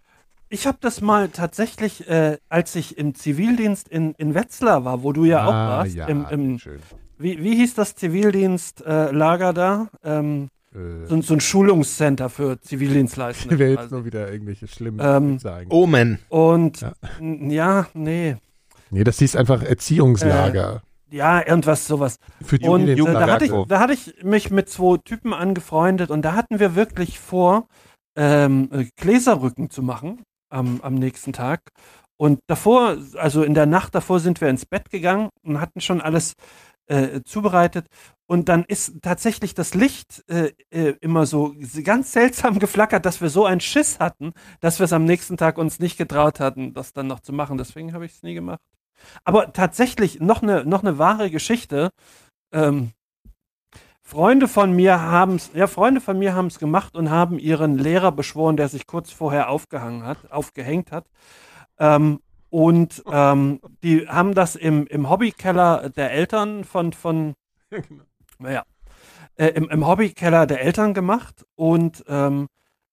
ich habe das mal tatsächlich, äh, als ich im Zivildienst in, in Wetzlar war, wo du ja auch Ah, warst, ja, im, im, schön. wie, wie hieß das Zivildienstlager äh, Lager da? Ähm, Äh, so, so ein Schulungscenter für wir Zivildienstleistende. jetzt nur wieder irgendwelche schlimmen Ähm, sagen. oh. Omen. Und Ja. n- ja, nee. Nee, das hieß einfach Erziehungslager. Ja, irgendwas sowas. für die Und äh, da, hatte ich, Jugendwerkhof. da hatte ich mich mit zwei Typen angefreundet und da hatten wir wirklich vor, ähm, äh, Gläserrücken zu machen am, am nächsten Tag. Und davor, also in der Nacht davor sind wir ins Bett gegangen und hatten schon alles äh, zubereitet. Und dann ist tatsächlich das Licht äh, äh, immer so ganz seltsam geflackert, dass wir so einen Schiss hatten, dass wir es am nächsten Tag uns nicht getraut hatten, das dann noch zu machen. Deswegen habe ich es nie gemacht. Aber tatsächlich noch eine noch eine wahre Geschichte. Ähm, Freunde von mir haben's, ja, Freunde von mir haben's gemacht und haben ihren Lehrer beschworen, der sich kurz vorher aufgehangen hat, aufgehängt hat. Ähm, und ähm, die haben das im, im Hobbykeller der Eltern von, von naja, äh, im, im Hobbykeller der Eltern gemacht und ähm,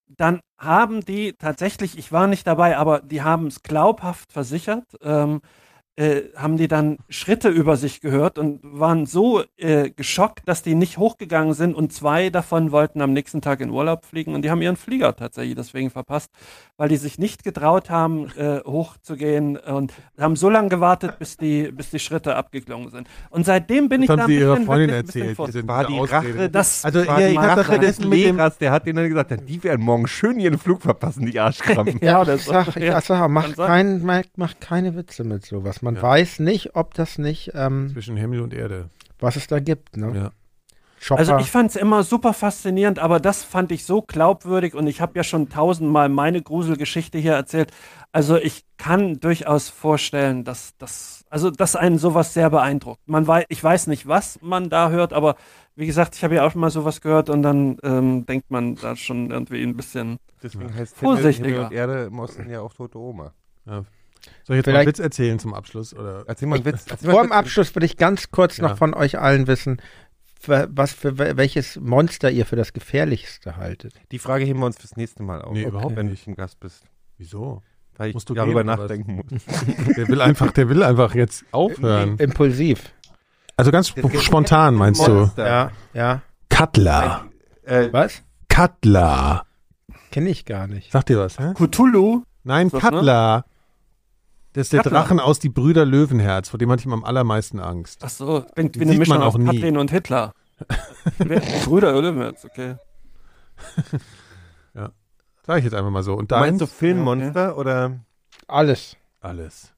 dann haben die tatsächlich, ich war nicht dabei, aber die haben es glaubhaft versichert, ähm, äh, haben die dann Schritte über sich gehört und waren so äh, geschockt, dass die nicht hochgegangen sind und zwei davon wollten am nächsten Tag in Urlaub fliegen und die haben ihren Flieger tatsächlich deswegen verpasst, weil die sich nicht getraut haben, äh, hochzugehen und haben so lange gewartet, bis die, bis die Schritte abgeklungen sind. Und seitdem bin Das ich haben da ein sie ihrer bisschen- Freundin bisschen- bisschen erzählt. vor- diese War die Ausrede. Rache Das das Also, war ja, die ich hab Rache doch vergessen des mit dem- Lehrers, der hat denen dann gesagt, ja, die werden morgen schön ihren Flug verpassen, die Arschkrampen. Ja, das ich sag, ich ja. sag, Kann mach, sein. kein, mach, mach keine Witze mit sowas. Man Ja. weiß nicht, ob das nicht, ähm, Zwischen Himmel und Erde. was es da gibt. Ne? Ja. Chopper. Also ich fand es immer super faszinierend, aber das fand ich so glaubwürdig und ich habe ja schon tausendmal meine Gruselgeschichte hier erzählt. Also ich kann durchaus vorstellen, dass das, also dass einen sowas sehr beeindruckt. Man weiß, ich weiß nicht, was man da hört, aber wie gesagt, ich habe ja auch schon mal sowas gehört und dann ähm, denkt man da schon irgendwie ein bisschen. Deswegen heißt Himmel- Vorsichtiger. Himmel und Erde im Osten ja auch tote Oma. Soll ich jetzt mal einen Vielleicht- Witz erzählen zum Abschluss? Oder? Erzähl mal einen Witz. Erzähl mal Vor einen dem Witz. Abschluss will ich ganz kurz Ja. noch von euch allen wissen, für, was für wel- welches Monster ihr für das gefährlichste haltet. Die Frage heben wir uns fürs nächste Mal auf. Nee, überhaupt Wenn nicht. du ein Gast bist. Wieso? Weil ich Musst du darüber gehen, oder nachdenken muss. Der will einfach, der will einfach jetzt aufhören. Impulsiv. Also ganz Das geht- spontan meinst du? Monster. ja. Cutler. Äh, Was? Cutler. Kenne ich gar nicht. Sagt dir was, hä? Cthulhu? Nein, Ist das, Cutler. Das ist der Cutler. Drachen aus die Brüder Löwenherz, vor dem hatte ich am allermeisten Angst. Ach so, klingt wie Den eine sieht Mischung man aus auch nie. Katrin und Hitler. Brüder Ölmürz, okay. Sag ich jetzt einfach mal so. Und deins? meinst du Filmmonster oder? Alles. alles.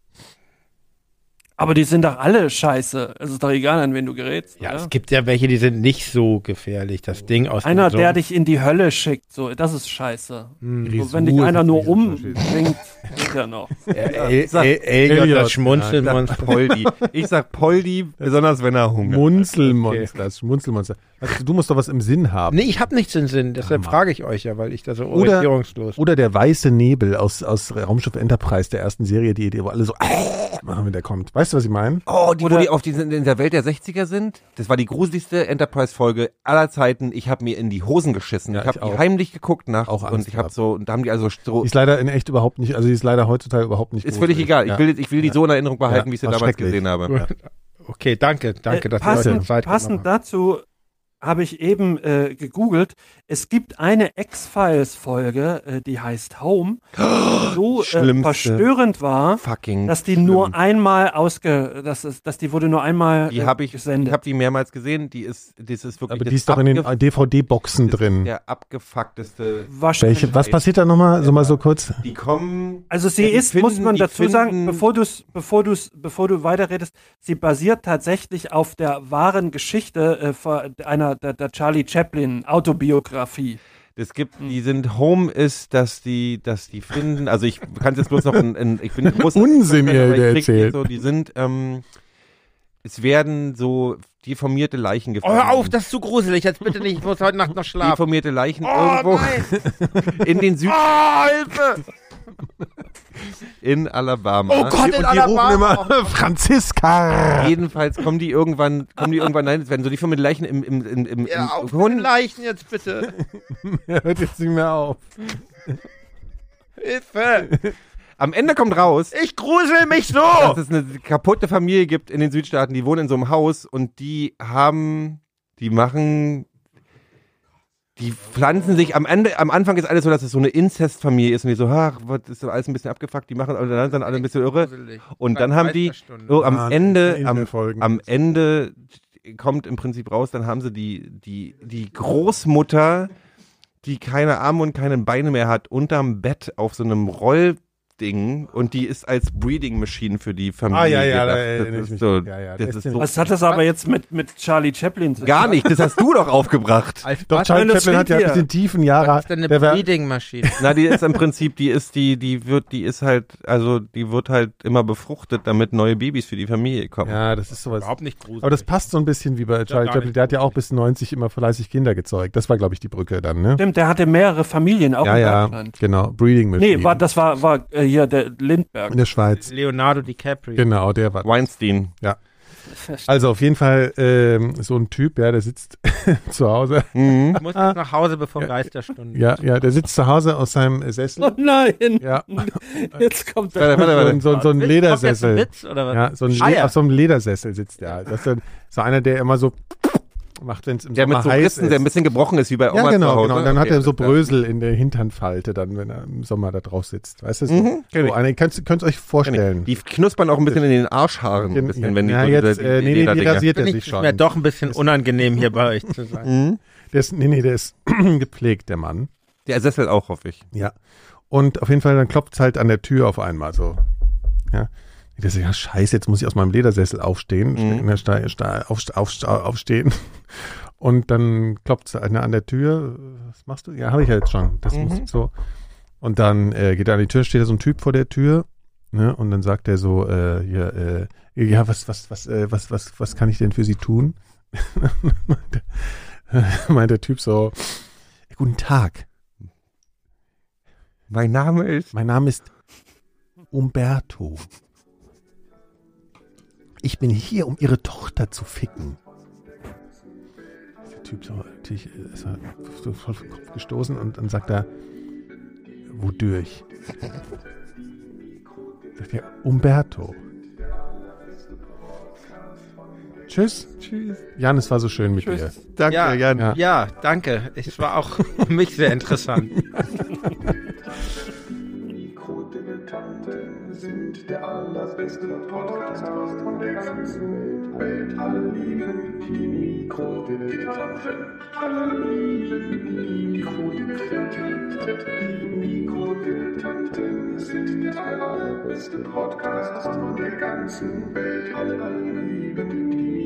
Aber die sind doch alle scheiße. Es ist doch egal, an wen du gerätst. ne? Ja, oder? es gibt ja welche, die sind nicht so gefährlich. Das Ding aus Einer, dem der dich in die Hölle schickt, so, das ist scheiße. Griswold So, wenn dich einer nur ist ein umbringt, geht ja noch. Äh, El, Sag- El, Elliot, Elliot, das Schmunzelmonster. Poldi. Ich sag Poldi, besonders wenn er Hunger hat. Munzelmonster. Das Munzelmonster. Also, du musst doch was im Sinn haben. Nee, ich habe nichts im Sinn. Deshalb Hammer. frage ich euch ja, weil ich da so Oder- orientierungslos Oder der weiße Nebel aus, aus Raumschiff Enterprise, der ersten Serie, die, die wo alle so machen, wenn der kommt. Weißt du, was ich meine? Oh, die, wo Oder- die auf diesen, in der Welt der 60er sind. Das war die gruseligste Enterprise-Folge aller Zeiten. Ich habe mir in die Hosen geschissen. Ja, ich habe ich auch. die heimlich geguckt nachts Auch Angst und ich habe gehabt. so, und da haben die also so, Die ist, ist leider in echt überhaupt nicht, also die ist leider heutzutage überhaupt nicht völlig gruselig. egal. Ja. Ich will, ich will die so in Erinnerung behalten, Ja, wie ich sie war damals schrecklich. gesehen habe. Gut. Okay, danke, danke, Äh, dass ihr euch die passend, Zeit passend genommen dazu habe ich eben äh, gegoogelt, es gibt eine X-Files-Folge, äh, die heißt Home, die so äh, Schlimmste. verstörend war, Fucking. dass die nur einmal ausge, dass, es, dass die wurde nur einmal die äh, habe ich, ich gesendet. habe die mehrmals gesehen. Die ist, das ist wirklich Aber das die ist doch in abgef- den DVD-Boxen drin. der abgefuckteste. Wahrscheinlich. Welche, was passiert da nochmal? So mal so kurz. Die kommen. Also sie Ja, die ist, muss finden- man die dazu sagen, finden- bevor du bevor du's, bevor du weiterredest, sie basiert tatsächlich auf der wahren Geschichte äh, von einer der, der Charlie Chaplin Autobiografie. Es gibt, die sind Home ist, dass die, dass die finden. Also ich kann es jetzt bloß noch in, in ich bin groß Unsinn, ihr, aber ich der krieg die erzählt. So, die sind, ähm, es werden so deformierte Leichen Oh, gefunden. hör auf, das Oh, ist zu gruselig. Jetzt bitte nicht, ich muss heute Nacht noch schlafen. Deformierte Leichen irgendwo in den Süd Ah, in Alabama. Oh Gott, in Und die rufen Alabama. immer Franziska. Jedenfalls kommen die irgendwann, kommen die irgendwann, nein, es werden so deformierte Leichen im, im, im, im, Ja, auf im mit den Hund. Leichen jetzt bitte. Hört jetzt nicht mehr auf. Hilfe. Am Ende kommt raus, Ich grusel mich so. dass es eine kaputte Familie gibt in den Südstaaten, die wohnen in so einem Haus und die haben, die machen, die pflanzen sich, am, Ende, am Anfang ist alles so, dass es so eine Inzestfamilie ist und die so, ach, was ist doch alles ein bisschen abgefuckt, die machen alle, dann alle ein bisschen irre. Und dann haben die, so, Oh, am Wahnsinn, Ende, Insel am, folgen. am Ende kommt im Prinzip raus, dann haben sie die, die, die Großmutter, die keine Arme und keine Beine mehr hat, unterm Bett auf so einem Roll, Ding und die ist als Breeding Machine für die Familie. Ah, ja, ja, gedacht. da erinnere das ich ist mich. so, Ja, ja, das das ist ist so Was hat das aber jetzt mit, mit Charlie Chaplin zu tun? gar nicht. Das hast du doch aufgebracht. Doch, Charlie Nein, das Chaplin hat ja steht ein bisschen tiefen Was Jahre. ist denn eine der war- Breeding-Maschine? Na, die ist im Prinzip, die ist die, die wird, die ist halt, also die wird halt immer befruchtet, damit neue Babys für die Familie kommen. ja, das ist sowas. Überhaupt nicht gruselig. Aber das passt so ein bisschen wie bei Charlie gar Chaplin. nicht. Der hat ja auch bis 90 immer fleißig Kinder gezeugt. Das war, glaube ich, die Brücke dann, ne? Stimmt, der hatte mehrere Familien auch Ja, in ja. Deutschland. Genau, Breeding Machine. Nee, war, das war, war äh, hier der Lindberg. in der Schweiz. Leonardo DiCaprio. Genau, der war. Weinstein. Also auf jeden Fall ähm, so ein Typ, ja, der sitzt zu Hause. Mhm. Ich muss jetzt nach Hause, bevor Geisterstunde. Ah. Ja, ja, der sitzt zu Hause aus seinem äh, Oh Sessel. nein, Ja, jetzt kommt der. Warte, warte, so, ein- warte. so, ein- so ein Willst du- kommt jetzt ein Ledersessel. Witz oder was? Ja, so ein Ah, Le ja. auf so einem Ledersessel sitzt der. halt. Das ist dann so einer, der immer so macht, wenn es im Der Sommer mit so heiß Rissen, ist. der ein bisschen gebrochen ist, wie bei Oma ja, genau, zu Hause. genau. Und dann hat Okay, er so das- Brösel in der Hinternfalte, dann, wenn er im Sommer da drauf sitzt. Weißt du? So, Mhm, kenn so ich. eine, könnt ihr euch vorstellen. Die knuspern auch ein bisschen in den Arschhaaren, ein bisschen, wenn die ja, so jetzt, die- äh, die nee, nee, die Lederdinger- rasiert Bin er ich sich nicht schon. mehr doch ein bisschen unangenehm hier bei euch zu sein. Mhm. Der ist, nee, nee, der ist gepflegt, der Mann. Der Sessel auch, hoffe ich. Ja. Und auf jeden Fall, dann klopft es halt an der Tür auf einmal so. Ja. Ich dachte, ja, scheiße, jetzt muss ich aus meinem Ledersessel aufstehen, in der Ste Ste auf auf aufstehen. Und dann klopft einer an der Tür. Was machst du? Ja, habe ich ja jetzt schon. Das muss so. Und dann äh, geht er an die Tür, steht da so ein Typ vor der Tür. Ne? Und dann sagt er so, äh, ja, äh, ja, was, was, was, äh, was, was, was kann ich denn für Sie tun? meint, der, meint der Typ so, guten Tag. Mein Name ist. Mein Name ist Umberto. Ich bin hier, um ihre Tochter zu ficken. Der Typ so, natürlich äh, ist er so voll vom Kopf gestoßen und dann sagt er, wodurch? Sagt er, Umberto. Tschüss. Tschüss. Jan, es war so schön mit dir. Danke, Ja. Jan. Ja. Ja, danke. Es war auch für mich sehr interessant. Mikrodilletanten sind der allerbeste Podcast aus der ganzen Welt. Welt. Alle lieben die Mikrodilettanten. Alle lieben die Mikrodilettanten. Die Mikrodilettanten sind der allerbeste Podcast aus der ganzen Welt. Alle lieben die